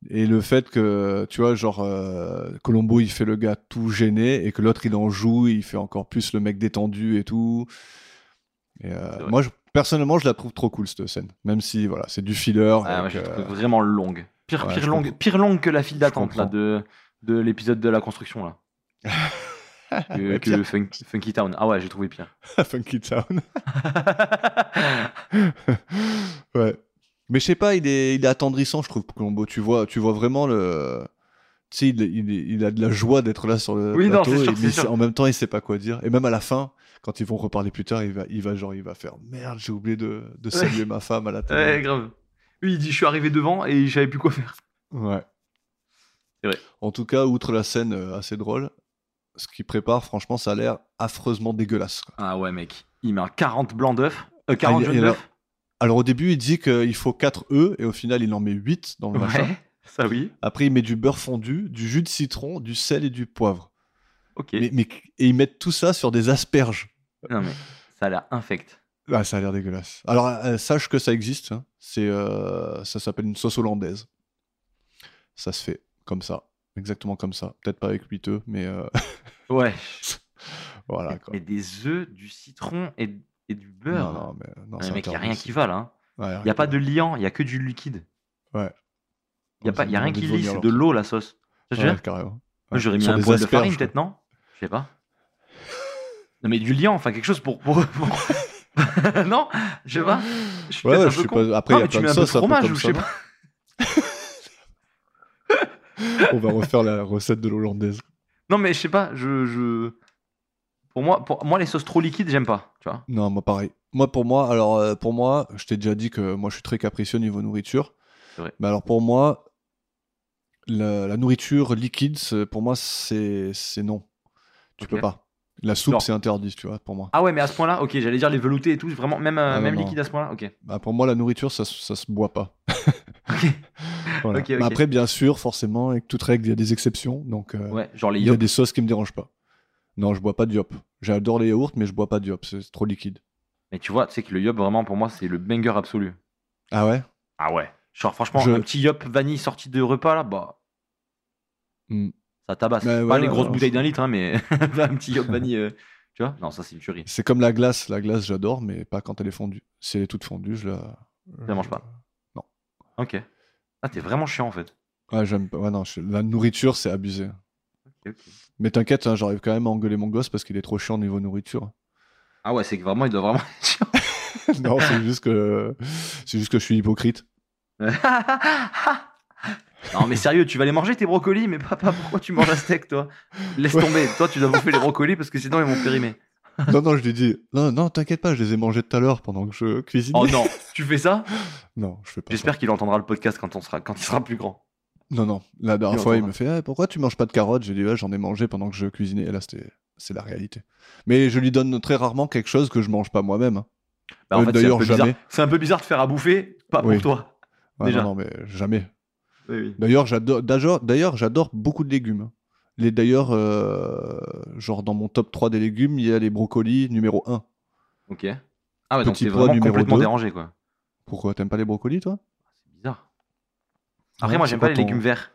S2: Et le fait que, tu vois, genre, euh, Colombo, il fait le gars tout gêné et que l'autre, il en joue, il fait encore plus le mec détendu et tout. Et, euh,
S3: C'est vrai.
S2: moi, je- personnellement, je la trouve trop cool, cette scène. Même si, voilà, c'est du filler.
S3: Ah, ouais,
S2: avec,
S3: je la trouve
S2: euh,
S3: vraiment longue. Pire,
S2: ouais,
S3: pire,
S2: je
S3: longue,
S2: comprends.
S3: pire longue que la file
S2: Je
S3: d'attente là
S2: comprends.
S3: de, de l'épisode de la construction là. que
S2: Ouais,
S3: que
S2: pire.
S3: Fun- Funky Town. Ah ouais, j'ai trouvé pire.
S2: Funky Town. ouais. Mais je sais pas, il est, il est attendrissant, je trouve, Colombo. Tu vois, tu vois vraiment le. Tu sais, il, il, il a de la joie d'être là sur le
S3: Oui, non,
S2: plateau.
S3: c'est sûr,
S2: et
S3: c'est
S2: mais
S3: sûr.
S2: c'est- en même temps, il sait pas quoi dire. Et même à la fin, quand ils vont reparler plus tard, il va, il va genre, il va faire merde, j'ai oublié de, de saluer ma femme à la
S3: ouais,
S2: télé.
S3: grave. Lui, il dit Je suis arrivé devant et je savais plus quoi faire.
S2: Ouais.
S3: C'est vrai.
S2: En tout cas, outre la scène euh, assez drôle, ce qu'il prépare, franchement, ça a l'air affreusement dégueulasse. quoi.
S3: Ah ouais, mec. Il met un 40 blancs d'œufs. Euh, 40
S2: il-
S3: jaunes
S2: il a-
S3: d'œufs.
S2: Alors au début, il dit qu'il faut 4 œufs et au final, il en met 8 dans le machin.
S3: Ouais, ça oui.
S2: Après, il met du beurre fondu, du jus de citron, du sel et du poivre.
S3: Ok.
S2: Mais, mais- et ils mettent tout ça sur des asperges.
S3: Non, mais ça a l'air infect.
S2: Ah, ça a l'air dégueulasse. Alors, euh, sache que ça existe. hein. C'est, euh, ça s'appelle une sauce hollandaise. Ça se fait comme ça. Exactement comme ça. Peut-être pas avec 8 œufs, mais euh,
S3: Ouais.
S2: voilà. Quoi.
S3: Mais des œufs, du citron et, et du
S2: Non,
S3: beurre.
S2: non, mais non,
S3: Mais
S2: c'est
S3: mec, il a
S2: interdit,
S3: rien
S2: ça.
S3: qui va là. hein.
S2: Ouais,
S3: Il n'y a pas de liant, il n'y a que du liquide. Il n'y a,
S2: Ça
S3: pas-
S2: me
S3: y a
S2: donne envie
S3: rien qui
S2: vomir,
S3: lit, c'est
S2: alors.
S3: de l'eau la sauce. Tu vois ce que je veux
S2: Ouais,
S3: dire
S2: carrément.
S3: Moi, J'aurais mis
S2: Sur
S3: un
S2: des
S3: poil de
S2: asperges,
S3: farine
S2: quoi.
S3: peut-être, non Je sais pas. Non mais du liant, enfin quelque chose pour... pour- pour- non Je sais pas. Je suis
S2: Ouais, ouais,
S3: peut-être un
S2: je
S3: peu
S2: suis
S3: con.
S2: pas- après,
S3: Non,
S2: il y a
S3: mais tu
S2: plein de
S3: mets un peu de
S2: sauces, un peu
S3: fromage
S2: comme
S3: ou je
S2: ça,
S3: sais
S2: non
S3: pas.
S2: On va refaire la recette de l'hollandaise.
S3: Non mais je sais pas, je... je- Pour, moi, pour moi, les sauces trop liquides, j'aime pas, tu vois.
S2: Non, moi pareil. Moi pour moi, alors euh, pour moi, je t'ai déjà dit que moi je suis très capricieux niveau nourriture.
S3: C'est vrai.
S2: Mais alors pour moi, la, la nourriture liquide, c'est- pour moi c'est c'est non. Tu
S3: Ok.
S2: peux pas. La
S3: Non.
S2: soupe c'est interdit, tu vois, pour moi.
S3: Ah ouais, mais à ce point-là, ok, j'allais dire les veloutés et tout, vraiment, même, euh,
S2: Ah, non,
S3: même
S2: non.
S3: liquide à ce point-là, ok.
S2: Bah, pour moi la nourriture ça, se- ça se boit pas.
S3: Ok.
S2: Voilà.
S3: Ok, ok.
S2: Mais après bien sûr, forcément, avec toute règle il y a des exceptions, donc euh,
S3: Ouais, genre les
S2: il y a
S3: yop.
S2: des sauces qui me dérangent pas. Non, je bois pas de yop. J'adore les yaourts, mais je bois pas de yop, c'est trop liquide.
S3: Mais tu vois, tu sais que le yop, vraiment, pour moi, c'est le banger absolu.
S2: Ah ouais
S3: Ah ouais. Genre franchement,
S2: Je-
S3: un petit yop vanille sorti de repas là, bah.
S2: Hmm.
S3: Ça tabasse.
S2: Bah
S3: pas
S2: ouais, ouais,
S3: les grosses
S2: ouais.
S3: bouteilles d'un litre, hein, mais un petit yop vanille. euh, Tu vois Non, ça c'est une tuerie.
S2: C'est comme la glace. La glace, j'adore, mais pas quand elle est fondue. Si elle est toute fondue, je la.
S3: Tu la manges pas Ok. Ah, t'es vraiment chiant en fait.
S2: Ouais, j'aime pas. Ouais, non, je- la nourriture, c'est abusé.
S3: Ok, ok.
S2: Mais t'inquiète, hein, j'arrive quand même à engueuler mon gosse parce qu'il est trop chiant niveau nourriture.
S3: Ah ouais, c'est que vraiment, il doit vraiment être chiant.
S2: non, c'est juste que. C'est juste que je suis hypocrite.
S3: non, mais sérieux, tu vas les manger tes brocolis, mais papa, pourquoi tu manges un steak toi Laisse tomber, toi tu dois bouffer les brocolis parce que sinon ils vont périmer.
S2: Non, non, je lui dis. Non, non, t'inquiète pas, je les ai mangés tout à l'heure pendant que je cuisinais.
S3: Oh non, tu fais ça
S2: Non, je fais pas.
S3: J'espère qu'il entendra le podcast quand, on sera, quand il sera plus
S2: ça.
S3: grand.
S2: Non, non. La dernière
S3: Il
S2: fois, il
S3: entendra.
S2: me fait Ah, Pourquoi tu manges pas de carottes J'ai dit Ouais, j'en ai mangé pendant que je cuisinais. Et là, c'était. C'est la réalité. Mais je lui donne très rarement quelque chose que je mange pas moi-même. hein.
S3: Bah, en
S2: Euh,
S3: fait, c'est un
S2: d'ailleurs,
S3: peu bizarre.
S2: jamais.
S3: C'est un peu bizarre de faire à bouffer, pas
S2: Oui.
S3: pour toi.
S2: Ouais,
S3: Déjà.
S2: Non, non, mais jamais.
S3: Oui, oui.
S2: D'ailleurs, j'adore, d'ailleurs, d'ailleurs, j'adore beaucoup de légumes. Les, d'ailleurs, euh, genre dans mon top 3 des légumes, il y a les brocolis numéro 1.
S3: Ok. Ah ouais, donc
S2: Petit
S3: t'es
S2: poids
S3: vraiment
S2: numéro
S3: complètement
S2: deux.
S3: dérangé, quoi.
S2: Pourquoi t'aimes pas les brocolis, toi
S3: C'est bizarre. Après,
S2: Ouais,
S3: moi,
S2: c'est
S3: j'aime
S2: quoi
S3: pas les
S2: ton-
S3: légumes verts.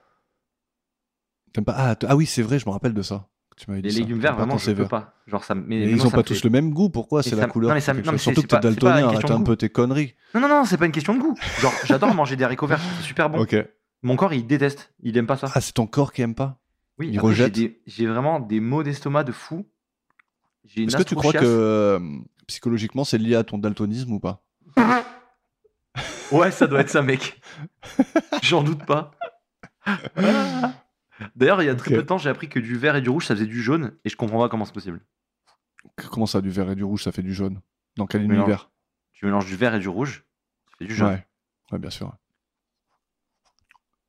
S2: T'aimes pas ah, t- ah oui, c'est vrai, je me rappelle de ça. que Tu m'avais dit
S3: Les
S2: ça.
S3: légumes
S2: T'aimes
S3: verts,
S2: pas
S3: vraiment,
S2: quand
S3: je
S2: c'est
S3: peux
S2: vert.
S3: pas. Genre, ça me- mais
S2: Mais
S3: mais
S2: ils
S3: moi,
S2: ont
S3: ça
S2: pas
S3: me fait-
S2: tous le même goût, pourquoi
S3: Mais
S2: C'est
S3: ça
S2: la
S3: me-
S2: couleur.
S3: non, mais
S2: qui
S3: ça
S2: fait
S3: me-
S2: quelque
S3: non, mais
S2: chose.
S3: c'est-
S2: Surtout
S3: c'est
S2: que t'es
S3: pas- c'est pas
S2: daltonien,
S3: une
S2: arrête
S3: question
S2: un
S3: de
S2: peu tes conneries.
S3: Non, non, non, c'est pas une question de goût. Genre, j'adore manger des haricots verts, c'est super bon.
S2: Ok.
S3: Mon corps, il déteste. Il aime pas ça.
S2: Ah, c'est ton corps qui aime pas
S3: oui,
S2: il
S3: après, j'ai
S2: rejette.
S3: des- J'ai vraiment des maux d'estomac de fou. J'ai une
S2: Est-ce que tu crois que
S3: astrochiasse.
S2: euh, psychologiquement c'est lié à ton daltonisme ou pas
S3: Ouais, ça doit être ça, mec. J'en doute pas. D'ailleurs, il y a très
S2: Ok.
S3: peu de temps, j'ai appris que du vert et du rouge, ça faisait du jaune, et je comprends pas comment c'est possible.
S2: Comment ça, du vert et du rouge, ça fait du jaune Dans quel
S3: Mélange.
S2: univers
S3: Tu mélanges du vert et du rouge, ça fait du jaune.
S2: Ouais. Ouais, bien sûr.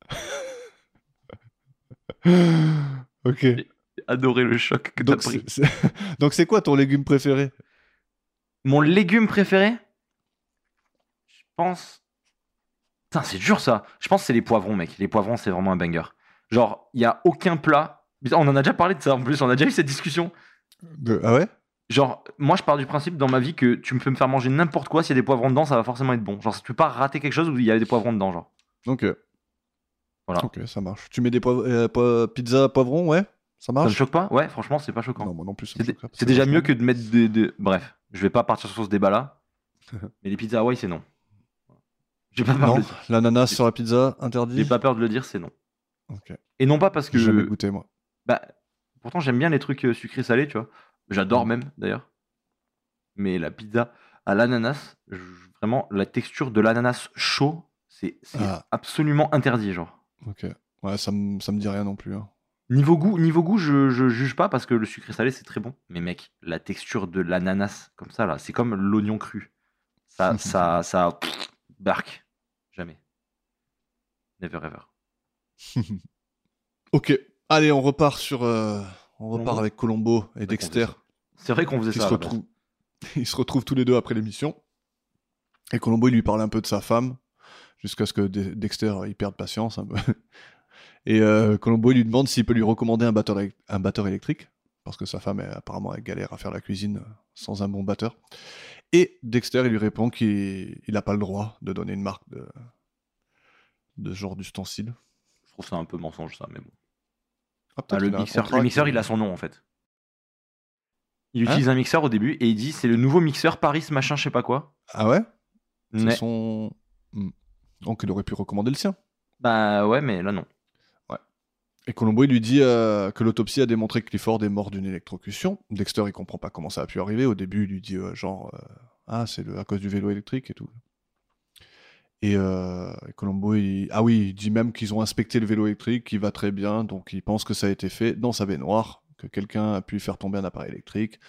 S2: ok.
S3: J'ai adoré le choc que t'as
S2: Donc
S3: pris.
S2: c'est, c'est- Donc c'est quoi ton légume préféré
S3: Mon légume préféré Je pense. Putain, c'est dur ça. Je pense que c'est les poivrons, mec. Les poivrons, c'est vraiment un banger. Genre, il n'y a aucun plat. Putain, On en a déjà parlé de ça en plus, on a déjà eu cette discussion.
S2: De- Ah ouais
S3: Genre, moi je pars du principe dans ma vie que tu me peux me faire manger n'importe quoi, s'il y a des poivrons dedans, ça va forcément être bon. Genre, tu peux pas rater quelque chose où il y a des poivrons dedans, genre.
S2: Donc euh,
S3: Voilà.
S2: Ok, ça marche. Tu mets des poiv- euh, po- pizza poivron, ouais Ça
S3: Ça me
S2: marche
S3: choque pas Ouais, franchement, c'est pas choquant.
S2: Ah, Non, moi non plus. ça me
S3: C'est dé-
S2: choque pas,
S3: c'est déjà
S2: franchement-
S3: mieux que de mettre des. des- Bref, je vais pas partir sur ce débat là. mais les pizzas Hawaii, c'est non. J'ai pas, peur
S2: Non,
S3: de-
S2: l'ananas sur la pizza, interdit.
S3: j'ai pas peur de le dire, c'est non.
S2: Ok.
S3: Et non pas parce que.
S2: J'ai jamais goûté, moi.
S3: Bah, pourtant, j'aime bien les trucs euh, sucrés-salés, tu vois. J'adore même, d'ailleurs. Mais la pizza à l'ananas, je- vraiment, la texture de l'ananas chaud, c'est c'est
S2: Ah.
S3: absolument interdit, genre.
S2: Ok. Ouais, ça me, ça me dit rien non plus. hein.
S3: Niveau goût, niveau goût je, je juge pas parce que le sucré-salé, c'est très bon. Mais mec, la texture de l'ananas, comme ça, là, c'est comme l'oignon cru. Ça, ça, ça, pff, barque. Jamais. Never ever.
S2: Ok. Allez, on repart sur. euh, On repart
S3: Colombo.
S2: avec Colombo et
S3: qu'on
S2: Dexter
S3: fait C'est vrai qu'on faisait
S2: qui
S3: ça.
S2: se
S3: à la base.
S2: retrouvent. Ils se retrouvent tous les deux après l'émission. Et Colombo, il lui parle un peu de sa femme, jusqu'à ce que De- Dexter euh, il perde patience un peu. Et euh, Colombo, il lui demande s'il peut lui recommander un batteur, élec- un batteur électrique, parce que sa femme, elle, apparemment, elle galère à faire la cuisine euh, sans un bon batteur. Et Dexter, il lui répond qu'il n'a pas le droit de donner une marque de, de ce genre d'ustensile.
S3: Je trouve ça un peu mensonge, ça, mais bon.
S2: Ah, peut-être
S3: Ah, le
S2: qu'il a un
S3: mixeur,
S2: contrat
S3: le mixeur,
S2: qui-
S3: il a son nom en fait. Il
S2: Hein
S3: utilise un mixeur au début et il dit c'est le nouveau mixeur Paris machin je sais pas quoi.
S2: Ah ouais C'est
S3: Mais-
S2: son- Hmm. Donc il aurait pu recommander le sien.
S3: Bah ouais mais là non.
S2: Et Colombo, il lui dit euh, que l'autopsie a démontré que Clifford est mort d'une électrocution. Dexter, il comprend pas comment ça a pu arriver. Au début, il lui dit euh, genre, euh, ah, c'est le- à cause du vélo électrique et tout. Et euh, Colombo, il... ah oui, il dit même qu'ils ont inspecté le vélo électrique, qui va très bien, donc il pense que ça a été fait dans sa baignoire, que quelqu'un a pu faire tomber un appareil électrique.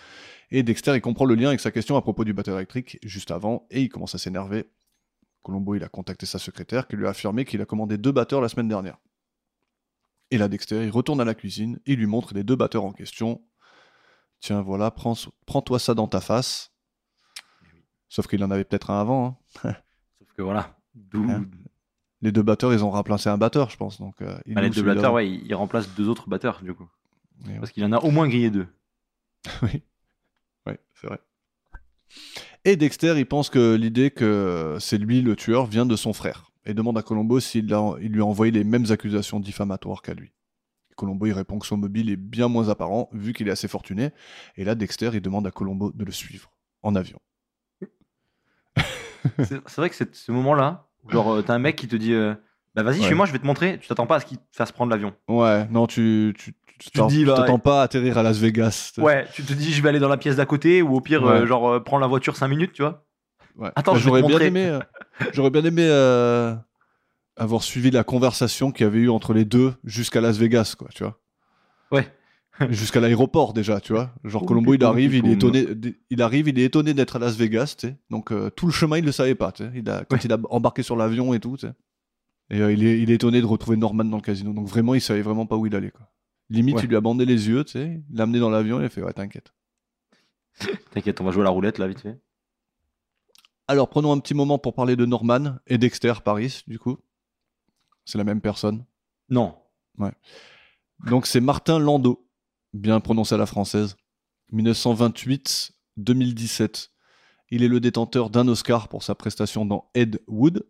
S2: Et Dexter, il comprend le lien avec sa question à propos du batteur électrique juste avant, et il commence à s'énerver. Colombo, il a contacté sa secrétaire, qui lui a affirmé qu'il a commandé deux batteurs la semaine dernière. Et là, Dexter, il retourne à la cuisine, il lui montre les deux batteurs en question. Tiens, voilà, prends- prends-toi ça dans ta face. Sauf qu'il en avait peut-être un avant. hein.
S3: Sauf que voilà. D'où
S2: Hein Les deux batteurs, ils ont remplacé un batteur, je pense. Donc, euh, il
S3: Bah, les
S2: loue
S3: deux
S2: celui
S3: batteurs
S2: d'avant.
S3: ouais il, il remplace deux autres batteurs du coup.
S2: Et ouais.
S3: Parce qu'il en a au moins grillé deux.
S2: Oui, Ouais, c'est vrai. Et Dexter, il pense que l'idée que c'est lui le tueur vient de son frère et demande à Colombo s'il a- il lui a envoyé les mêmes accusations diffamatoires qu'à lui. Colombo, il répond que son mobile est bien moins apparent vu qu'il est assez fortuné. Et là, Dexter, il demande à Colombo de le suivre en avion.
S3: c'est c'est vrai que c'est ce moment là genre euh, t'as un mec qui te dit euh, bah vas-y
S2: Ouais.
S3: chez moi je vais te montrer tu t'attends pas à ce qu'il te fasse prendre l'avion.
S2: Ouais, non, tu tu, tu- tu t'en-
S3: dis,
S2: tu
S3: bah,
S2: t'attends pas à atterrir à Las Vegas.
S3: Ouais tu te dis je vais aller dans la pièce d'à côté ou au pire euh,
S2: Ouais.
S3: genre euh, prends la voiture 5 minutes tu vois.
S2: Ouais.
S3: Attends,
S2: Bah,
S3: je
S2: j'aurais
S3: vais te
S2: bien
S3: montrer.
S2: aimé, euh, j'aurais bien aimé euh, avoir suivi la conversation qu'il y avait eu entre les deux jusqu'à Las Vegas, quoi, tu vois.
S3: Ouais.
S2: Jusqu'à l'aéroport déjà, tu vois. Genre
S3: Poum,
S2: Colombo, il
S3: pipoum,
S2: arrive, il est
S3: pipoum.
S2: étonné, d- il arrive, il est étonné d'être à Las Vegas, tu sais. Donc euh, tout le chemin, il le savait pas, tu sais. Il a, quand
S3: Ouais.
S2: il a embarqué sur l'avion et tout, tu sais. Et euh, il, est, il est étonné de retrouver Norman dans le casino. Donc vraiment, il savait vraiment pas où il allait, quoi. Limite,
S3: Ouais.
S2: il lui a bandé les yeux, tu sais. Il l'a amené dans l'avion, il a fait, ouais, t'inquiète.
S3: T'inquiète on va jouer à la roulette là vite fait.
S2: Alors, prenons un petit moment pour parler de Norman et Dexter Paris, du coup. C'est la même personne.
S3: Non.
S2: Donc, c'est Martin Landau, bien prononcé à la française. 1928-2017. Il est le détenteur d'un Oscar pour sa prestation dans Ed Wood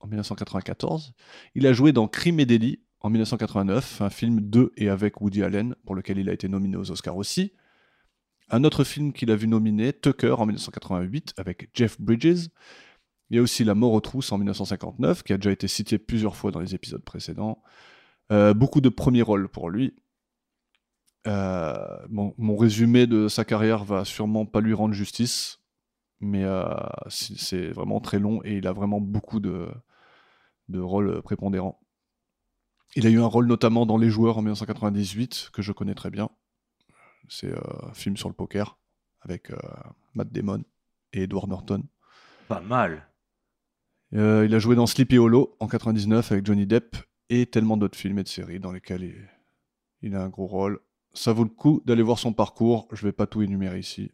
S2: en 1994. Il a joué dans Crime et délit en 1989, un film de et avec Woody Allen, pour lequel il a été nominé aux Oscars aussi. Un autre film qu'il a vu nominé, Tucker en 1988, avec Jeff Bridges. Il y a aussi La mort aux trousses en 1959, qui a déjà été cité plusieurs fois dans les épisodes précédents. Euh, beaucoup de premiers rôles pour lui. Euh, bon, mon résumé de sa carrière va sûrement pas lui rendre justice, mais euh, c'est c'est vraiment très long et il a vraiment beaucoup de, de rôles prépondérants. Il a eu un rôle notamment dans Les Joueurs en 1998, que je connais très bien. C'est euh, un film sur le poker avec euh, Matt Damon et Edward Norton.
S3: Pas mal.
S2: Euh, il a joué dans Sleepy Hollow en 99 avec Johnny Depp et tellement d'autres films et de séries dans lesquels il, il a un gros rôle. Ça vaut le coup d'aller voir son parcours. Je vais pas tout énumérer ici.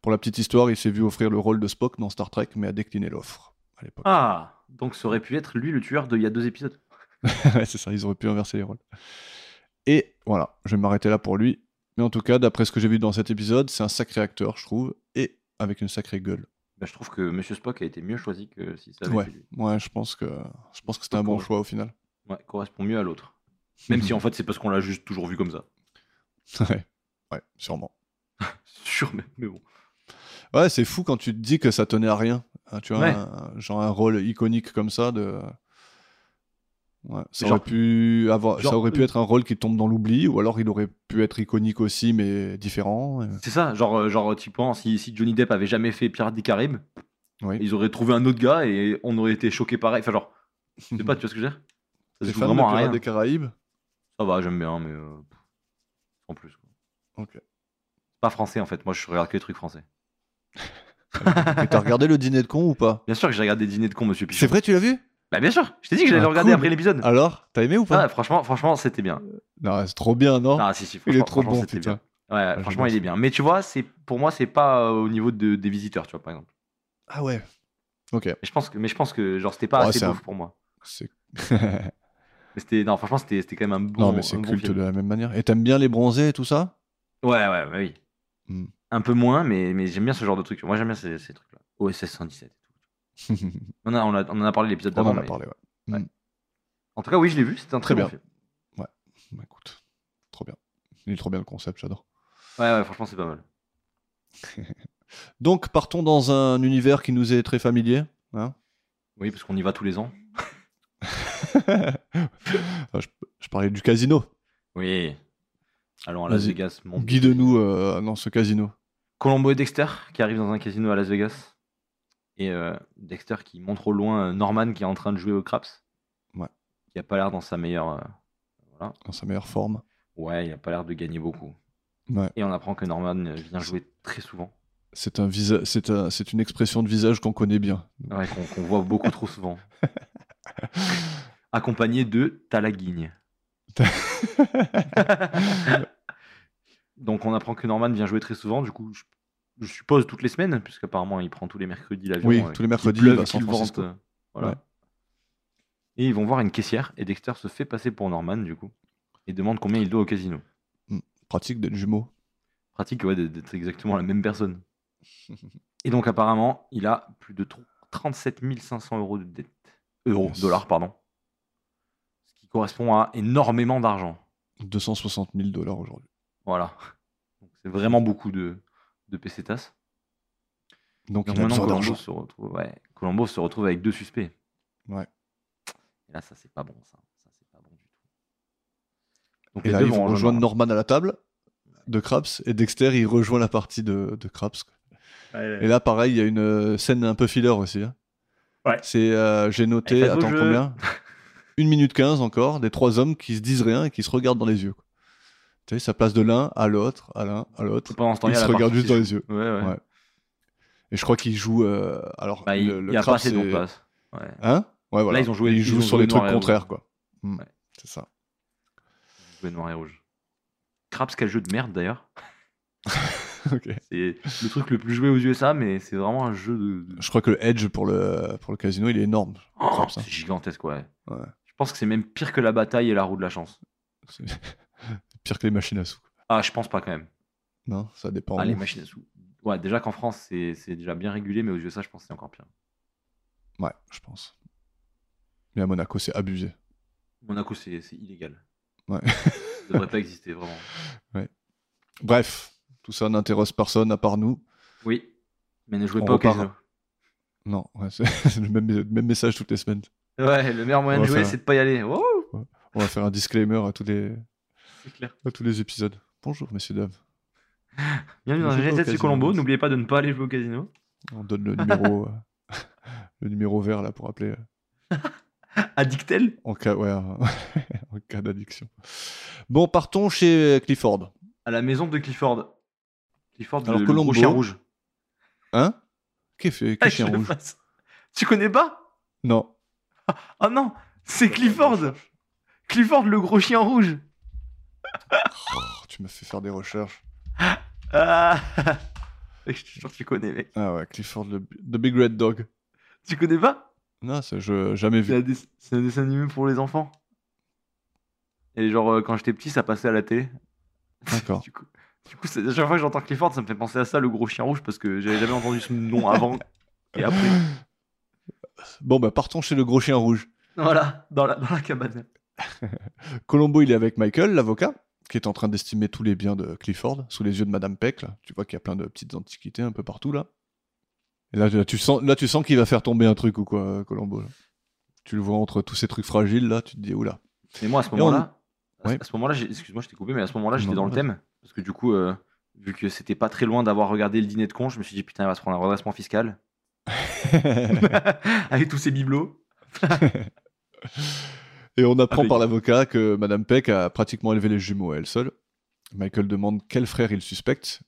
S2: Pour la petite histoire, il s'est vu offrir le rôle de Spock dans Star Trek, mais a décliné l'offre à l'époque.
S3: Ah, donc ça aurait pu être lui le tueur d'il y a deux épisodes.
S2: Ah Ouais, c'est ça, ils auraient pu inverser les rôles. Et voilà, je vais m'arrêter là pour lui. Mais en tout cas, d'après ce que j'ai vu dans cet épisode, c'est un sacré acteur, je trouve, et avec une sacrée gueule.
S3: Bah, je trouve que Monsieur Spock a été mieux choisi que si ça avait
S2: Ouais,
S3: été lui.
S2: ouais je pense que, je pense que c'était un bon
S3: Cool.
S2: choix au final.
S3: Ouais, correspond mieux à l'autre. Même si en fait c'est parce qu'on l'a juste toujours vu comme ça.
S2: ouais. ouais, sûrement.
S3: Sûr, mais, mais bon.
S2: Ouais, c'est fou quand tu te dis que ça tenait à rien. hein, tu vois,
S3: Ouais.
S2: un- genre un rôle iconique comme ça de. Ouais, ça,
S3: Genre-
S2: aurait pu avoir, ça
S3: genre-
S2: aurait pu être un rôle qui tombe dans l'oubli, ou alors il aurait pu être iconique aussi, mais différent. et-
S3: C'est ça, genre, euh, genre tu penses, si, si Johnny Depp avait jamais fait Pirates des Caraïbes,
S2: Oui.
S3: ils auraient trouvé un autre gars et on aurait été choqués pareil. Enfin, genre, je sais pas, tu vois ce que je veux dire Ça
S2: T'es
S3: se joue
S2: fan de
S3: vraiment à
S2: Pirates
S3: rien.
S2: des Caraïbes
S3: Ça va, j'aime bien, mais euh, pff, en plus. quoi.
S2: Ok.
S3: Pas français en fait, moi je regarde que les trucs français.
S2: Mais t'as regardé le dîner de con ou pas
S3: Bien sûr que j'ai regardé Dîner de con, monsieur Pichon.
S2: C'est vrai, tu l'as vu
S3: Bah bien sûr, je t'ai dit que j'allais
S2: Ah,
S3: le regarder
S2: cool.
S3: après l'épisode.
S2: Alors, t'as aimé ou
S3: Ah,
S2: pas
S3: franchement, franchement, c'était bien.
S2: Non, c'est trop bien, non
S3: Ah si si,
S2: Oh, Il est
S3: franchement-
S2: trop
S3: franchement,
S2: bon,
S3: c'était
S2: putain.
S3: bien. Ouais,
S2: j'aime
S3: franchement,
S2: bien
S3: il est
S2: ça.
S3: bien. Mais tu vois, c'est pour moi, c'est pas euh, au niveau de, des visiteurs, tu vois, par exemple.
S2: Ah ouais. Ok.
S3: Mais je pense que, mais je pense que genre c'était pas
S2: Ouais,
S3: assez
S2: c'est
S3: beauf
S2: un-
S3: pour moi.
S2: C'est-
S3: Mais c'était, non, franchement, c'était, c'était quand même un bon.
S2: non, mais c'est
S3: un bon
S2: culte
S3: film.
S2: de la même manière. Et t'aimes bien les bronzés et tout ça
S3: Ouais, ouais, ouais, oui.
S2: Hmm.
S3: Un peu moins, mais, mais j'aime bien ce genre de truc. Moi, j'aime bien ces, ces trucs-là. OSS 117 et tout.
S2: On
S3: On, a- on a- on en a parlé l'épisode
S2: en
S3: d'avant.
S2: a
S3: mais-
S2: parlé, ouais.
S3: En tout cas, oui, je l'ai vu. C'était un très,
S2: Très
S3: bon
S2: bien.
S3: film.
S2: Bah, écoute, trop bien. Il est trop bien le concept, j'adore.
S3: Ouais, ouais, franchement, c'est pas mal.
S2: Donc, partons dans un univers qui nous est très familier. hein.
S3: Oui, parce qu'on y va tous les ans.
S2: Enfin, Euh, je, je parlais du casino.
S3: Oui. Allons à Las
S2: Vas-y.
S3: Vegas. Mon...
S2: Guide-nous euh, dans ce casino.
S3: Colombo et Dexter qui arrivent dans un casino à Las Vegas. Et euh, Dexter qui montre au loin euh, Norman qui est en train de jouer au craps.
S2: Ouais.
S3: Qui a pas l'air dans sa meilleure. euh,
S2: Dans sa meilleure forme.
S3: Ouais, il a pas l'air de gagner beaucoup.
S2: Ouais.
S3: Et on apprend que Norman euh, vient jouer très souvent.
S2: C'est un visa- c'est un- c'est une expression de visage qu'on connaît bien.
S3: Ouais, qu'on qu'on voit beaucoup trop souvent. Accompagné de Talaguigne. Donc on apprend que Norman vient jouer très souvent, du coup je, je suppose toutes les semaines, puisqu'apparemment il prend tous les mercredis l'avion.
S2: Oui,
S3: euh,
S2: tous les mercredis,
S3: qu'il pleuve,
S2: il va à San
S3: qu'il vente,
S2: Francisco.
S3: euh, voilà.
S2: Ouais.
S3: Et ils vont voir une caissière, et Dexter se fait passer pour Norman du coup, et demande combien il doit au casino.
S2: Pratique d'être jumeau.
S3: Pratique ouais, d'être d'être exactement la même personne. Et donc apparemment, il a plus de tr- 37 500 euros de dette. Euros,
S2: Yes.
S3: dollars, pardon. Ce qui correspond à énormément d'argent.
S2: 260 000 dollars aujourd'hui.
S3: Voilà. Donc c'est vraiment beaucoup de, de pesetas.
S2: Donc
S3: Donc
S2: il a
S3: maintenant,
S2: besoin
S3: Colombo
S2: d'argent.
S3: se, retrouve, ouais, Colombo se retrouve avec deux suspects.
S2: Ouais.
S3: Et là, ça, c'est pas bon, ça. Ça, c'est pas bon du tout. Donc
S2: Et
S3: les
S2: là,
S3: deux
S2: ils
S3: vont
S2: vont rejoindre
S3: rejoindre
S2: Norman à la table de Krabs et Dexter, il rejoint la partie de, de Krabs. Et là, pareil, il y a une euh, scène un peu filler aussi. hein.
S3: Ouais.
S2: C'est, euh, j'ai
S3: Eh,
S2: noté,
S3: faites vos
S2: attends
S3: jeux.
S2: combien Une minute 15 encore, des trois hommes qui se disent rien et qui se regardent dans les yeux. quoi. Tu sais, ça passe de l'un à l'autre, à l'un, à l'autre.
S3: Pendant ce temps, il
S2: Ils
S3: y a
S2: se
S3: la
S2: regardent juste
S3: partie
S2: dans
S3: qui
S2: les yeux.
S3: joue. Ouais, ouais.
S2: Ouais. Et je crois qu'ils jouent. euh, alors,
S3: Bah, il
S2: le, le
S3: il y a pas
S2: Krabs,
S3: assez de
S2: c'est-
S3: bons passes. Ouais.
S2: Hein Ouais, voilà.
S3: ils ont joué- ils
S2: jouent
S3: ont
S2: sur
S3: joué
S2: les trucs
S3: noir et
S2: contraires, quoi. Hmm.
S3: Ouais.
S2: C'est ça.
S3: Ouais, noir et rouge. Craps, quel jeu de merde d'ailleurs.
S2: Ok.
S3: C'est le truc le plus joué aux USA, mais c'est vraiment un jeu de. de-
S2: Je crois que le edge pour le, pour le casino, il est énorme.
S3: Oh,
S2: Craps, hein.
S3: c'est gigantesque, ouais.
S2: Ouais.
S3: Je pense que c'est même pire que la bataille et la roue de la chance.
S2: C'est pire que les machines à sous.
S3: Ah, je pense pas quand même.
S2: Non, ça dépend.
S3: ah, les
S2: où.
S3: machines à sous. Ouais, déjà qu'en France, c'est c'est déjà bien régulé, mais aux USA, je pense que c'est encore pire.
S2: Ouais, je pense. Mais à Monaco, c'est abusé.
S3: Monaco, c'est c'est illégal.
S2: Ouais.
S3: Ça devrait pas exister, vraiment.
S2: Bref, tout ça n'intéresse personne à part nous.
S3: Oui, mais ne jouez
S2: On
S3: pas au
S2: repart.
S3: casino.
S2: Non, ouais, c'est c'est le même, le même message toutes les semaines.
S3: Ouais, le meilleur moyen
S2: On
S3: de
S2: va
S3: jouer,
S2: faire-
S3: c'est de pas y aller. Oh,
S2: On va faire un disclaimer à tous les,
S3: c'est clair.
S2: à tous les épisodes. Bonjour, messieurs, dames.
S3: Bienvenue dans
S2: Ne jouez pas au
S3: la GZ du
S2: casino.
S3: Colombo. N'oubliez pas de ne pas aller jouer au casino.
S2: On donne le numéro, euh, le numéro vert là pour appeler. euh,
S3: Addictel
S2: En cas, ouais, hein, en cas d'addiction. Bon, partons chez Clifford.
S3: à la maison de Clifford. Clifford,
S2: Alors,
S3: le, le
S2: Columbo.
S3: gros chien rouge.
S2: Hein Qui fait qui
S3: Ah,
S2: chien
S3: je le
S2: rouge
S3: passe. Tu connais pas
S2: Non.
S3: Oh non, c'est Clifford. Clifford, le gros chien rouge.
S2: Oh, tu m'as fait faire des recherches.
S3: Ah. Je suis sûr que tu connais, mec.
S2: Ah ouais, Clifford le The Big Red Dog.
S3: Tu connais pas
S2: Non, ça, je jamais
S3: C'est
S2: vu.
S3: un, dess- c'est un dessin animé pour les enfants. Et genre, euh, quand j'étais petit, ça passait à la télé.
S2: D'accord.
S3: Du coup, du coup, c'est- à chaque fois que j'entends Clifford, ça me fait penser à ça, le gros chien rouge, parce que j'avais jamais entendu ce nom avant et après.
S2: Bon, bah partons chez le gros chien rouge.
S3: Voilà, dans la, dans la cabane.
S2: Colombo, il est avec Michael, l'avocat, qui est en train d'estimer tous les biens de Clifford sous les yeux de Madame Peck. là. Tu vois qu'il y a plein de petites antiquités un peu partout là. Et là, là, tu sens, là, tu sens qu'il va faire tomber un truc ou quoi, Colombo. là. Tu le vois entre tous ces trucs fragiles là, tu te dis oula.
S3: Mais moi, à ce
S2: on-
S3: moment-là, à-
S2: Ouais.
S3: à ce moment-là, j'ai- excuse-moi, je t'ai coupé, mais à ce moment-là, j'étais
S2: Non,
S3: dans le
S2: non,
S3: thème. Parce que du coup, euh, vu que c'était pas très loin d'avoir regardé le dîner de con, je me suis dit, putain, il va se prendre un redressement fiscal. Avec tous ces bibelots.
S2: Et on apprend
S3: Avec-
S2: par l'avocat que Madame Peck a pratiquement élevé les jumeaux à elle seule. Michael demande quel frère il suspecte.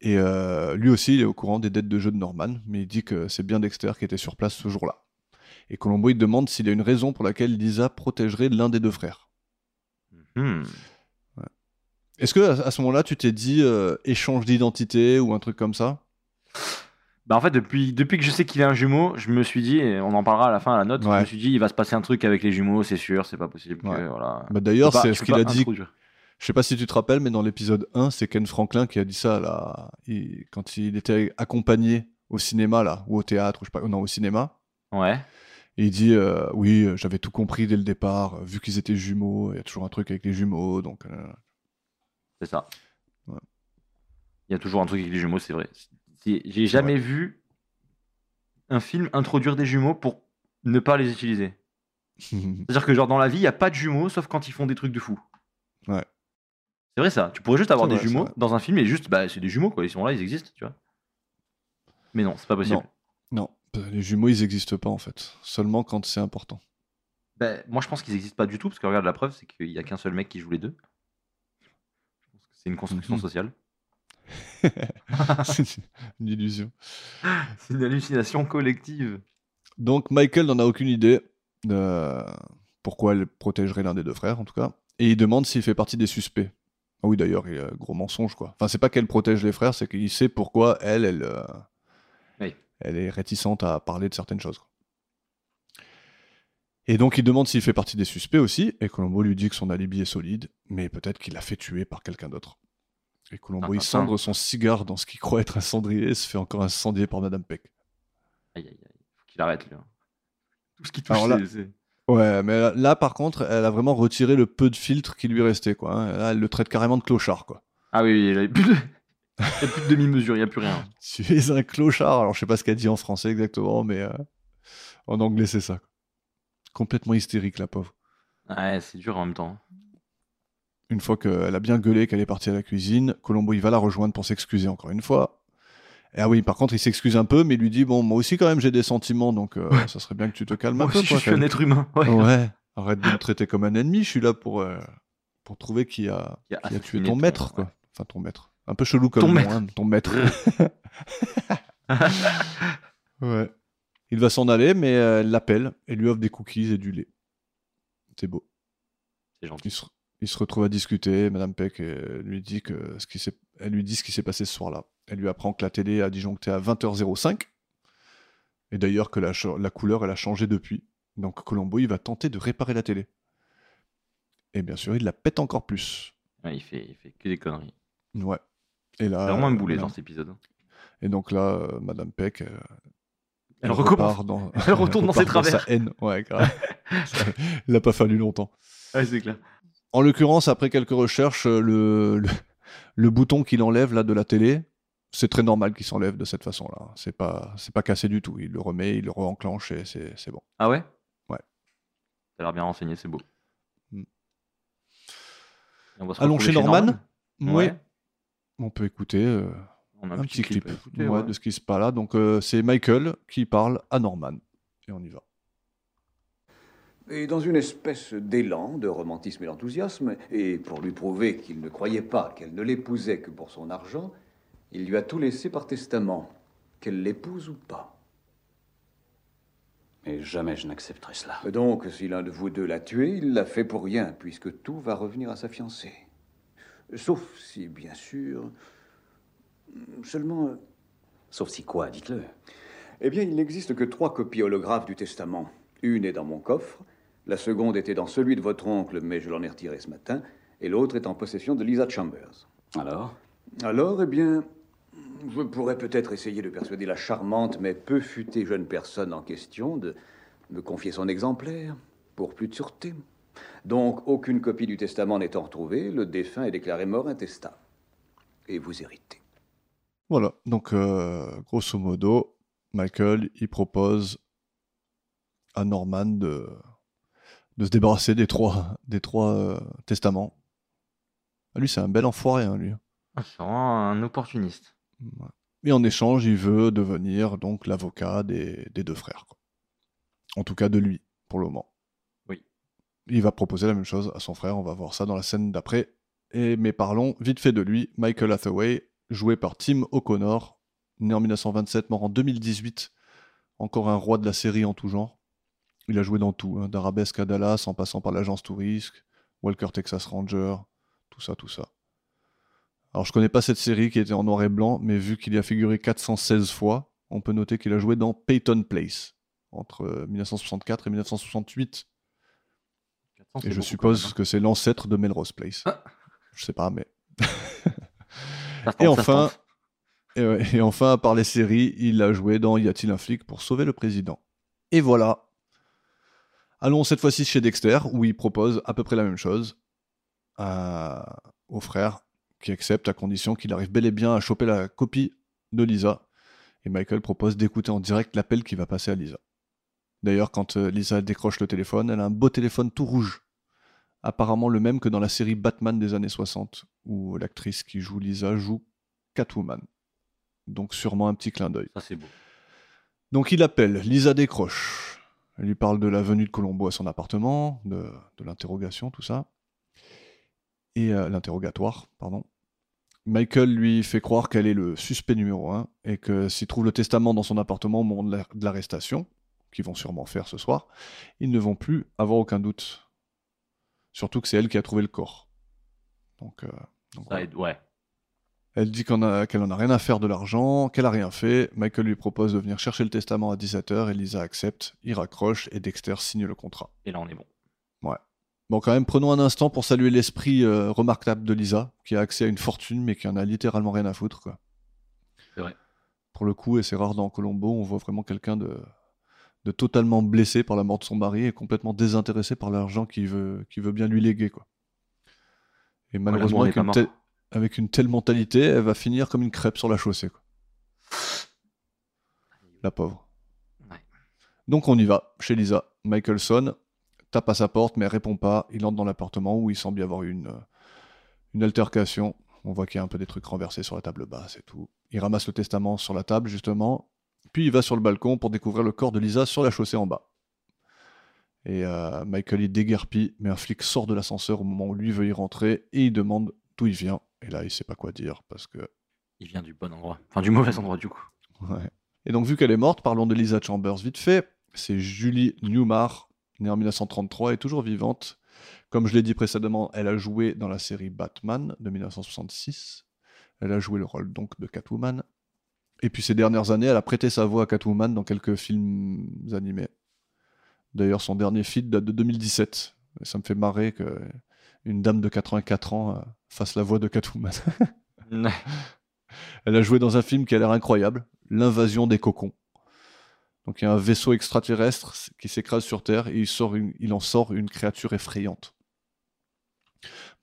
S2: Et euh, lui aussi, il est au courant des dettes de jeu de Norman, mais il dit que c'est bien Dexter qui était sur place ce jour-là. Et Colombo, il demande s'il y a une raison pour laquelle Lisa protégerait l'un des deux frères.
S3: Hmm.
S2: Est-ce que à à ce moment-là, tu t'es dit euh, échange d'identité ou un truc comme ça
S3: Bah en fait, depuis, depuis que je sais qu'il est un jumeau, je me suis dit, et on en parlera à la fin à la note,
S2: Ouais.
S3: je me suis dit, il va se passer un truc avec les jumeaux, c'est sûr, c'est pas possible. que,
S2: Ouais.
S3: voilà.
S2: Bah,
S3: Tu peux
S2: D'ailleurs,
S3: pas-
S2: c'est
S3: tu
S2: ce
S3: peux
S2: qu'il
S3: pas
S2: a dit.
S3: introduire.
S2: Je sais pas si tu te rappelles, mais dans l'épisode 1, c'est Ken Franklin qui a dit ça là, il- quand il était accompagné au cinéma là, ou au théâtre, ou je sais pas, non au cinéma.
S3: Ouais.
S2: Et il dit euh, oui, euh, j'avais tout compris dès le départ, euh, vu qu'ils étaient jumeaux, il y a toujours un truc avec les jumeaux, donc euh,
S3: C'est ça.
S2: Ouais.
S3: Il y a toujours un truc avec les jumeaux, c'est vrai. Si- J'ai jamais vu un film introduire des jumeaux pour ne pas les utiliser. C'est-à-dire que genre dans la vie, il n'y a pas de jumeaux sauf quand ils font des trucs de fou.
S2: Ouais.
S3: C'est vrai ça. Tu pourrais juste avoir
S2: C'est
S3: des
S2: vrai, c'est
S3: jumeaux
S2: vrai.
S3: dans un film et juste, bah c'est des jumeaux quoi, ils sont là, ils existent, tu vois. Mais non, c'est pas possible.
S2: Non. non, euh, les jumeaux ils existent pas en fait, seulement quand c'est important.
S3: Ben, moi je pense qu'ils n'existent pas du tout parce que regarde la preuve, c'est qu'il n'y a qu'un seul mec qui joue les deux. Je pense que c'est une construction
S2: Mhm.
S3: sociale.
S2: c'est une illusion.
S3: C'est une hallucination collective.
S2: Donc Michael n'en a aucune idée de pourquoi elle protégerait l'un des deux frères en tout cas, et il demande s'il fait partie des suspects. Ah oui d'ailleurs, il y a un gros mensonge quoi. Enfin c'est pas qu'elle protège les frères, c'est qu'il sait pourquoi elle, elle, euh,
S3: Oui.
S2: elle est réticente à parler de certaines choses. quoi. Et donc il demande s'il fait partie des suspects aussi, et Colombo lui dit que son alibi est solide, mais peut-être qu'il l'a fait tuer par quelqu'un d'autre. Et Colombo
S3: Ah,
S2: il
S3: ah, ah.
S2: cendre son cigare dans ce qu'il croit être un cendrier et se fait encore incendier par Madame Peck.
S3: Aïe, aïe, aïe. Faut qu'il arrête, lui. hein. Tout ce qui touche,
S2: Alors là-
S3: c'est- c'est.
S2: Ouais, mais là, là, par contre, elle a vraiment retiré le peu de filtre qui lui restait, quoi. hein. Là, elle le traite carrément de clochard, quoi.
S3: Ah oui, oui, il n'y a plus de, il y a plus de demi-mesure, il n'y a plus rien.
S2: Tu es un clochard. Alors, je sais pas ce qu'elle dit en français exactement, mais euh, en anglais, c'est ça. quoi. Complètement hystérique, la pauvre.
S3: Ouais, c'est dur en même temps.
S2: Bah, Une fois qu'elle a bien gueulé, qu'elle est partie à la cuisine, Colombo, il va la rejoindre pour s'excuser encore une fois. Et ah oui, par contre, il s'excuse un peu, mais il lui dit Bon, moi aussi, quand même, j'ai des sentiments, donc euh, ça serait bien que tu te calmes
S3: Moi
S2: un peu.
S3: aussi, je
S2: quoi,
S3: suis
S2: quand
S3: un
S2: même.
S3: être humain. Ouais.
S2: Ouais, arrête de me traiter comme un ennemi, je suis là pour, euh, pour trouver qui a,
S3: Qui a
S2: qui a tué
S3: assassiné
S2: ton
S3: ton-
S2: maître, quoi.
S3: ouais.
S2: Enfin, ton maître. Un peu chelou comme
S3: Ton
S2: nom,
S3: maître.
S2: hein, ton maître. ouais. Il va s'en aller, mais euh, elle l'appelle et lui offre des cookies et du lait. C'est beau.
S3: C'est gentil.
S2: Ils se, ils se retrouvent à discuter. Madame Peck euh, lui dit que ce qui s'est- elle lui dit ce qui s'est passé ce soir-là. Elle lui apprend que la télé a disjoncté à 20h05. Et d'ailleurs que la, cho- la couleur, elle a changé depuis. Donc Colombo, il va tenter de réparer la télé. Et bien sûr, il la pète encore plus.
S3: Ouais, il, fait, il fait que des conneries.
S2: Ouais. Et là,
S3: C'est vraiment une boulette
S2: euh,
S3: dans cet épisode. hein.
S2: Et donc là, euh, Madame Peck, euh,
S3: Elle recommence.
S2: repart dans-
S3: Elle retourne dans ses
S2: repart
S3: travers.
S2: sa haine. Ouais, grave. Ça- il n'a pas fallu longtemps.
S3: Ouais, c'est clair.
S2: En l'occurrence, après quelques recherches, euh, le, le, le bouton qu'il enlève là de la télé, c'est très normal qu'il s'enlève de cette façon-là. C'est pas, c'est pas cassé du tout. Il le remet, il le re-enclenche et c'est, c'est bon.
S3: Ah ouais
S2: Ouais.
S3: T'as l'air bien renseigné, c'est beau.
S2: Mm.
S3: Et on va se
S2: Allons
S3: retrouver
S2: chez Norman Oui,
S3: Ouais.
S2: on peut écouter euh,
S3: On a
S2: un, petit, clip,
S3: à écouter,
S2: ouais,
S3: ouais.
S2: de ce qui se passe là. Donc euh, c'est Michael qui parle à Norman et on y va.
S7: Et dans une espèce d'élan de romantisme et d'enthousiasme, et pour lui prouver qu'il ne croyait pas qu'elle ne l'épousait que pour son argent, Il lui a tout laissé par testament, qu'elle l'épouse ou pas.
S4: Et jamais je n'accepterai cela.
S7: Et Donc, si l'un de vous deux l'a tué, il l'a fait pour rien, puisque tout va revenir à sa fiancée. Sauf si, bien sûr. Seulement. euh,
S4: Sauf si quoi, dites-le.
S7: Eh bien, il n'existe que trois copies holographes du testament. Une est dans mon coffre, la seconde était dans celui de votre oncle, mais je l'en ai retiré ce matin, et l'autre est en possession de Lisa Chambers.
S4: Alors
S7: Alors, eh bien, je pourrais peut-être essayer de persuader la charmante mais peu futée jeune personne en question de me confier son exemplaire, pour plus de sûreté. Donc, aucune copie du testament n'étant retrouvée, le défunt est déclaré mort intestat. Et vous héritez.
S2: Voilà, donc euh, grosso modo, Michael, il propose à Norman de, de se débarrasser des trois, des trois euh, testaments. Ah, lui, c'est un bel enfoiré, hein, lui.
S3: Ah, C'est vraiment un opportuniste.
S2: Ouais. Et en échange, il veut devenir donc l'avocat des, des deux frères. quoi. En tout cas, de lui, pour le moment.
S3: Oui.
S2: Il va proposer la même chose à son frère, on va voir ça dans la scène d'après. Et, mais parlons vite fait de lui, Michael Hathaway, joué par Tim O'Connor, né en 1927, mort en 2018, encore un roi de la série en tout genre. Il a joué dans tout, hein, d'Arabesque à Dallas, en passant par l'agence Tout Risque, Walker Texas Ranger, tout ça, tout ça. Alors je connais pas cette série qui était en noir et blanc, mais vu qu'il y a figuré 416 fois, on peut noter qu'il a joué dans Peyton Place entre euh, 1964 et 1968.
S3: Oh,
S2: Et je suppose que c'est l'ancêtre de Melrose Place.
S3: hein. Ah.
S2: Je sais pas, mais.
S3: hein.
S2: Et enfin, Et, ouais, et enfin, par les séries, il a joué dans Y a-t-il un flic pour sauver le président Et voilà. Allons cette fois-ci chez Dexter, où il propose à peu près la même chose à- au frère, qui accepte à condition qu'il arrive bel et bien à choper la copie de Lisa. Et Michael propose d'écouter en direct l'appel qui va passer à Lisa. D'ailleurs, quand euh, Lisa décroche le téléphone, elle a un beau téléphone tout rouge. Apparemment le même que dans la série Batman des années 60, où l'actrice qui joue Lisa joue Catwoman. Donc sûrement un petit clin d'œil.
S3: Ça, c'est beau.
S2: Donc il appelle, Lisa décroche. Elle lui parle de la venue de Colombo à son appartement, de, de l'interrogation, tout ça. Et euh, l'interrogatoire, pardon. Michael lui fait croire qu'elle est le suspect numéro un et que s'il trouve le testament dans son appartement au moment de la- de l'arrestation, qu'ils vont sûrement faire ce soir, ils ne vont plus avoir aucun doute. Surtout que c'est elle qui a trouvé le corps. Donc, euh, donc
S3: Ça
S2: voilà.
S3: aide- ouais.
S2: Elle dit qu'on a- qu'elle en a rien à faire de l'argent, qu'elle a rien fait. Michael lui propose de venir chercher le testament à 17h et Lisa accepte. Il raccroche et Dexter signe le contrat.
S3: Et là, on est bon.
S2: Bon, quand même, prenons un instant pour saluer l'esprit euh, remarquable de Lisa, qui a accès à une fortune mais qui en a littéralement rien à foutre, quoi.
S3: C'est vrai.
S2: Pour le coup, et c'est rare dans Colombo, on voit vraiment quelqu'un de, de totalement blessé par la mort de son mari et complètement désintéressé par l'argent qu'il veut, qu'il veut bien lui léguer, quoi. Et malheureusement,
S3: on est
S2: avec
S3: pas
S2: une,
S3: mort.
S2: telle- avec une telle mentalité, elle va finir comme une crêpe sur la chaussée, quoi. La pauvre.
S3: Ouais.
S2: Donc on y va, chez Lisa. Michelson tape à sa porte, mais elle répond pas. Il entre dans l'appartement où il semble y avoir eu une, euh, une altercation. On voit qu'il y a un peu des trucs renversés sur la table basse et tout. Il ramasse le testament sur la table, justement. Puis il va sur le balcon pour découvrir le corps de Lisa sur la chaussée en bas. Et euh, Michael, il déguerpit, mais un flic sort de l'ascenseur au moment où lui veut y rentrer et il demande d'où il vient. Et là, il sait pas quoi dire parce que
S3: Il vient du bon endroit. Enfin, du mauvais endroit, du coup.
S2: Ouais. Et donc, vu qu'elle est morte, parlons de Lisa Chambers vite fait. C'est Julie Newmar, née en 1933 et toujours vivante. Comme je l'ai dit précédemment, elle a joué dans la série Batman de 1966. Elle a joué le rôle donc de Catwoman. Et puis ces dernières années, elle a prêté sa voix à Catwoman dans quelques films animés. D'ailleurs, son dernier film date de 2017. Et ça me fait marrer que une dame de 84 ans euh, fasse la voix de Catwoman. Elle a joué dans un film qui a l'air incroyable, L'invasion des cocons. Donc il y a un vaisseau extraterrestre qui s'écrase sur Terre et il, sort une- il en sort une créature effrayante.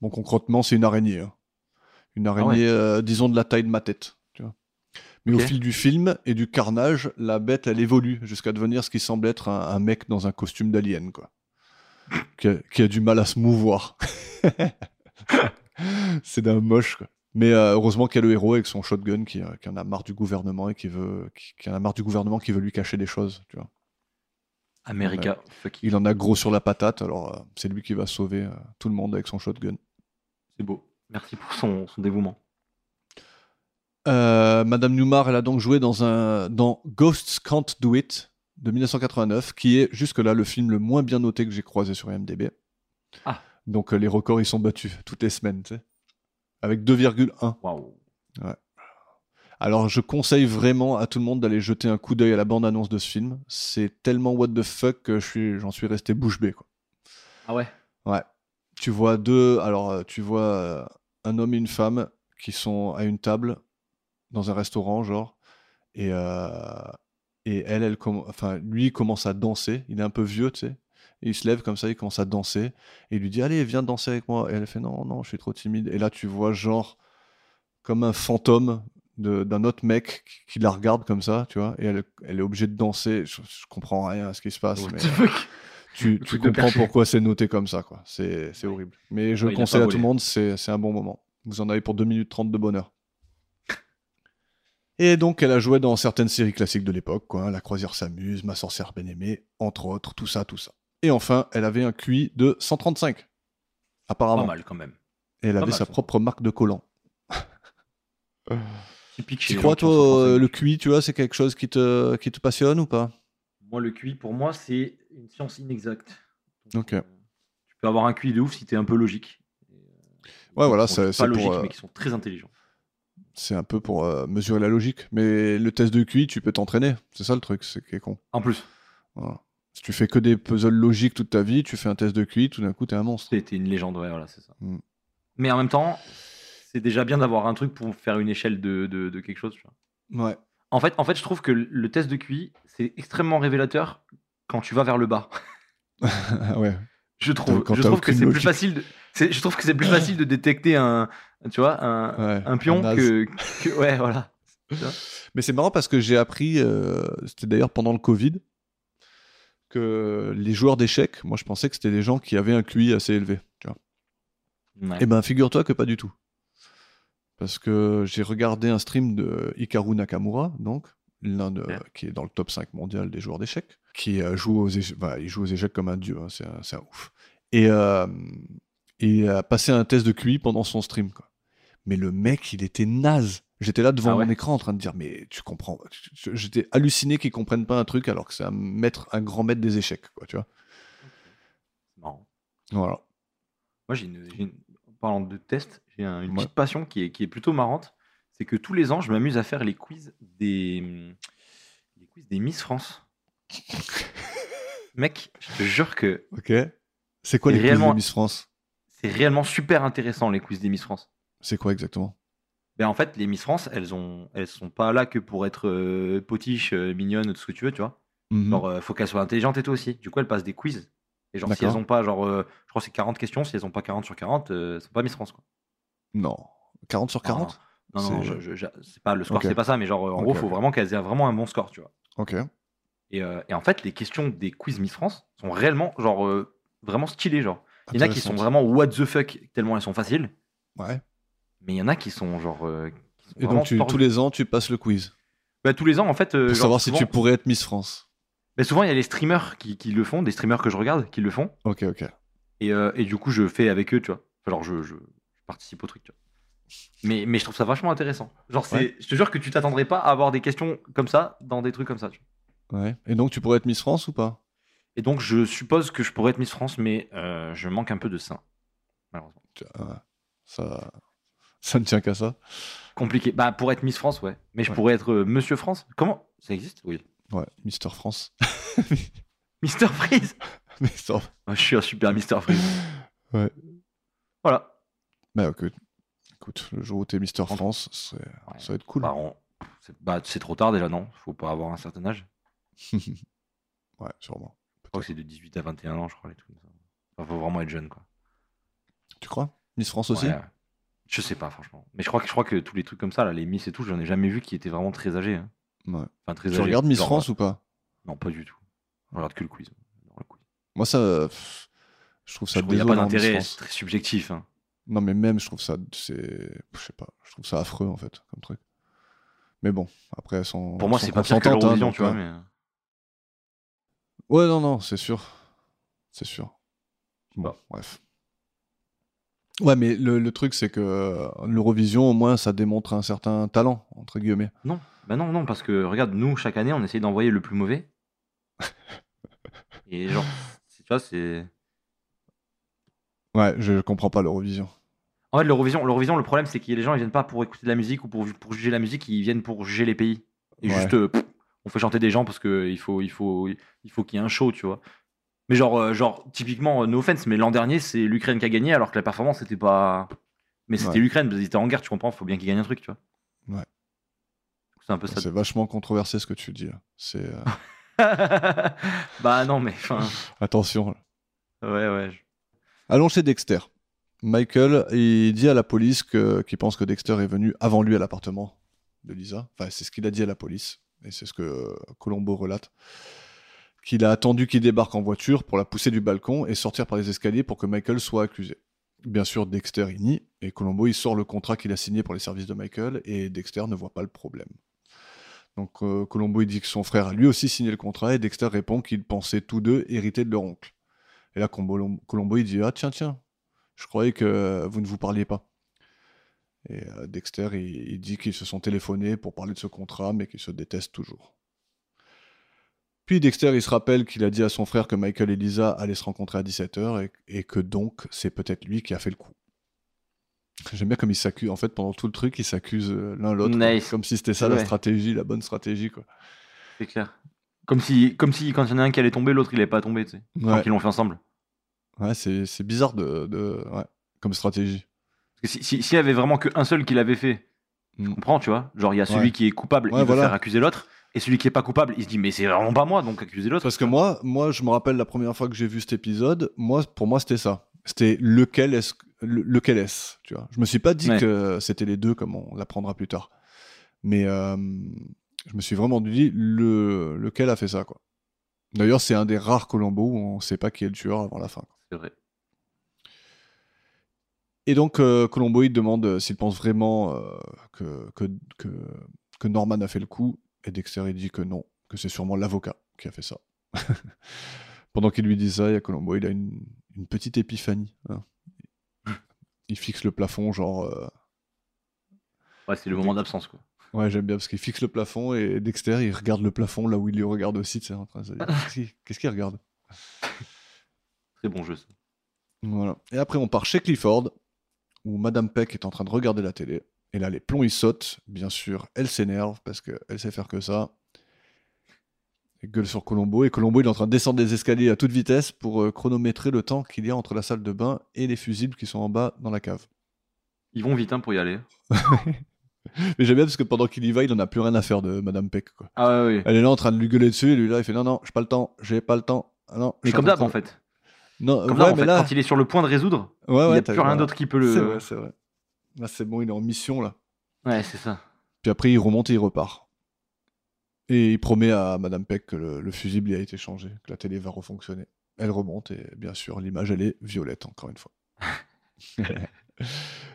S2: Bon, concrètement, c'est une araignée. hein. Une araignée, euh, disons, de la taille de ma tête. tu vois. Mais
S3: Ok.
S2: au fil du film et du carnage, la bête, elle évolue jusqu'à devenir ce qui semble être un, un mec dans un costume d'alien, quoi. qui, a, qui a du mal à se mouvoir. c'est d'un moche, quoi. Mais euh, heureusement qu'il y a le héros avec son shotgun qui, euh, qui en a marre du gouvernement et qui veut, qui, qui en a marre du gouvernement qui veut lui cacher des choses. Tu vois.
S3: America, fuck it.
S2: Il en a gros sur la patate, alors euh, c'est lui qui va sauver euh, tout le monde avec son shotgun.
S3: C'est beau. Merci pour son, son dévouement.
S2: Euh, Madame Newmar, elle a donc joué dans, un, dans Ghosts Can't Do It de 1989, qui est jusque-là le film le moins bien noté que j'ai croisé sur IMDb.
S3: Ah.
S2: Donc euh, les records, ils sont battus toutes les semaines, tu sais. Avec 2,1.
S3: Waouh.
S2: Alors je conseille vraiment à tout le monde d'aller jeter un coup d'œil à la bande-annonce de ce film. C'est tellement what the fuck que je suis- j'en suis, resté bouche bée. Quoi.
S3: Ah ouais
S2: Ouais. Tu vois deux. Alors euh, tu vois euh, un homme et une femme qui sont à une table dans un restaurant, genre. Et, euh, et elle, elle comm- enfin, lui il commence à danser. Il est un peu vieux, tu sais. Et il se lève comme ça, il commence à danser. Et il lui dit Allez, viens danser avec moi. Et elle fait Non, non, je suis trop timide. Et là, tu vois, genre, comme un fantôme de- d'un autre mec qui, qui la regarde comme ça, tu vois. Et elle, elle est obligée de danser. Je, je comprends rien à ce qui se passe.
S3: What
S2: mais-
S3: the fuck
S2: tu,
S3: Le
S2: tu
S3: truc de
S2: comprends
S3: perché.
S2: pourquoi c'est noté comme ça, quoi. C'est c'est horrible. Mais je
S3: Ouais, Ah, il a
S2: conseille
S3: pas
S2: à tout le
S3: volé.
S2: monde, c'est c'est un bon moment. Vous en avez pour 2 minutes 30 de bonheur. Et donc, elle a joué dans certaines séries classiques de l'époque, quoi. hein. La croisière s'amuse, Ma sorcière bien-aimée, entre autres, tout ça, tout ça. Et enfin, elle avait un QI de 135,
S3: Pas
S2: apparemment.
S3: mal quand même.
S2: Et elle
S3: Pas
S2: avait
S3: mal,
S2: sa
S3: ça.
S2: propre marque de collant.
S3: Typique chez
S2: Tu
S3: les
S2: crois,
S3: gens qui
S2: toi,
S3: ont
S2: euh,
S3: 135.
S2: le QI, tu vois, c'est quelque chose qui te, qui te passionne ou pas
S3: Moi, le QI, pour moi, c'est une science inexacte.
S2: Ok.
S3: euh, tu peux avoir un QI de ouf si t'es un peu logique. Et, euh,
S2: Ouais,
S3: qui
S2: voilà,
S3: sont
S2: ça-
S3: pas
S2: c'est pour,
S3: logiques,
S2: euh,
S3: mais qui sont très intelligents.
S2: C'est un peu pour euh, mesurer la logique. Mais le test de QI, tu peux t'entraîner. C'est ça le truc, c'est qui est con.
S3: En plus,
S2: Voilà. Si tu fais que des puzzles logiques toute ta vie, tu fais un test de QI, tout d'un coup, t'es un monstre.
S3: t'es t'es une légende, ouais, voilà, c'est ça.
S2: Mm.
S3: Mais en même temps, c'est déjà bien d'avoir un truc pour faire une échelle de, de- de quelque chose. tu vois.
S2: Ouais.
S3: En fait, en fait, je trouve que le test de QI, c'est extrêmement révélateur quand tu vas vers le bas.
S2: Ah ouais.
S3: Je trouve,
S2: Quand
S3: je
S2: t'as
S3: trouve que
S2: aucune
S3: c'est plus
S2: logique.
S3: facile. De, c'est- je trouve que c'est plus facile de détecter un, tu vois, un,
S2: Ouais,
S3: un pion
S2: un naze.
S3: que, que- ouais, voilà.
S2: Mais c'est marrant parce que j'ai appris, euh, c'était d'ailleurs pendant le Covid, que les joueurs d'échecs, moi je pensais que c'était des gens qui avaient un QI assez élevé. Tu vois.
S3: Ouais.
S2: Eh ben, figure-toi que pas du tout. Parce que j'ai regardé un stream de Hikaru Nakamura, donc, l'un de,
S3: Ouais.
S2: qui est dans le top 5 mondial des joueurs d'échecs, qui euh, joue aux échecs, bah, il joue aux échecs comme un dieu, hein, c'est un, c'est un ouf. Et euh, il a passé un test de QI pendant son stream, quoi. Mais le mec, il était naze. J'étais là devant
S3: Ah ouais
S2: mon écran en train de dire, mais tu comprends. je- J'étais halluciné qu'ils comprennent pas un truc alors que c'est un maître, un grand maître des échecs, quoi, tu vois.
S3: C'est marrant.
S2: Voilà.
S3: Moi, j'ai une, j'ai une- en parlant de tests, j'ai un- une
S2: Ouais.
S3: petite passion qui est, qui est plutôt marrante. C'est que tous les ans, je m'amuse à faire les quiz des, les quiz des Miss France. Mec, je te jure que
S2: Ok. C'est quoi
S3: Et
S2: les quiz
S3: réellement-
S2: de Miss France
S3: c'est réellement super intéressant les quiz des Miss France.
S2: C'est quoi exactement
S3: Ben, en fait, les Miss France, elles ont, elles sont pas là que pour être euh, potiches, euh, mignonnes, tout ce que tu veux, tu vois.
S2: Mhm.
S3: Genre, euh, faut qu'elles soient intelligentes et tout aussi. Du coup, elles passent des quiz. Et genre, si
S2: D'accord.
S3: elles ont pas, genre, euh, je crois que c'est 40 questions, si elles ont pas 40 sur 40, euh, elles sont pas Miss France. Quoi.
S2: Non. 40 sur 40
S3: Non, non, non,
S2: C'est-
S3: je- je- je- c'est pas le score,
S2: Ok.
S3: c'est pas ça, mais genre, euh, en
S2: Ok,
S3: gros, faut
S2: ok.
S3: vraiment qu'elles aient vraiment un bon score, tu vois.
S2: Ok.
S3: Et, euh, et en fait, les questions des quiz Miss France sont réellement, genre, euh, vraiment stylées, genre. Il y en a qui sont
S2: Intéressante.
S3: vraiment what the fuck, tellement elles sont faciles,
S2: Ouais.
S3: mais il y en a qui sont, genre. euh, qui sont
S2: Et
S3: vraiment
S2: donc, tu-
S3: tordus.
S2: tous les ans, tu passes le quiz
S3: Bah, tous les ans, en fait. euh,
S2: pour
S3: genre,
S2: savoir si
S3: souvent-
S2: tu pourrais être Miss France.
S3: bah, souvent, il y a les streamers qui, qui le font, des streamers que je regarde qui le font.
S2: Ok, ok.
S3: Et, euh, et du coup, je fais avec eux, tu vois. Enfin, genre, je, je- je participe au truc, tu vois. Mais, mais je trouve ça vachement intéressant. Genre, c'est,
S2: Ouais.
S3: je te jure que tu t'attendrais pas à avoir des questions comme ça dans des trucs comme ça. tu vois.
S2: Ouais. Et donc, tu pourrais être Miss France ou pas
S3: Et donc, je suppose que je pourrais être Miss France, mais euh, je manque un peu de sein. Malheureusement.
S2: Tu- ah, ça... ça ne tient qu'à ça.
S3: Compliqué. Bah, pour être Miss France, ouais. Mais je
S2: Ouais.
S3: pourrais être euh, Monsieur France. Comment Ça existe Oui.
S2: Ouais, Mister France.
S3: Mister Freeze
S2: Mister...
S3: Ah, Je suis un super Mister Freeze.
S2: Ouais.
S3: Voilà.
S2: Bah, ok. Écoute, le jour où t'es Mister France, c'est-
S3: Ouais.
S2: ça va être cool.
S3: Bah, on- c'est, bah, c'est trop tard déjà, non Faut pas avoir un certain âge.
S2: ouais, sûrement.
S3: Je crois que c'est de 18 à 21 ans, je crois, les trucs comme ça. Enfin, faut vraiment être jeune, quoi.
S2: Tu crois Miss France aussi
S3: Ouais, ouais. Je sais pas, franchement. Mais je crois que, je crois que tous les trucs comme ça, là, les Miss et tout, j'en ai jamais vu qui étaient vraiment très âgés. hein.
S2: Ouais.
S3: Enfin, très
S2: Tu
S3: âgés.
S2: regardes Miss
S3: Genre,
S2: France ou pas
S3: euh, Non, pas du tout. Je regarde que le quiz. J'adore le quiz.
S2: Moi, ça. euh, pff, Je trouve ça
S3: Je trouve qu'il n'y a pas
S2: désolant, Miss
S3: d'intérêt,
S2: France.
S3: c'est très subjectif. hein.
S2: Non, mais même, je trouve ça, c'est, je sais pas, je trouve ça affreux en fait, comme truc. Mais bon, après, elles sont.
S3: Pour moi,
S2: elles
S3: c'est
S2: sont
S3: pas pire que
S2: consentantes, hein,
S3: l'Eurovision,
S2: donc,
S3: tu vois.
S2: euh,
S3: Mais... Bah.
S2: Ouais, non, non, c'est sûr, c'est sûr. Bon,
S3: pas.
S2: bref. Ouais, mais le, le truc, c'est que euh, l'Eurovision, au moins, ça démontre un certain talent, entre guillemets.
S3: Non, bah non, non, parce que regarde, nous, chaque année, on essaye d'envoyer le plus mauvais. Et genre, c'est- tu vois, c'est.
S2: Ouais, je comprends pas l'Eurovision.
S3: En fait, l'Eurovision, l'Eurovision, le problème, c'est que les gens, ils viennent pas pour écouter de la musique ou pour, pour juger la musique, ils viennent pour juger les pays. Et
S2: Ouais.
S3: juste, euh, pff, on fait chanter des gens parce que il faut, il faut, il faut qu'il y ait un show, tu vois. Mais genre, euh, genre, typiquement, euh, no offense, mais l'an dernier, c'est l'Ukraine qui a gagné, alors que la performance, c'était pas. Mais c'était
S2: Ouais.
S3: l'Ukraine, parce qu'ils étaient en guerre, tu comprends, faut bien qu'ils gagnent un truc, tu vois.
S2: Ouais.
S3: C'est un peu ça.
S2: C'est vachement controversé ce que tu dis. là. C'est euh,
S3: bah non, mais enfin.
S2: attention.
S3: Ouais, ouais. je-
S2: Allons chez Dexter. Michael, il dit à la police que- qu'il pense que Dexter est venu avant lui à l'appartement de Lisa. Enfin, c'est ce qu'il a dit à la police. Et c'est ce que euh, Colombo relate. Qu'il a attendu qu'il débarque en voiture pour la pousser du balcon et sortir par les escaliers pour que Michael soit accusé. Bien sûr, Dexter il nie. Et Colombo, il sort le contrat qu'il a signé pour les services de Michael. Et Dexter ne voit pas le problème. Donc, euh, Colombo, il dit que son frère a lui aussi signé le contrat. Et Dexter répond qu'ils pensaient tous deux hériter de leur oncle. Et là, Combo- Colombo, il dit Ah, tiens, tiens, je croyais que euh, vous ne vous parliez pas. Et euh, Dexter, il, il dit qu'ils se sont téléphonés pour parler de ce contrat, mais qu'ils se détestent toujours. Puis Dexter, il se rappelle qu'il a dit à son frère que Michael et Lisa allaient se rencontrer à 17h et, et que donc c'est peut-être lui qui a fait le coup. J'aime bien comme ils s'accusent, en fait, pendant tout le truc, ils s'accusent euh, l'un l'autre. quoi.
S3: Nice.
S2: Comme si c'était ça la
S3: Ouais.
S2: stratégie, la bonne stratégie, quoi.
S3: C'est clair. Comme si, comme si quand il y en a un qui allait tomber, l'autre il est pas tombé, tu sais.
S2: Ouais,
S3: Tant qu'ils l'ont fait ensemble.
S2: ouais, c'est c'est bizarre de, de- ouais, comme stratégie.
S3: Parce que si- si- s'il y avait vraiment qu'un seul qui l'avait fait, je
S2: Mm.
S3: comprends, tu vois. Genre, il y a celui
S2: Ouais.
S3: qui est coupable,
S2: Ouais,
S3: il veut
S2: voilà.
S3: faire accuser l'autre. Et celui qui est pas coupable, il se dit, mais c'est vraiment pas moi, donc accuser l'autre.
S2: Parce que moi, moi, je me rappelle la première fois que j'ai vu cet épisode, moi, pour moi, c'était ça. C'était lequel est-ce, que- le- lequel est-ce, tu vois. Je me suis pas dit
S3: Ouais.
S2: que c'était les deux, comme on l'apprendra plus tard. Mais euh, je me suis vraiment dit, le, lequel a fait ça, quoi. D'ailleurs, c'est un des rares Colombo où on sait pas qui est le tueur avant la fin.
S3: C'est vrai.
S2: Et donc, euh, Colombo, il demande euh, s'il pense vraiment euh, que, que, que, que Norman a fait le coup. Et Dexter, il dit que non, que c'est sûrement l'avocat qui a fait ça. Pendant qu'il lui dit ça, il y a Colombo, il a une, une petite épiphanie. hein. Il fixe le plafond, genre. euh,
S3: Ouais, c'est le moment d'absence, quoi.
S2: Ouais, j'aime bien parce qu'il fixe le plafond et Dexter, il regarde le plafond là où il le regarde aussi. tu sais, en train de se dire, Qu'est-ce qu'il- qu'est-ce qu'il regarde
S3: Très bon jeu, ça.
S2: Voilà. Et après, on part chez Clifford, où Madame Peck est en train de regarder la télé. Et là, les plombs, ils sautent. Bien sûr, elle s'énerve parce qu'elle sait faire que ça. Elle gueule sur Colombo. Et Colombo, il est en train de descendre les escaliers à toute vitesse pour euh, chronométrer le temps qu'il y a entre la salle de bain et les fusibles qui sont en bas dans la cave.
S3: Ils vont vite hein, pour y aller.
S2: Mais j'aime bien parce que pendant qu'il y va, il en a plus rien à faire de Madame Peck. Quoi.
S3: Ah ouais, ouais.
S2: Elle est là en train de lui gueuler dessus. Et lui, là, il fait Non, non, j'ai pas le temps. J'ai pas le temps. Ah non, je
S3: Mais
S2: suis
S3: comme
S2: en
S3: d'hab,
S2: train
S3: en
S2: de-
S3: fait.
S2: Non,
S3: Comme
S2: ouais,
S3: d'hab, en
S2: mais
S3: fait,
S2: là, Ah
S3: quand il est sur le point de résoudre,
S2: ouais,
S3: il
S2: ouais,
S3: n'y a
S2: t'as-
S3: plus rien
S2: ouais.
S3: d'autre qui peut
S2: C'est
S3: le.
S2: vrai, c'est vrai. Là, c'est bon, il est en mission là.
S3: Ouais, c'est ça.
S2: Puis après, il remonte et il repart. Et il promet à Madame Peck que le, le fusible y a été changé, que la télé va refonctionner. Elle remonte et bien sûr, l'image, elle est violette, encore une fois.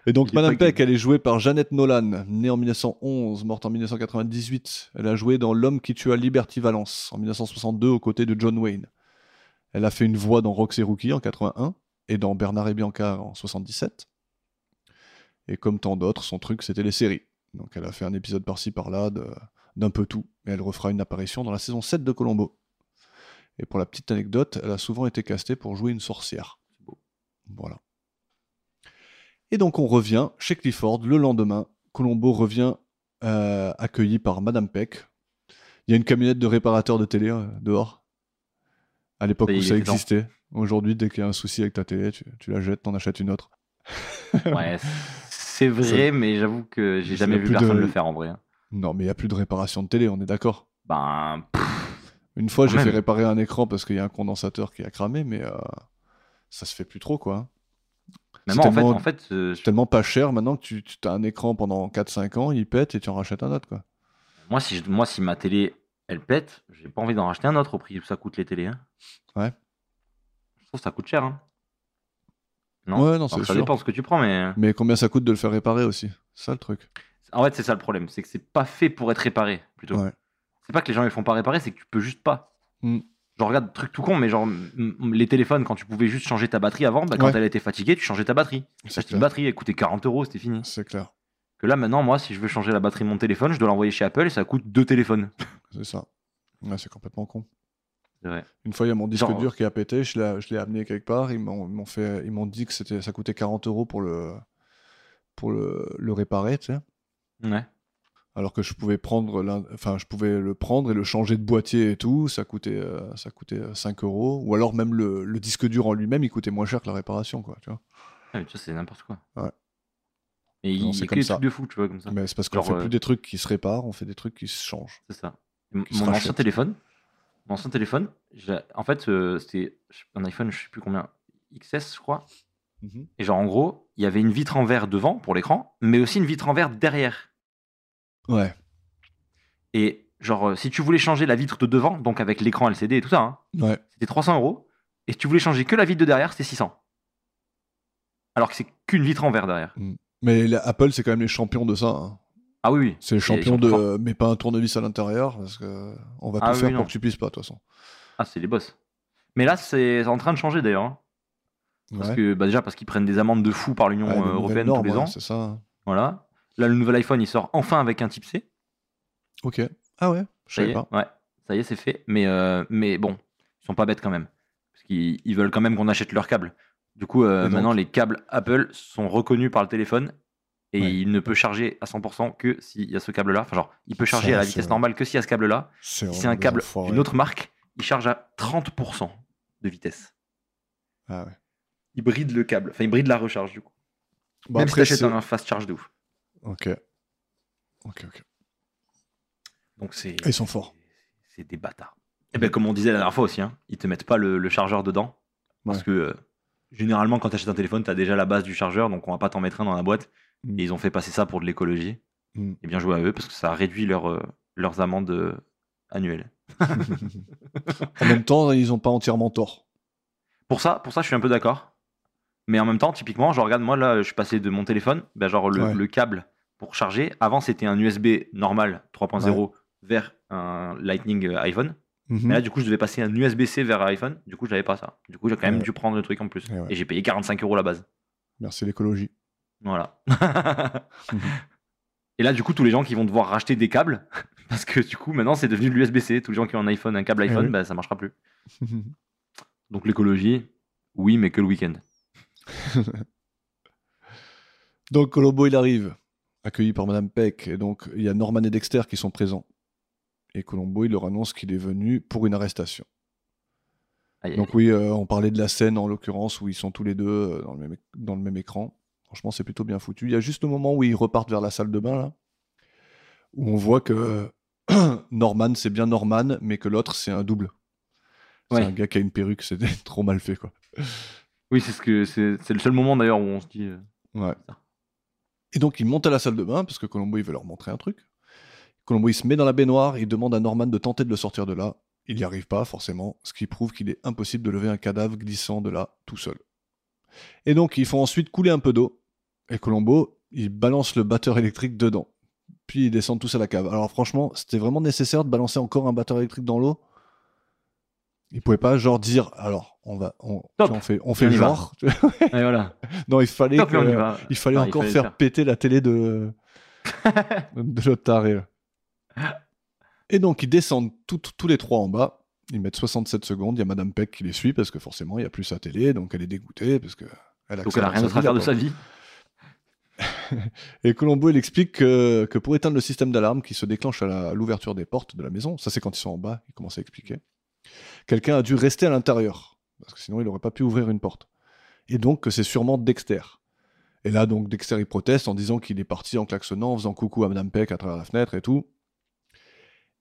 S2: et donc,
S3: Il est
S2: Madame
S3: pas
S2: Peck, elle est jouée par Jeannette Nolan, née en 1911, morte en 1998. Elle a joué dans L'homme qui tua Liberty Valence en 1962 aux côtés de John Wayne. Elle a fait une voix dans Roxy Rookie en 81 et dans Bernard et Bianca en 77. Et comme tant d'autres, son truc, c'était les séries. Donc elle a fait un épisode par-ci par-là de- d'un peu tout, et elle refera une apparition dans la saison 7 de Colombo. Et pour la petite anecdote, elle a souvent été castée pour jouer une sorcière. Voilà. Et donc on revient chez Clifford le lendemain. Colombo revient euh, accueilli par Madame Peck. Il y a une camionnette de réparateur de télé euh, dehors. À l'époque
S3: Ça y est,
S2: où
S3: il
S2: ça
S3: était temps.
S2: existait. Aujourd'hui, dès qu'il y a un souci avec ta télé, tu, tu la jettes, t'en achètes une autre.
S3: Ouais, c'est vrai, mais j'avoue que j'ai
S2: Ça
S3: jamais
S2: n'a
S3: vu
S2: plus de-
S3: personne le faire en vrai. hein.
S2: Non, mais il n'y a plus de réparation de télé, on est d'accord.
S3: Ben,
S2: Une fois,
S3: Quand
S2: j'ai fait
S3: même.
S2: réparer un écran parce qu'il y a un condensateur qui a cramé, mais euh, ça se fait plus trop, quoi.
S3: même
S2: C'est
S3: en fait,
S2: tellement-
S3: en fait euh,
S2: C'est tellement pas cher maintenant que tu, tu as un écran pendant 4-5 ans, il pète et tu en rachètes un autre, quoi.
S3: moi, si je- moi, si ma télé elle pète, j'ai pas envie d'en racheter un autre au prix où ça coûte les télés. hein.
S2: Ouais.
S3: Je trouve que ça coûte cher. hein. Non,
S2: Ouais, non,
S3: Alors
S2: c'est
S3: que ça
S2: sûr.
S3: dépend de ce que tu prends, mais. euh,
S2: Mais combien ça coûte de le faire réparer aussi C'est ça le truc.
S3: En fait, c'est ça le problème, c'est que c'est pas fait pour être réparé, plutôt.
S2: Ouais.
S3: C'est pas que les gens ils font pas réparer, c'est que tu peux juste pas.
S2: Mm.
S3: Genre, regarde, truc tout con, mais genre, m- m- les téléphones, quand tu pouvais juste changer ta batterie avant, bah, quand
S2: Ouais.
S3: elle était fatiguée, tu changeais ta batterie.
S2: C'est
S3: T'achetais
S2: clair.
S3: une batterie, elle coûtait 40 euros, c'était fini.
S2: C'est clair,
S3: Que là, maintenant, moi, si je veux changer la batterie de mon téléphone, je dois l'envoyer chez Apple et ça coûte deux téléphones.
S2: c'est ça. Ouais, c'est complètement con.
S3: C'est vrai.
S2: Une fois, il y a mon disque
S3: Genre,
S2: dur qui a pété, je l'ai, je l'ai amené quelque part, ils m'ont, ils m'ont fait, ils m'ont dit que c'était, ça coûtait 40 euros pour le, pour le, le réparer, tu sais.
S3: Ouais.
S2: Alors que je pouvais prendre, l'un- enfin, je pouvais le prendre et le changer de boîtier et tout, ça coûtait, euh, ça coûtait euh, 5 euros. Ou alors même le, le disque dur en lui-même, il coûtait moins cher que la réparation, quoi, tu vois.
S3: Ah, mais ça, c'est n'importe quoi.
S2: Ouais.
S3: Et il
S2: Non,
S3: y a
S2: c'est
S3: que
S2: comme
S3: des
S2: ça. Mm.
S3: trucs de fou, tu vois, comme ça.
S2: Mais c'est parce qu'on
S3: Genre,
S2: fait
S3: euh,
S2: plus des trucs qui se réparent, on fait des trucs qui se changent.
S3: C'est ça. Et mon
S2: Qui se
S3: mon ancien
S2: rachète.
S3: téléphone, mon ancien téléphone, j'a- en fait, euh, c'était un iPhone, je sais plus combien, XS, je crois.
S2: Mhm.
S3: Et genre, en gros, il y avait une vitre en verre devant pour l'écran, mais aussi une vitre en verre derrière.
S2: Ouais,
S3: Et genre, euh, si tu voulais changer la vitre de devant, donc avec l'écran LCD et tout ça, hein,
S2: ouais,
S3: c'était 300 euros. Et si tu voulais changer que la vitre de derrière, c'était 600. Alors que c'est qu'une vitre en verre derrière.
S2: mais la- Apple, c'est quand même les champions de ça. hein.
S3: Ah oui, oui.
S2: C'est les
S3: ils sont
S2: champions de,
S3: forts.
S2: euh, mais pas un tournevis à l'intérieur, parce que euh, on va tout
S3: Ah oui,
S2: faire
S3: non.
S2: pour que tu puisses pas, de toute façon.
S3: Ah, c'est les boss. Mais là, c'est en train de changer d'ailleurs. hein. Parce
S2: Ouais.
S3: que, bah, déjà, parce qu'ils prennent des amendes de fou par l'Union
S2: Ouais, les
S3: euh,
S2: nouvelles
S3: européenne
S2: normes,
S3: tous les
S2: ouais,
S3: ans.
S2: c'est ça. hein.
S3: Voilà. Là, le nouvel iPhone, il sort enfin avec un type C.
S2: Ok. Ah ouais, je
S3: Ça
S2: savais
S3: y est,
S2: pas.
S3: ouais. Ça y est, c'est fait. Mais, euh, mais bon, ils sont pas bêtes quand même. Parce qu'ils ils veulent quand même qu'on achète leurs câbles. Du coup, euh,
S2: Et donc
S3: maintenant, les câbles Apple sont reconnus par le téléphone et
S2: Ouais.
S3: il ne peut charger à 100% que s'il y a ce câble-là. Enfin, genre, il peut charger
S2: Ça,
S3: à la
S2: c'est
S3: vitesse
S2: vrai.
S3: normale que s'il y a ce câble-là. Si c'est
S2: vraiment
S3: un
S2: des
S3: câble
S2: enfoirés.
S3: d'une autre marque, il charge à 30% de vitesse.
S2: Ah ouais.
S3: Il bride le câble. Enfin, il bride la recharge, du coup.
S2: Bon,
S3: même
S2: Bah, après,
S3: si
S2: c'est-
S3: t'achètes un fast charge de ouf.
S2: Ok. Ok, ok.
S3: Donc, c'est.
S2: Ils sont forts.
S3: C'est des bâtards. Et ben comme on disait la dernière fois aussi, hein, ils te mettent pas le, le chargeur dedans. Parce
S2: Ouais.
S3: que euh, généralement, quand tu achètes un téléphone, tu as déjà la base du chargeur, donc on va pas t'en mettre un dans la boîte.
S2: Mm.
S3: Et ils ont fait passer ça pour de l'écologie.
S2: Mm.
S3: Et bien joué à eux, parce que ça a réduit leur, euh, leurs amendes euh, annuelles.
S2: en même temps, ils ont pas entièrement tort.
S3: Pour ça, pour ça, je suis un peu d'accord. Mais en même temps, typiquement, je regarde, moi là, je suis passé de mon téléphone, ben, genre le,
S2: Ouais.
S3: le câble pour charger. Avant, c'était un USB normal 3.0 vers un Lightning euh, iPhone.
S2: Mhm.
S3: Mais là, du coup, je devais passer un USB-C vers un iPhone. Du coup, j'avais pas ça. Du coup, j'ai quand même
S2: Ouais.
S3: dû prendre le truc en plus.
S2: Et
S3: Et,
S2: ouais.
S3: j'ai payé 45 euros la base.
S2: Merci l'écologie.
S3: Voilà. Et là, du coup, tous les gens qui vont devoir racheter des câbles, parce que du coup, maintenant, c'est devenu de l'USB-C. Tous les gens qui ont un iPhone, un câble
S2: Eh
S3: iPhone,
S2: oui.
S3: bah, ça marchera plus. Donc, l'écologie, oui, mais que le week-end.
S2: donc Colombo, il arrive, accueilli par Madame Peck, et donc il y a Norman et Dexter qui sont présents. Et Colombo, il leur annonce qu'il est venu pour une arrestation.
S4: Ah,
S3: Aïe, aïe.
S2: Donc oui, euh, on parlait de la scène en l'occurrence où ils sont tous les deux euh, dans le même, éc- dans le même écran. Franchement, c'est plutôt bien foutu. Il y a juste le moment où ils repartent vers la salle de bain, là, où on voit que Norman, c'est bien Norman, mais que l'autre, c'est un double. C'est
S3: Ouais.
S2: un gars qui a une perruque, c'est trop mal fait, quoi.
S3: Oui, c'est ce que c'est c'est le seul moment d'ailleurs où on se dit. euh,
S2: Ouais. Et donc, il monte à la salle de bain parce que Colombo, il veut leur montrer un truc. Colombo, il se met dans la baignoire, il demande à Norman de tenter de le sortir de là. Il n'y arrive pas, forcément, ce qui prouve qu'il est impossible de lever un cadavre glissant de là tout seul. Et donc, ils font ensuite couler un peu d'eau. Et Colombo, il balance le batteur électrique dedans. Puis ils descendent tous à la cave. Alors, franchement, c'était vraiment nécessaire de balancer encore un batteur électrique dans l'eau. Ils pouvaient pas, genre, dire alors, on va. On,
S3: Top.
S2: on fait, on fait
S3: On y va.
S2: genre.
S3: Et voilà.
S2: non, il fallait.
S3: Top,
S2: que-
S3: mais on y va.
S2: il fallait
S3: Enfin, Ah, il
S2: encore
S3: fallait le
S2: faire péter la télé de, de l'autre taré. là. Et donc, ils descendent tout- tous les trois en bas. Ils mettent 67 secondes. Il y a Madame Peck qui les suit parce que forcément, il n'y a plus sa télé. Donc, elle est dégoûtée parce que. Elle
S3: Donc, elle a rien d'autre à faire de sa vie.
S2: Et Colombo, il explique que, que pour éteindre le système d'alarme qui se déclenche à la- à l'ouverture des portes de la maison, ça c'est quand ils sont en bas, il commence à expliquer, quelqu'un a dû rester à l'intérieur, parce que sinon il n'aurait pas pu ouvrir une porte. Et donc que c'est sûrement Dexter. Et là, donc, Dexter, il proteste en disant qu'il est parti en klaxonnant, en faisant coucou à Madame Peck à travers la fenêtre et tout.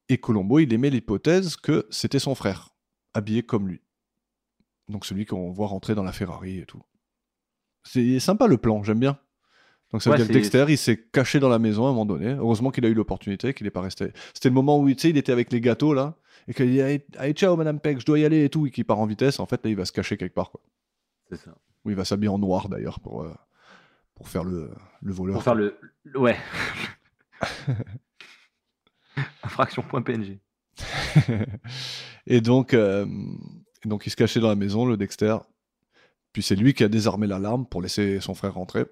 S2: Et Colombo, il émet l'hypothèse que c'était son frère, habillé comme lui. Donc celui qu'on voit rentrer dans la Ferrari et tout. C'est sympa le plan, j'aime bien. Donc ça veut
S3: Ouais,
S2: dire que
S3: c'est-
S2: Dexter, il s'est caché dans la maison à un moment donné. Heureusement qu'il a eu l'opportunité, qu'il n'est pas resté. C'était le moment où tu sais, il était avec les gâteaux là, et qu'il dit allez, allez, ciao Madame Peck, je dois y aller et tout, et qu'il part en vitesse. En fait, là, il va se cacher quelque part. Quoi.
S3: C'est ça.
S2: Ou il va s'habiller en noir d'ailleurs pour, euh, pour faire le, le voleur.
S3: Pour faire le. le- Ouais. Infraction.png.
S2: Et donc, euh, et donc, il se cachait dans la maison, le Dexter. Puis c'est lui qui a désarmé l'alarme pour laisser son frère rentrer.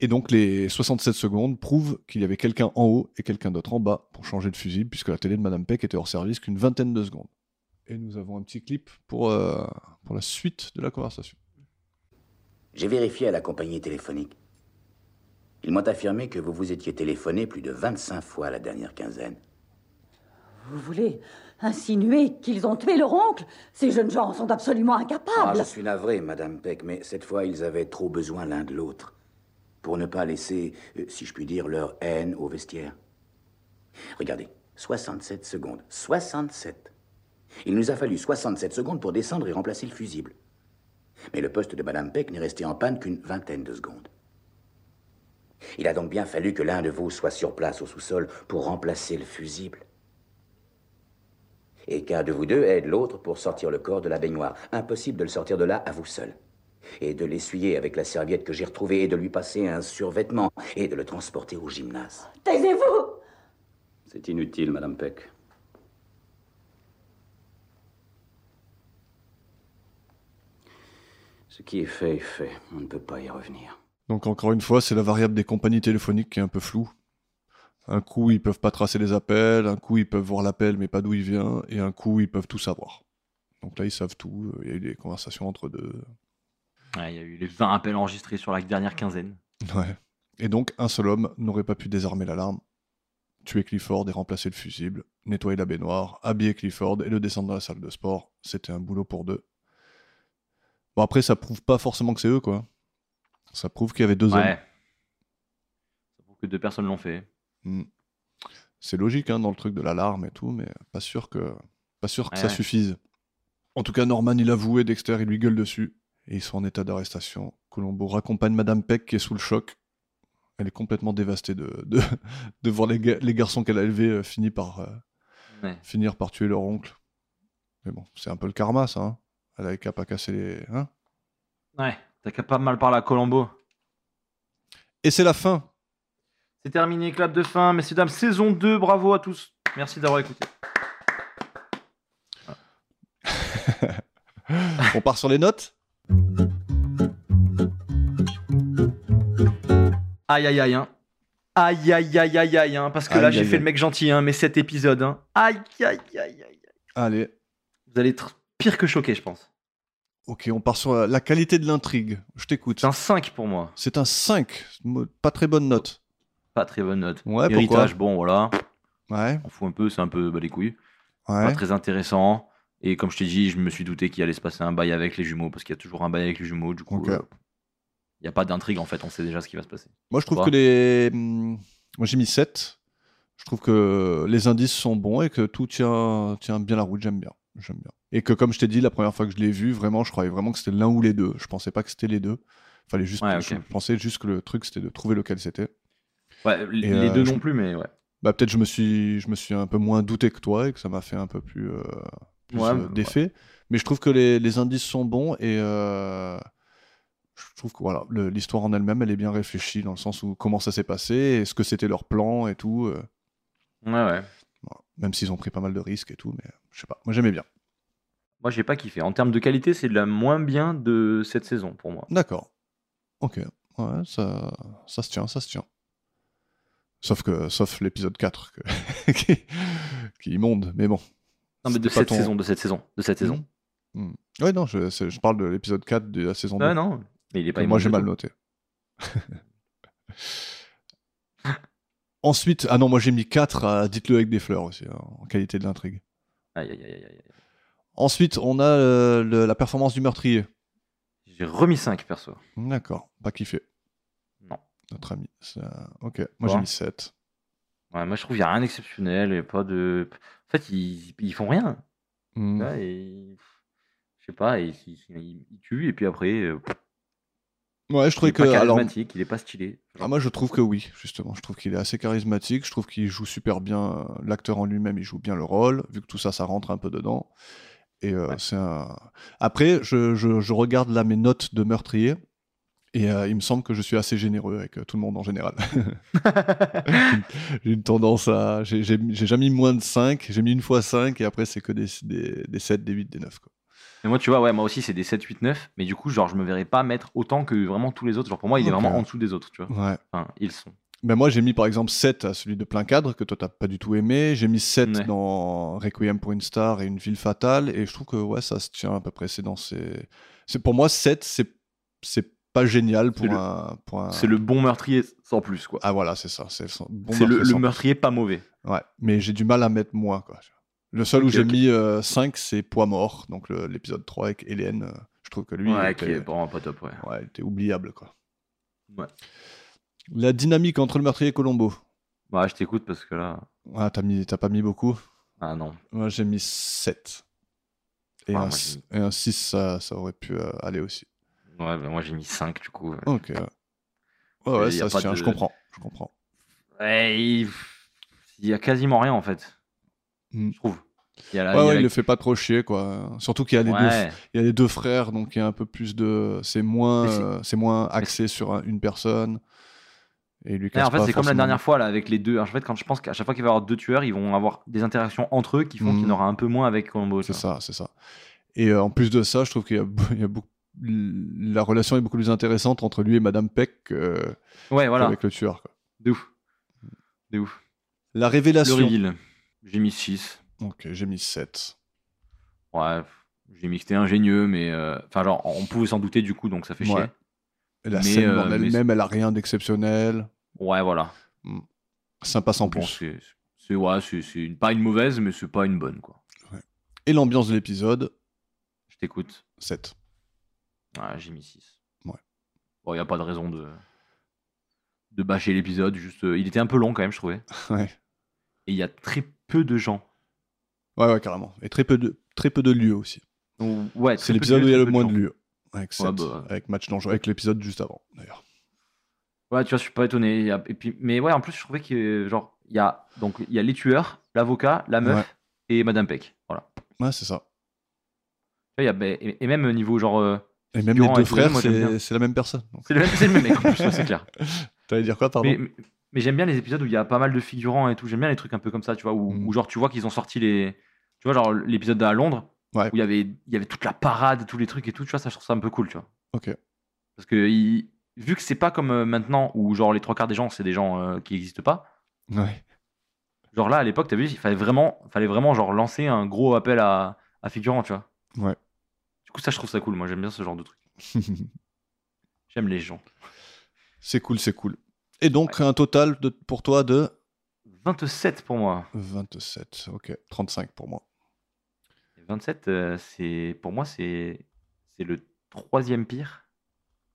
S2: Et donc, les 67 secondes prouvent qu'il y avait quelqu'un en haut et quelqu'un d'autre en bas pour changer de fusil, puisque la télé de Madame Peck était hors service qu'une vingtaine de secondes. Et nous avons un petit clip pour, euh, pour la suite de la conversation.
S6: J'ai vérifié à la compagnie téléphonique. Ils m'ont affirmé que vous vous étiez téléphoné plus de 25 fois la dernière quinzaine.
S1: Vous voulez insinuer qu'ils ont tué leur oncle Ces jeunes gens sont absolument
S6: Ah,
S1: incapables.
S6: je suis navré, Madame Peck, mais cette fois, ils avaient trop besoin l'un de l'autre. Pour ne pas laisser, euh, si je puis dire, leur haine au vestiaire. Regardez, 67 secondes. 67. Il nous a fallu 67 secondes pour descendre et remplacer le fusible. Mais le poste de Madame Peck n'est resté en panne qu'une vingtaine de secondes. Il a donc bien fallu que l'un de vous soit sur place au sous-sol pour remplacer le fusible et qu'un de vous deux aide l'autre pour sortir le corps de la baignoire. Impossible de le sortir de là à vous seul. Et de l'essuyer avec la serviette que j'ai retrouvée et de lui passer un survêtement et de le transporter au gymnase.
S1: Taisez-vous
S4: C'est inutile, Madame Peck. Ce qui est fait est fait. On ne peut pas y revenir.
S2: Donc encore une fois, c'est la variable des compagnies téléphoniques qui est un peu floue. Un coup, ils peuvent pas tracer les appels, un coup, ils peuvent voir l'appel mais pas d'où il vient, et un coup, ils peuvent tout savoir. Donc là, ils savent tout, euh, il y a eu des conversations entre deux.
S3: Ouais, Il y a eu les 20 appels enregistrés sur la dernière quinzaine.
S2: Ouais. Et donc, un seul homme n'aurait pas pu désarmer l'alarme, tuer Clifford et remplacer le fusible, nettoyer la baignoire, habiller Clifford et le descendre dans la salle de sport. C'était un boulot pour deux. Bon, après, ça prouve pas forcément que c'est eux, quoi. Ça prouve qu'il y avait deux hommes.
S3: Ouais. Ça prouve que deux personnes l'ont fait.
S2: C'est logique hein, dans le truc de l'alarme et tout, mais pas sûr que, pas sûr que
S3: Ouais,
S2: ça
S3: ouais.
S2: suffise. En tout cas, Norman, il avoue et Dexter, il lui gueule dessus. Et ils sont en état d'arrestation. Colombo raccompagne Madame Peck qui est sous le choc. Elle est complètement dévastée de, de, de voir les, ga- les garçons qu'elle a élevés euh, finir par, euh,
S3: Ouais.
S2: finir par tuer leur oncle. Mais bon, c'est un peu le karma, ça. hein. Elle avait qu'à pas casser les... hein.
S3: Ouais, t'as qu'à pas mal par la Colombo.
S2: et c'est la fin
S3: C'est terminé, clap de fin, messieurs, dames, saison 2, bravo à tous. Merci d'avoir écouté.
S2: On part sur les notes
S3: Aïe aïe aïe, hein. Aïe aïe aïe aïe aïe, hein. Parce que là,
S2: Aïe,
S3: j'ai
S2: aïe,
S3: fait
S2: aïe.
S3: le mec gentil, hein, mais cet épisode, hein. Aïe aïe aïe aïe aïe.
S2: Allez,
S3: Vous allez être pire que choqué, je pense.
S2: ok, on part sur la, la qualité de l'intrigue. Je t'écoute.
S3: C'est un 5 pour moi.
S2: C'est un 5, mo- pas très bonne note.
S3: Pas très bonne note.
S2: Ouais, pourquoi
S3: Héritage, bon, voilà.
S2: Ouais,
S3: On fout un peu, c'est un peu bah, les couilles. Pas
S2: ouais.
S3: très intéressant. Et comme je t'ai dit, je me suis douté qu'il allait se passer un bail avec les jumeaux, parce qu'il y a toujours un bail avec les jumeaux, du coup.
S2: Ok.
S3: Il n'y a pas d'intrigue en fait, on sait déjà ce qui va se passer.
S2: Moi, je trouve
S3: Trois.
S2: que les. hum, Moi, j'ai mis 7. Je trouve que les indices sont bons et que tout tient, tient bien la route. J'aime bien. J'aime bien. Et que, comme je t'ai dit, la première fois que je l'ai vu, vraiment, je croyais vraiment que c'était l'un ou les deux. Je pensais pas que c'était les deux. Fallait juste.
S3: Ouais,
S2: Je
S3: ok.
S2: pensais juste que le truc, c'était de trouver lequel c'était.
S3: Ouais, les
S2: euh,
S3: deux
S2: je-
S3: non plus, mais ouais.
S2: Bah, peut-être je me suis, je me suis un peu moins douté que toi et que ça m'a fait un peu plus, euh, plus,
S3: Ouais, bah,
S2: euh,
S3: mais-
S2: d'effet. Mais je trouve que les, les indices sont bons et euh, je trouve que voilà, le- l'histoire en elle-même, elle est bien réfléchie dans le sens où comment ça s'est passé, et ce que c'était leur plan et tout. euh,
S3: Ouais, ouais.
S2: voilà. Même s'ils ont pris pas mal de risques et tout, mais euh, je sais pas. Moi j'aimais bien.
S3: Moi, j'ai pas kiffé. En termes de qualité, c'est la moins bien de cette saison pour moi.
S2: D'accord. Ok. Ouais, ça, ça se tient, ça se tient. Sauf que, sauf l'épisode 4 que- qui, qui est immonde, mais bon.
S3: Non, mais
S2: C'était
S3: de
S2: pas
S3: cette
S2: ton-
S3: saison, de cette saison, de cette saison.
S2: Mm. Ouais, non, je, c'est- je parle de l'épisode 4 de la saison 2.
S3: Ouais, non. Mais Bah, il est pas
S2: que bah. moi,
S3: immonde
S2: j'ai
S3: du
S2: mal
S3: tout.
S2: noté. Ensuite, ah non, moi j'ai mis 4 à Dites-le avec des fleurs aussi, hein, en qualité de l'intrigue.
S3: Aïe, aïe, aïe, aïe, aïe.
S2: Ensuite, on a euh, le- la performance du meurtrier. Hmm,
S3: J'ai remis 5 perso.
S2: D'accord, pas kiffé,
S3: Non.
S2: notre ami. Ça- Ok, moi j'ai
S3: Bon.
S2: mis 7.
S3: Ouais, moi, je trouve qu'il n'y a rien d'exceptionnel. et Pas de... En fait, ils, ils font rien.
S2: Mm.
S3: Ouais, et- Je sais pas, ils, ils, ils- ils tuent et puis après, euh,
S2: Ouais, je
S3: il est
S2: trouvais que.
S3: pas
S2: Alors,
S3: charismatique, il est pas stylé.
S2: ah, moi je trouve que oui, justement. Je trouve qu'il est assez charismatique, je trouve qu'il joue super bien. euh, L'acteur en lui-même, il joue bien le rôle, vu que tout ça, ça rentre un peu dedans. Et euh,
S3: Ouais.
S2: c'est un. Après, je, je- je regarde là mes notes de meurtrier. Et euh, il me semble que je suis assez généreux avec euh, tout le monde en général. j'ai une tendance à. J'ai j'ai- j'ai jamais mis moins de 5, j'ai mis une fois 5, et après, c'est que des, des, des 7, des 8, des 9. Quoi.
S3: Et moi, tu vois, ouais, moi aussi, c'est des 7, 8, 9. Mais du coup, genre, je me verrais pas mettre autant que vraiment tous les autres. Genre, pour moi, il est
S2: Ok.
S3: vraiment en dessous des autres, tu vois.
S2: Ouais.
S3: Enfin, ils sont.
S2: Ben moi, j'ai mis par exemple 7 à celui de plein cadre, que toi, t'as pas du tout aimé. J'ai mis 7
S3: Ouais.
S2: dans Requiem pour une star et Une ville fatale. Et je trouve que ouais, ça se tient à peu près. C'est dans ces... c'est Pour moi, 7, c'est c'est pas génial pour
S3: C'est le-
S2: un. pour un-
S3: C'est le bon meurtrier sans plus, quoi.
S2: Ah voilà, c'est ça. C'est bon
S3: c'est le,
S2: meurtrier
S3: le
S2: sans-
S3: meurtrier pas mauvais.
S2: Ouais, mais j'ai du mal à mettre moins. Quoi. Le seul où
S3: Ok,
S2: j'ai
S3: ok.
S2: mis 5, c'est Poids mort, donc le- l'épisode 3 avec Hélène. euh, je trouve que lui, il
S3: ouais, qui
S2: était-
S3: est vraiment pas top, ouais.
S2: ouais, il était oubliable. Quoi.
S3: Ouais.
S2: La dynamique entre le meurtrier et Colombo.
S3: Bah, je t'écoute parce que là.
S2: Ah, t'as mis- t'as pas mis beaucoup
S3: Ah non.
S2: Moi, j'ai mis 7. Et,
S3: Ah,
S2: un,
S3: moi,
S2: s- et un 6, ça, ça aurait pu euh, aller aussi.
S3: Ouais, bah, moi, j'ai mis 5, du coup.
S2: Ok. Ouais, ouais,
S3: Et y
S2: ça
S3: a
S2: se
S3: pas
S2: tient,
S3: de-
S2: je comprends. Je comprends.
S3: Ouais, il... il y a quasiment rien, en fait.
S2: Hmm.
S3: Je trouve. Il Ah, y a la-
S2: Ouais,
S3: il y a
S2: ouais,
S3: la-
S2: il le fait pas trop chier, quoi. Surtout qu'il y, a les deux,
S3: Ouais.
S2: il y a les deux frères, donc il y a un peu plus de. C'est moins,
S3: Mais c'est-
S2: euh, c'est moins axé sur un- une personne. Et lui
S3: Ouais,
S2: casse
S3: Eh, en fait,
S2: pas
S3: c'est comme la
S2: forcément-
S3: dernière fois là avec les deux. En fait, quand je pense qu'à chaque fois qu'il va y avoir deux tueurs, ils vont avoir des interactions entre eux qui font qu'il y en
S2: Mhm.
S3: aura un peu moins avec Colombo.
S2: C'est ça, c'est ça. Et euh, en plus de ça, je trouve qu'il y a, il y a beaucoup. La relation est beaucoup plus intéressante entre lui et Madame Peck que-
S3: Ouais, voilà.
S2: qu'avec le tueur. quoi.
S3: De ouf. De ouf.
S2: La
S3: Le
S2: révélation.
S3: reveal. J'ai mis 6.
S2: Ok, j'ai mis 7.
S3: Ouais. J'ai mis que c'était ingénieux, mais. euh, Enfin, genre, on pouvait s'en douter du coup, donc ça fait
S2: Ouais.
S3: chier.
S2: Et la
S3: Mais,
S2: scène
S3: euh,
S2: en
S3: mais-
S2: elle-même, elle a rien d'exceptionnel.
S3: Ouais, voilà.
S2: Sympa sans
S3: Bon,
S2: plus.
S3: c'est. c'est- Ouais, c'est c'est une- pas une mauvaise, mais c'est pas une bonne, quoi.
S2: Et l'ambiance de l'épisode,
S3: Je t'écoute.
S2: 7.
S3: Ouais, j'ai mis 6.
S2: Ouais.
S3: Bon, y a pas de raison de. de bâcher l'épisode. Juste. euh, Il était un peu long quand même, je trouvais.
S2: Ouais.
S3: Et il y a très peu de gens
S2: ouais, ouais, carrément. Et très peu de, très peu de lieux aussi.
S3: Ou- Ouais, très
S2: C'est
S3: peu
S2: l'épisode
S3: lieux,
S2: où il y a
S3: très
S2: le
S3: peu
S2: moins
S3: gens.
S2: de lieux. Avec, sept.
S3: bah.
S2: avec match dangereux, avec l'épisode juste avant, d'ailleurs.
S3: Ouais, tu vois, je suis pas étonné. Il y a- Et puis, mais ouais, en plus, je trouvais que genre il y a donc il y a les tueurs, l'avocat, la meuf et Madame Peck. Voilà. Tu
S2: Ouais, c'est ça.
S3: vois, il y a- ben, et, et même au niveau genre, euh,
S2: Et même
S3: Durant
S2: les deux
S3: et Durant,
S2: frères,
S3: moi, j'aime
S2: c'est-
S3: bien.
S2: c'est la même personne. donc.
S3: c'est le, même- c'est le même mec. En plus, ouais, c'est clair.
S2: T'allais dire quoi, pardon
S3: Mais, mais- mais j'aime bien les épisodes où il y a pas mal de figurants et tout. J'aime bien les trucs un peu comme ça, tu vois, où,
S2: Mm.
S3: où genre tu vois qu'ils ont sorti les, tu vois, genre l'épisode à Londres
S2: Ouais.
S3: où il y avait il y avait toute la parade, tous les trucs et tout. Tu vois, ça je trouve ça un peu cool, tu vois.
S2: Ok.
S3: Parce que il- vu que c'est pas comme euh, maintenant où genre les trois quarts des gens c'est des gens euh, qui n'existent pas.
S2: Ouais.
S3: Genre là, à l'époque, t'as vu, il fallait vraiment, fallait vraiment genre lancer un gros appel à, à figurants, tu vois.
S2: Ouais.
S3: Du coup, ça, je trouve ça cool. Moi, j'aime bien ce genre de truc. J'aime les gens.
S2: c'est cool, c'est cool. Et donc, un total de, pour toi de
S3: 27 pour moi.
S2: 27. Ok, 35 pour moi.
S3: 27, euh, c'est pour moi, c'est c'est le troisième pire.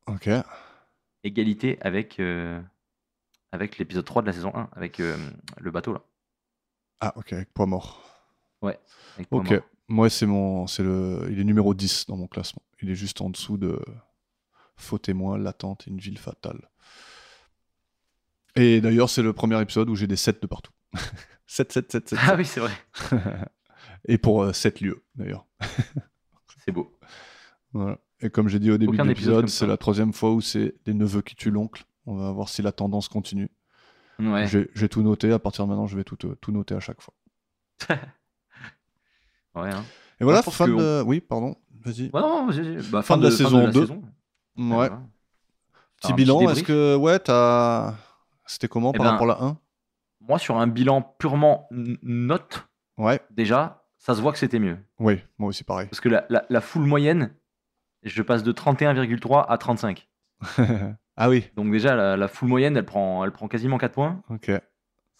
S2: Ok.
S3: Égalité avec euh, avec l'épisode 3 de la saison 1, avec euh, le bateau là.
S2: Ah, ok, avec poids mort.
S3: avec
S2: Ok.
S3: Momo.
S2: Moi, c'est mon, c'est le, il est numéro 10 dans mon classement. Il est juste en dessous de Faux témoin, L'attente, Une ville fatale. Et d'ailleurs, c'est le premier épisode où j'ai des 7 de partout. 7, 7, 7, 7.
S3: Ah oui, c'est vrai.
S2: Et pour 7 lieux, d'ailleurs.
S3: C'est beau.
S2: Voilà. Et comme j'ai dit au début
S3: Aucun
S2: de
S3: épisode
S2: l'épisode,
S3: comme
S2: c'est
S3: ça.
S2: la troisième fois où c'est les neveux qui tuent l'oncle. On va voir si la tendance continue.
S3: Ouais.
S2: J'ai j'ai tout noté. À partir de maintenant, je vais tout, euh, tout noter à chaque fois.
S3: Ouais. hein.
S2: Et voilà,
S3: je pense
S2: fin
S3: que
S2: de. Oui, pardon. Vas-y.
S3: Ouais, non, vas-y, vas-y. Bah,
S2: Fin de la saison 2.
S3: Ouais.
S2: Ouais.
S3: voilà. Faire
S2: Petit
S3: un petit
S2: bilan, est-ce
S3: débrief.
S2: que ouais, t'as c'était comment
S3: Eh
S2: par
S3: ben-
S2: rapport à la 1
S3: Moi, sur un bilan purement n- note,
S2: Ouais,
S3: déjà, ça se voit que c'était mieux.
S2: oui, moi aussi pareil.
S3: Parce que la, la, la foule moyenne, je passe de 31,3 à 35.
S2: ah oui,
S3: Donc déjà, la, la foule moyenne, elle prend, elle prend quasiment 4 points.
S2: ok.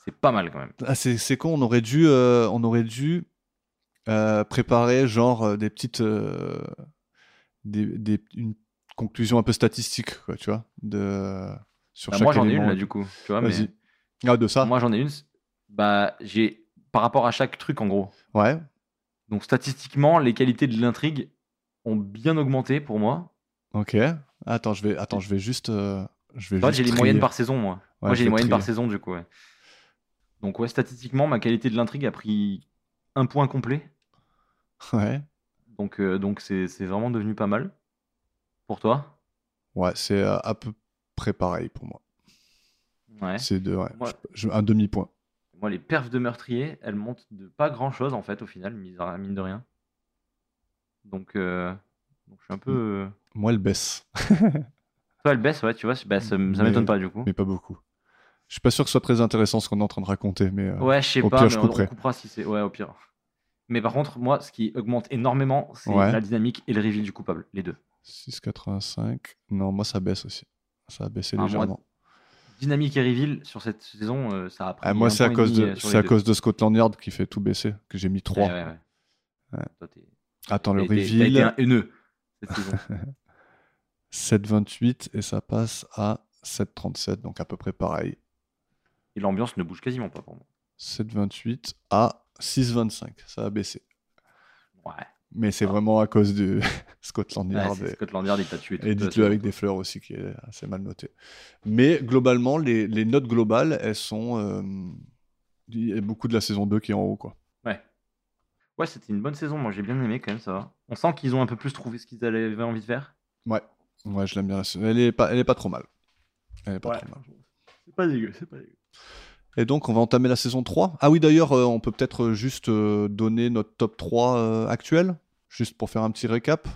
S3: C'est pas mal quand même.
S2: Ah, c'est c'est con, on aurait dû euh, on aurait dû euh, préparer genre euh, des petites euh, des, des- une conclusion un peu statistique quoi, tu vois, de sur
S3: Bah,
S2: chaque
S3: moi, j'en ai
S2: élément. euh,
S3: une là, du coup. Tu vois, mais
S2: Vas-y. Ah de ça.
S3: Moi, j'en ai une. Bah, j'ai par rapport à chaque truc, en gros.
S2: Ouais.
S3: Donc statistiquement, les qualités de l'intrigue ont bien augmenté pour moi.
S2: OK. Attends, je vais attends, je vais juste euh, je vais
S3: Moi,
S2: juste
S3: j'ai les
S2: trier.
S3: moyennes par saison, moi.
S2: Ouais,
S3: moi,
S2: je
S3: j'ai les
S2: vais
S3: moyennes par
S2: trier.
S3: saison, du coup. ouais. Donc, ouais, statistiquement, ma qualité de l'intrigue a pris un point complet.
S2: Ouais.
S3: Donc, euh, donc c'est c'est vraiment devenu pas mal. Pour toi
S2: Ouais, c'est à, à peu près pareil pour moi.
S3: Ouais.
S2: C'est de, ouais,
S3: Moi-
S2: je- je- un demi-point.
S3: Moi, les perfs de meurtrier, elles montent de pas grand chose en fait, au final, mis- mine de rien. Donc, euh, donc je suis un peu.
S2: Moi, elle baisse,
S3: Toi, elle baisse, ouais, tu vois, c'est- bah, ça, ça
S2: Mais-
S3: m'étonne pas du coup.
S2: mais pas beaucoup. Je suis pas sûr que ce soit très intéressant ce qu'on est en train de raconter, mais euh,
S3: Ouais, je sais
S2: Au
S3: pas,
S2: pire,
S3: mais
S2: je
S3: on- on
S2: couperai.
S3: coupera si c'est. Ouais, au pire. Mais par contre, moi, ce qui augmente énormément, c'est
S2: Ouais.
S3: la dynamique et le reveal du coupable, les deux.
S2: 6,85. Non, moi, ça baisse aussi. Ça a baissé
S3: Ah, moi,
S2: légèrement.
S3: Dynamique et reveal sur cette saison, euh, ça a pris.
S2: Ah, moi,
S3: un
S2: c'est à,
S3: point et
S2: cause
S3: demi,
S2: de,
S3: euh, sur
S2: c'est
S3: les
S2: à
S3: deux.
S2: cause de Scotland Yard qui fait tout baisser, que j'ai mis 3.
S3: Ouais, ouais, ouais.
S2: Ouais.
S3: Toi, t'es-
S2: Attends, le
S3: t'as été- t'as été
S2: reveal,
S3: un haineux cette saison.
S2: 7,28 et ça passe à 7,37, donc à peu près pareil.
S3: Et l'ambiance ne bouge quasiment pas pour moi.
S2: 7,28 à 6,25, ça a baissé.
S3: Ouais.
S2: Mais c'est
S3: Ah.
S2: vraiment à cause de Scotland
S3: Ouais,
S2: Yard
S3: c'est
S2: et-
S3: Scotland Yard, il t'a tué. toute,
S2: et
S3: euh,
S2: dites-le
S3: saison.
S2: avec des fleurs aussi qui est assez mal noté. Mais globalement, les, les notes globales, elles sont. euh, Il y a beaucoup de la saison 2 qui est en haut, quoi.
S3: Ouais. Ouais, c'était une bonne saison. Moi, j'ai bien aimé quand même, ça va. On sent qu'ils ont un peu plus trouvé ce qu'ils avaient envie de faire.
S2: Ouais, ouais je l'aime bien. la saison- Elle est, pas, elle est pas trop mal. Elle est pas
S3: Ouais.
S2: trop mal.
S3: C'est pas dégueu, c'est pas dégueu.
S2: Et donc, on va entamer la saison 3. Ah oui, d'ailleurs, euh, on peut peut-être euh, juste euh, donner notre top 3 euh, actuel, juste pour faire un petit récap.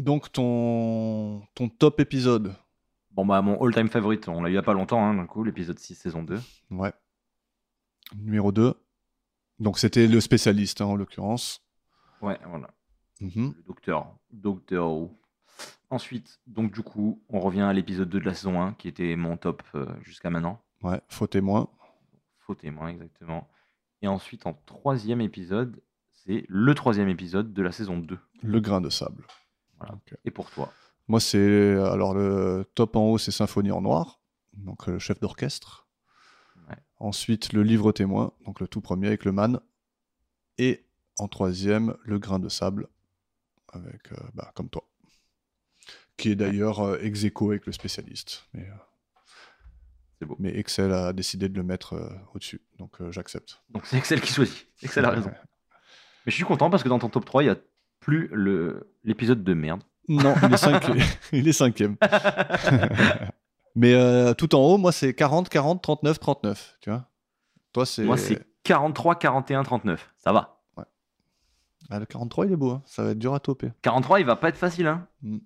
S2: Donc, ton, ton top épisode.
S3: Bon, bah, mon all-time favorite, on l'a eu il y a pas longtemps, hein, d'un coup, l'épisode 6, saison 2.
S2: Ouais. Numéro 2. Donc, c'était le spécialiste, hein, en l'occurrence.
S3: Ouais, voilà.
S2: Mhm.
S3: Le docteur. Docteur Who. Ensuite, donc, du coup, on revient à l'épisode 2 de la saison 1, qui était mon top euh, jusqu'à maintenant.
S2: Ouais, faux témoin.
S3: Faux témoin, exactement. Et ensuite, en troisième épisode, c'est le troisième épisode de la saison 2.
S2: Le grain de sable.
S3: Voilà.
S2: Ok.
S3: Et pour toi
S2: Moi, c'est. Alors, le top en haut, c'est Symphonie en noir. Donc, euh, chef d'orchestre.
S3: Ouais.
S2: Ensuite, le livre témoin. Donc, le tout premier avec le man. Et en troisième, le grain de sable. Avec. euh, bah, comme toi. Qui est d'ailleurs euh, ex aequo avec le spécialiste. Mais, euh,
S3: C'est beau.
S2: mais Excel a décidé de le mettre euh, au-dessus. Donc, euh, j'accepte.
S3: Donc c'est Excel qui choisit. Excel a raison. Mais je suis content parce que dans ton top 3, il n'y a plus le- l'épisode de merde.
S2: Non, il est, cinqui- il est cinquième. Mais euh, tout en haut, moi, c'est 40, 40, 39, 39. Tu vois Toi, c'est.
S3: Moi, c'est 43, 41, 39. Ça va.
S2: Ah, le 43, il est beau. hein. Ça va être dur à toper.
S3: 43, il va pas être facile. Hein.
S2: Mm.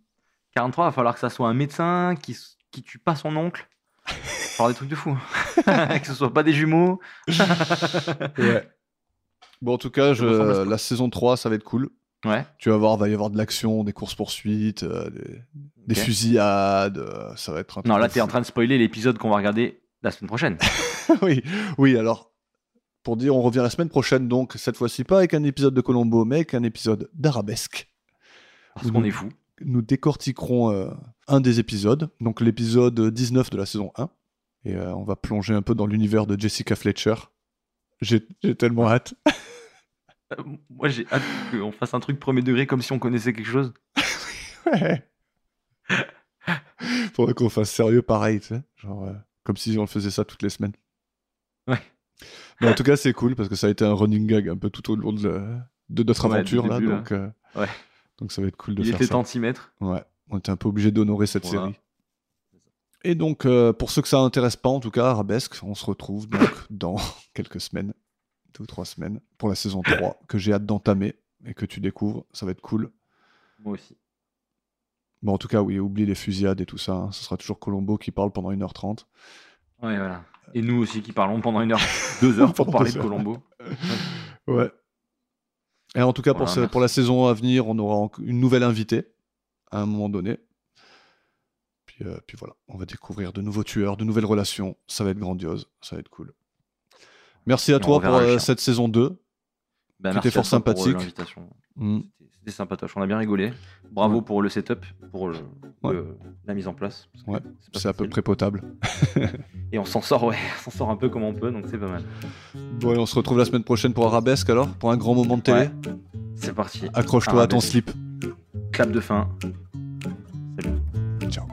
S3: 43, il va falloir que ça soit un médecin qui, s- qui tue pas son oncle. Il va falloir des trucs de fou. hein. que ce soit pas des jumeaux.
S2: Bon, en tout cas, je-
S3: ressemble à ça.
S2: la saison 3, ça va être cool.
S3: Ouais.
S2: Tu vas voir, va y avoir de l'action, des courses-poursuites, euh, des, des
S3: Ok.
S2: fusillades. euh, ça va être un
S3: Non,
S2: truc
S3: là,
S2: de
S3: t'es en
S2: fou.
S3: train de spoiler l'épisode qu'on va regarder la semaine prochaine.
S2: oui, oui, alors. Pour dire, on revient la semaine prochaine, donc cette fois-ci pas avec un épisode de Colombo, mais avec un épisode d'Arabesque.
S3: Parce
S2: Mm.
S3: qu'on est fou.
S2: nous décortiquerons euh, un des épisodes, donc l'épisode 19 de la saison 1. Et euh, on va plonger un peu dans l'univers de Jessica Fletcher. J'ai j'ai tellement hâte.
S3: Euh, Moi, j'ai hâte qu'on fasse un truc premier degré comme si on connaissait quelque chose.
S2: Ouais. Faudrait qu'on fasse sérieux pareil, tu sais. Genre, euh, comme si on faisait ça toutes les semaines.
S3: Ouais.
S2: Mais en tout cas, c'est cool parce que ça a été un running gag un peu tout au long de, la- de notre
S3: Ouais, du
S2: aventure. là,
S3: début, là.
S2: donc, euh,
S3: Ouais.
S2: donc ça va être cool de
S3: Il
S2: faire
S3: était
S2: ça.
S3: temps de s'y mettre.
S2: Ouais, on était un peu obligé d'honorer cette
S3: Voilà.
S2: série.
S3: C'est ça.
S2: Et donc, euh, pour ceux que ça intéresse pas, en tout cas, Arabesque, on se retrouve donc dans quelques semaines, deux ou trois semaines, pour la saison 3, que j'ai hâte d'entamer et que tu découvres. Ça va être cool.
S3: Moi aussi.
S2: Bon, en tout cas, oui, oublie les fusillades et tout ça. hein. Ce sera toujours Colombo qui parle pendant 1h30.
S3: Ouais, voilà. Et nous aussi qui parlons pendant une heure, deux heures pour
S2: Pendant
S3: parler
S2: deux
S3: de
S2: heures.
S3: Colombo.
S2: Ouais. Et en tout cas, pour,
S3: Voilà,
S2: ce-
S3: merci.
S2: pour la saison à venir, on aura enc- une nouvelle invitée à un moment donné. Puis, euh, puis voilà, on va découvrir de nouveaux tueurs, de nouvelles relations. Ça va être grandiose, ça va être cool. Merci à
S3: Et on
S2: toi pour
S3: reverra le
S2: euh,
S3: chien.
S2: cette saison 2.
S3: Bah,
S2: C'était
S3: merci à
S2: fort
S3: toi pour, euh,
S2: sympathique.
S3: l'invitation.
S2: Mm.
S3: C'était- C'était sympatoche, on a bien rigolé. Bravo
S2: Ouais.
S3: pour le setup, pour euh, le-
S2: Ouais.
S3: le- la mise en place. parce que
S2: Ouais,
S3: pas
S2: C'est à peu
S3: facile.
S2: près potable.
S3: Et on s'en sort, ouais, on s'en sort un peu comme on peut, donc c'est pas mal.
S2: Bon, et on se retrouve la semaine prochaine pour Arabesque alors, pour un grand moment de télé.
S3: Ouais. C'est parti. Ah,
S2: Accroche-toi à ton
S3: Arabesque.
S2: slip.
S3: Clap de fin. Salut.
S2: Ciao.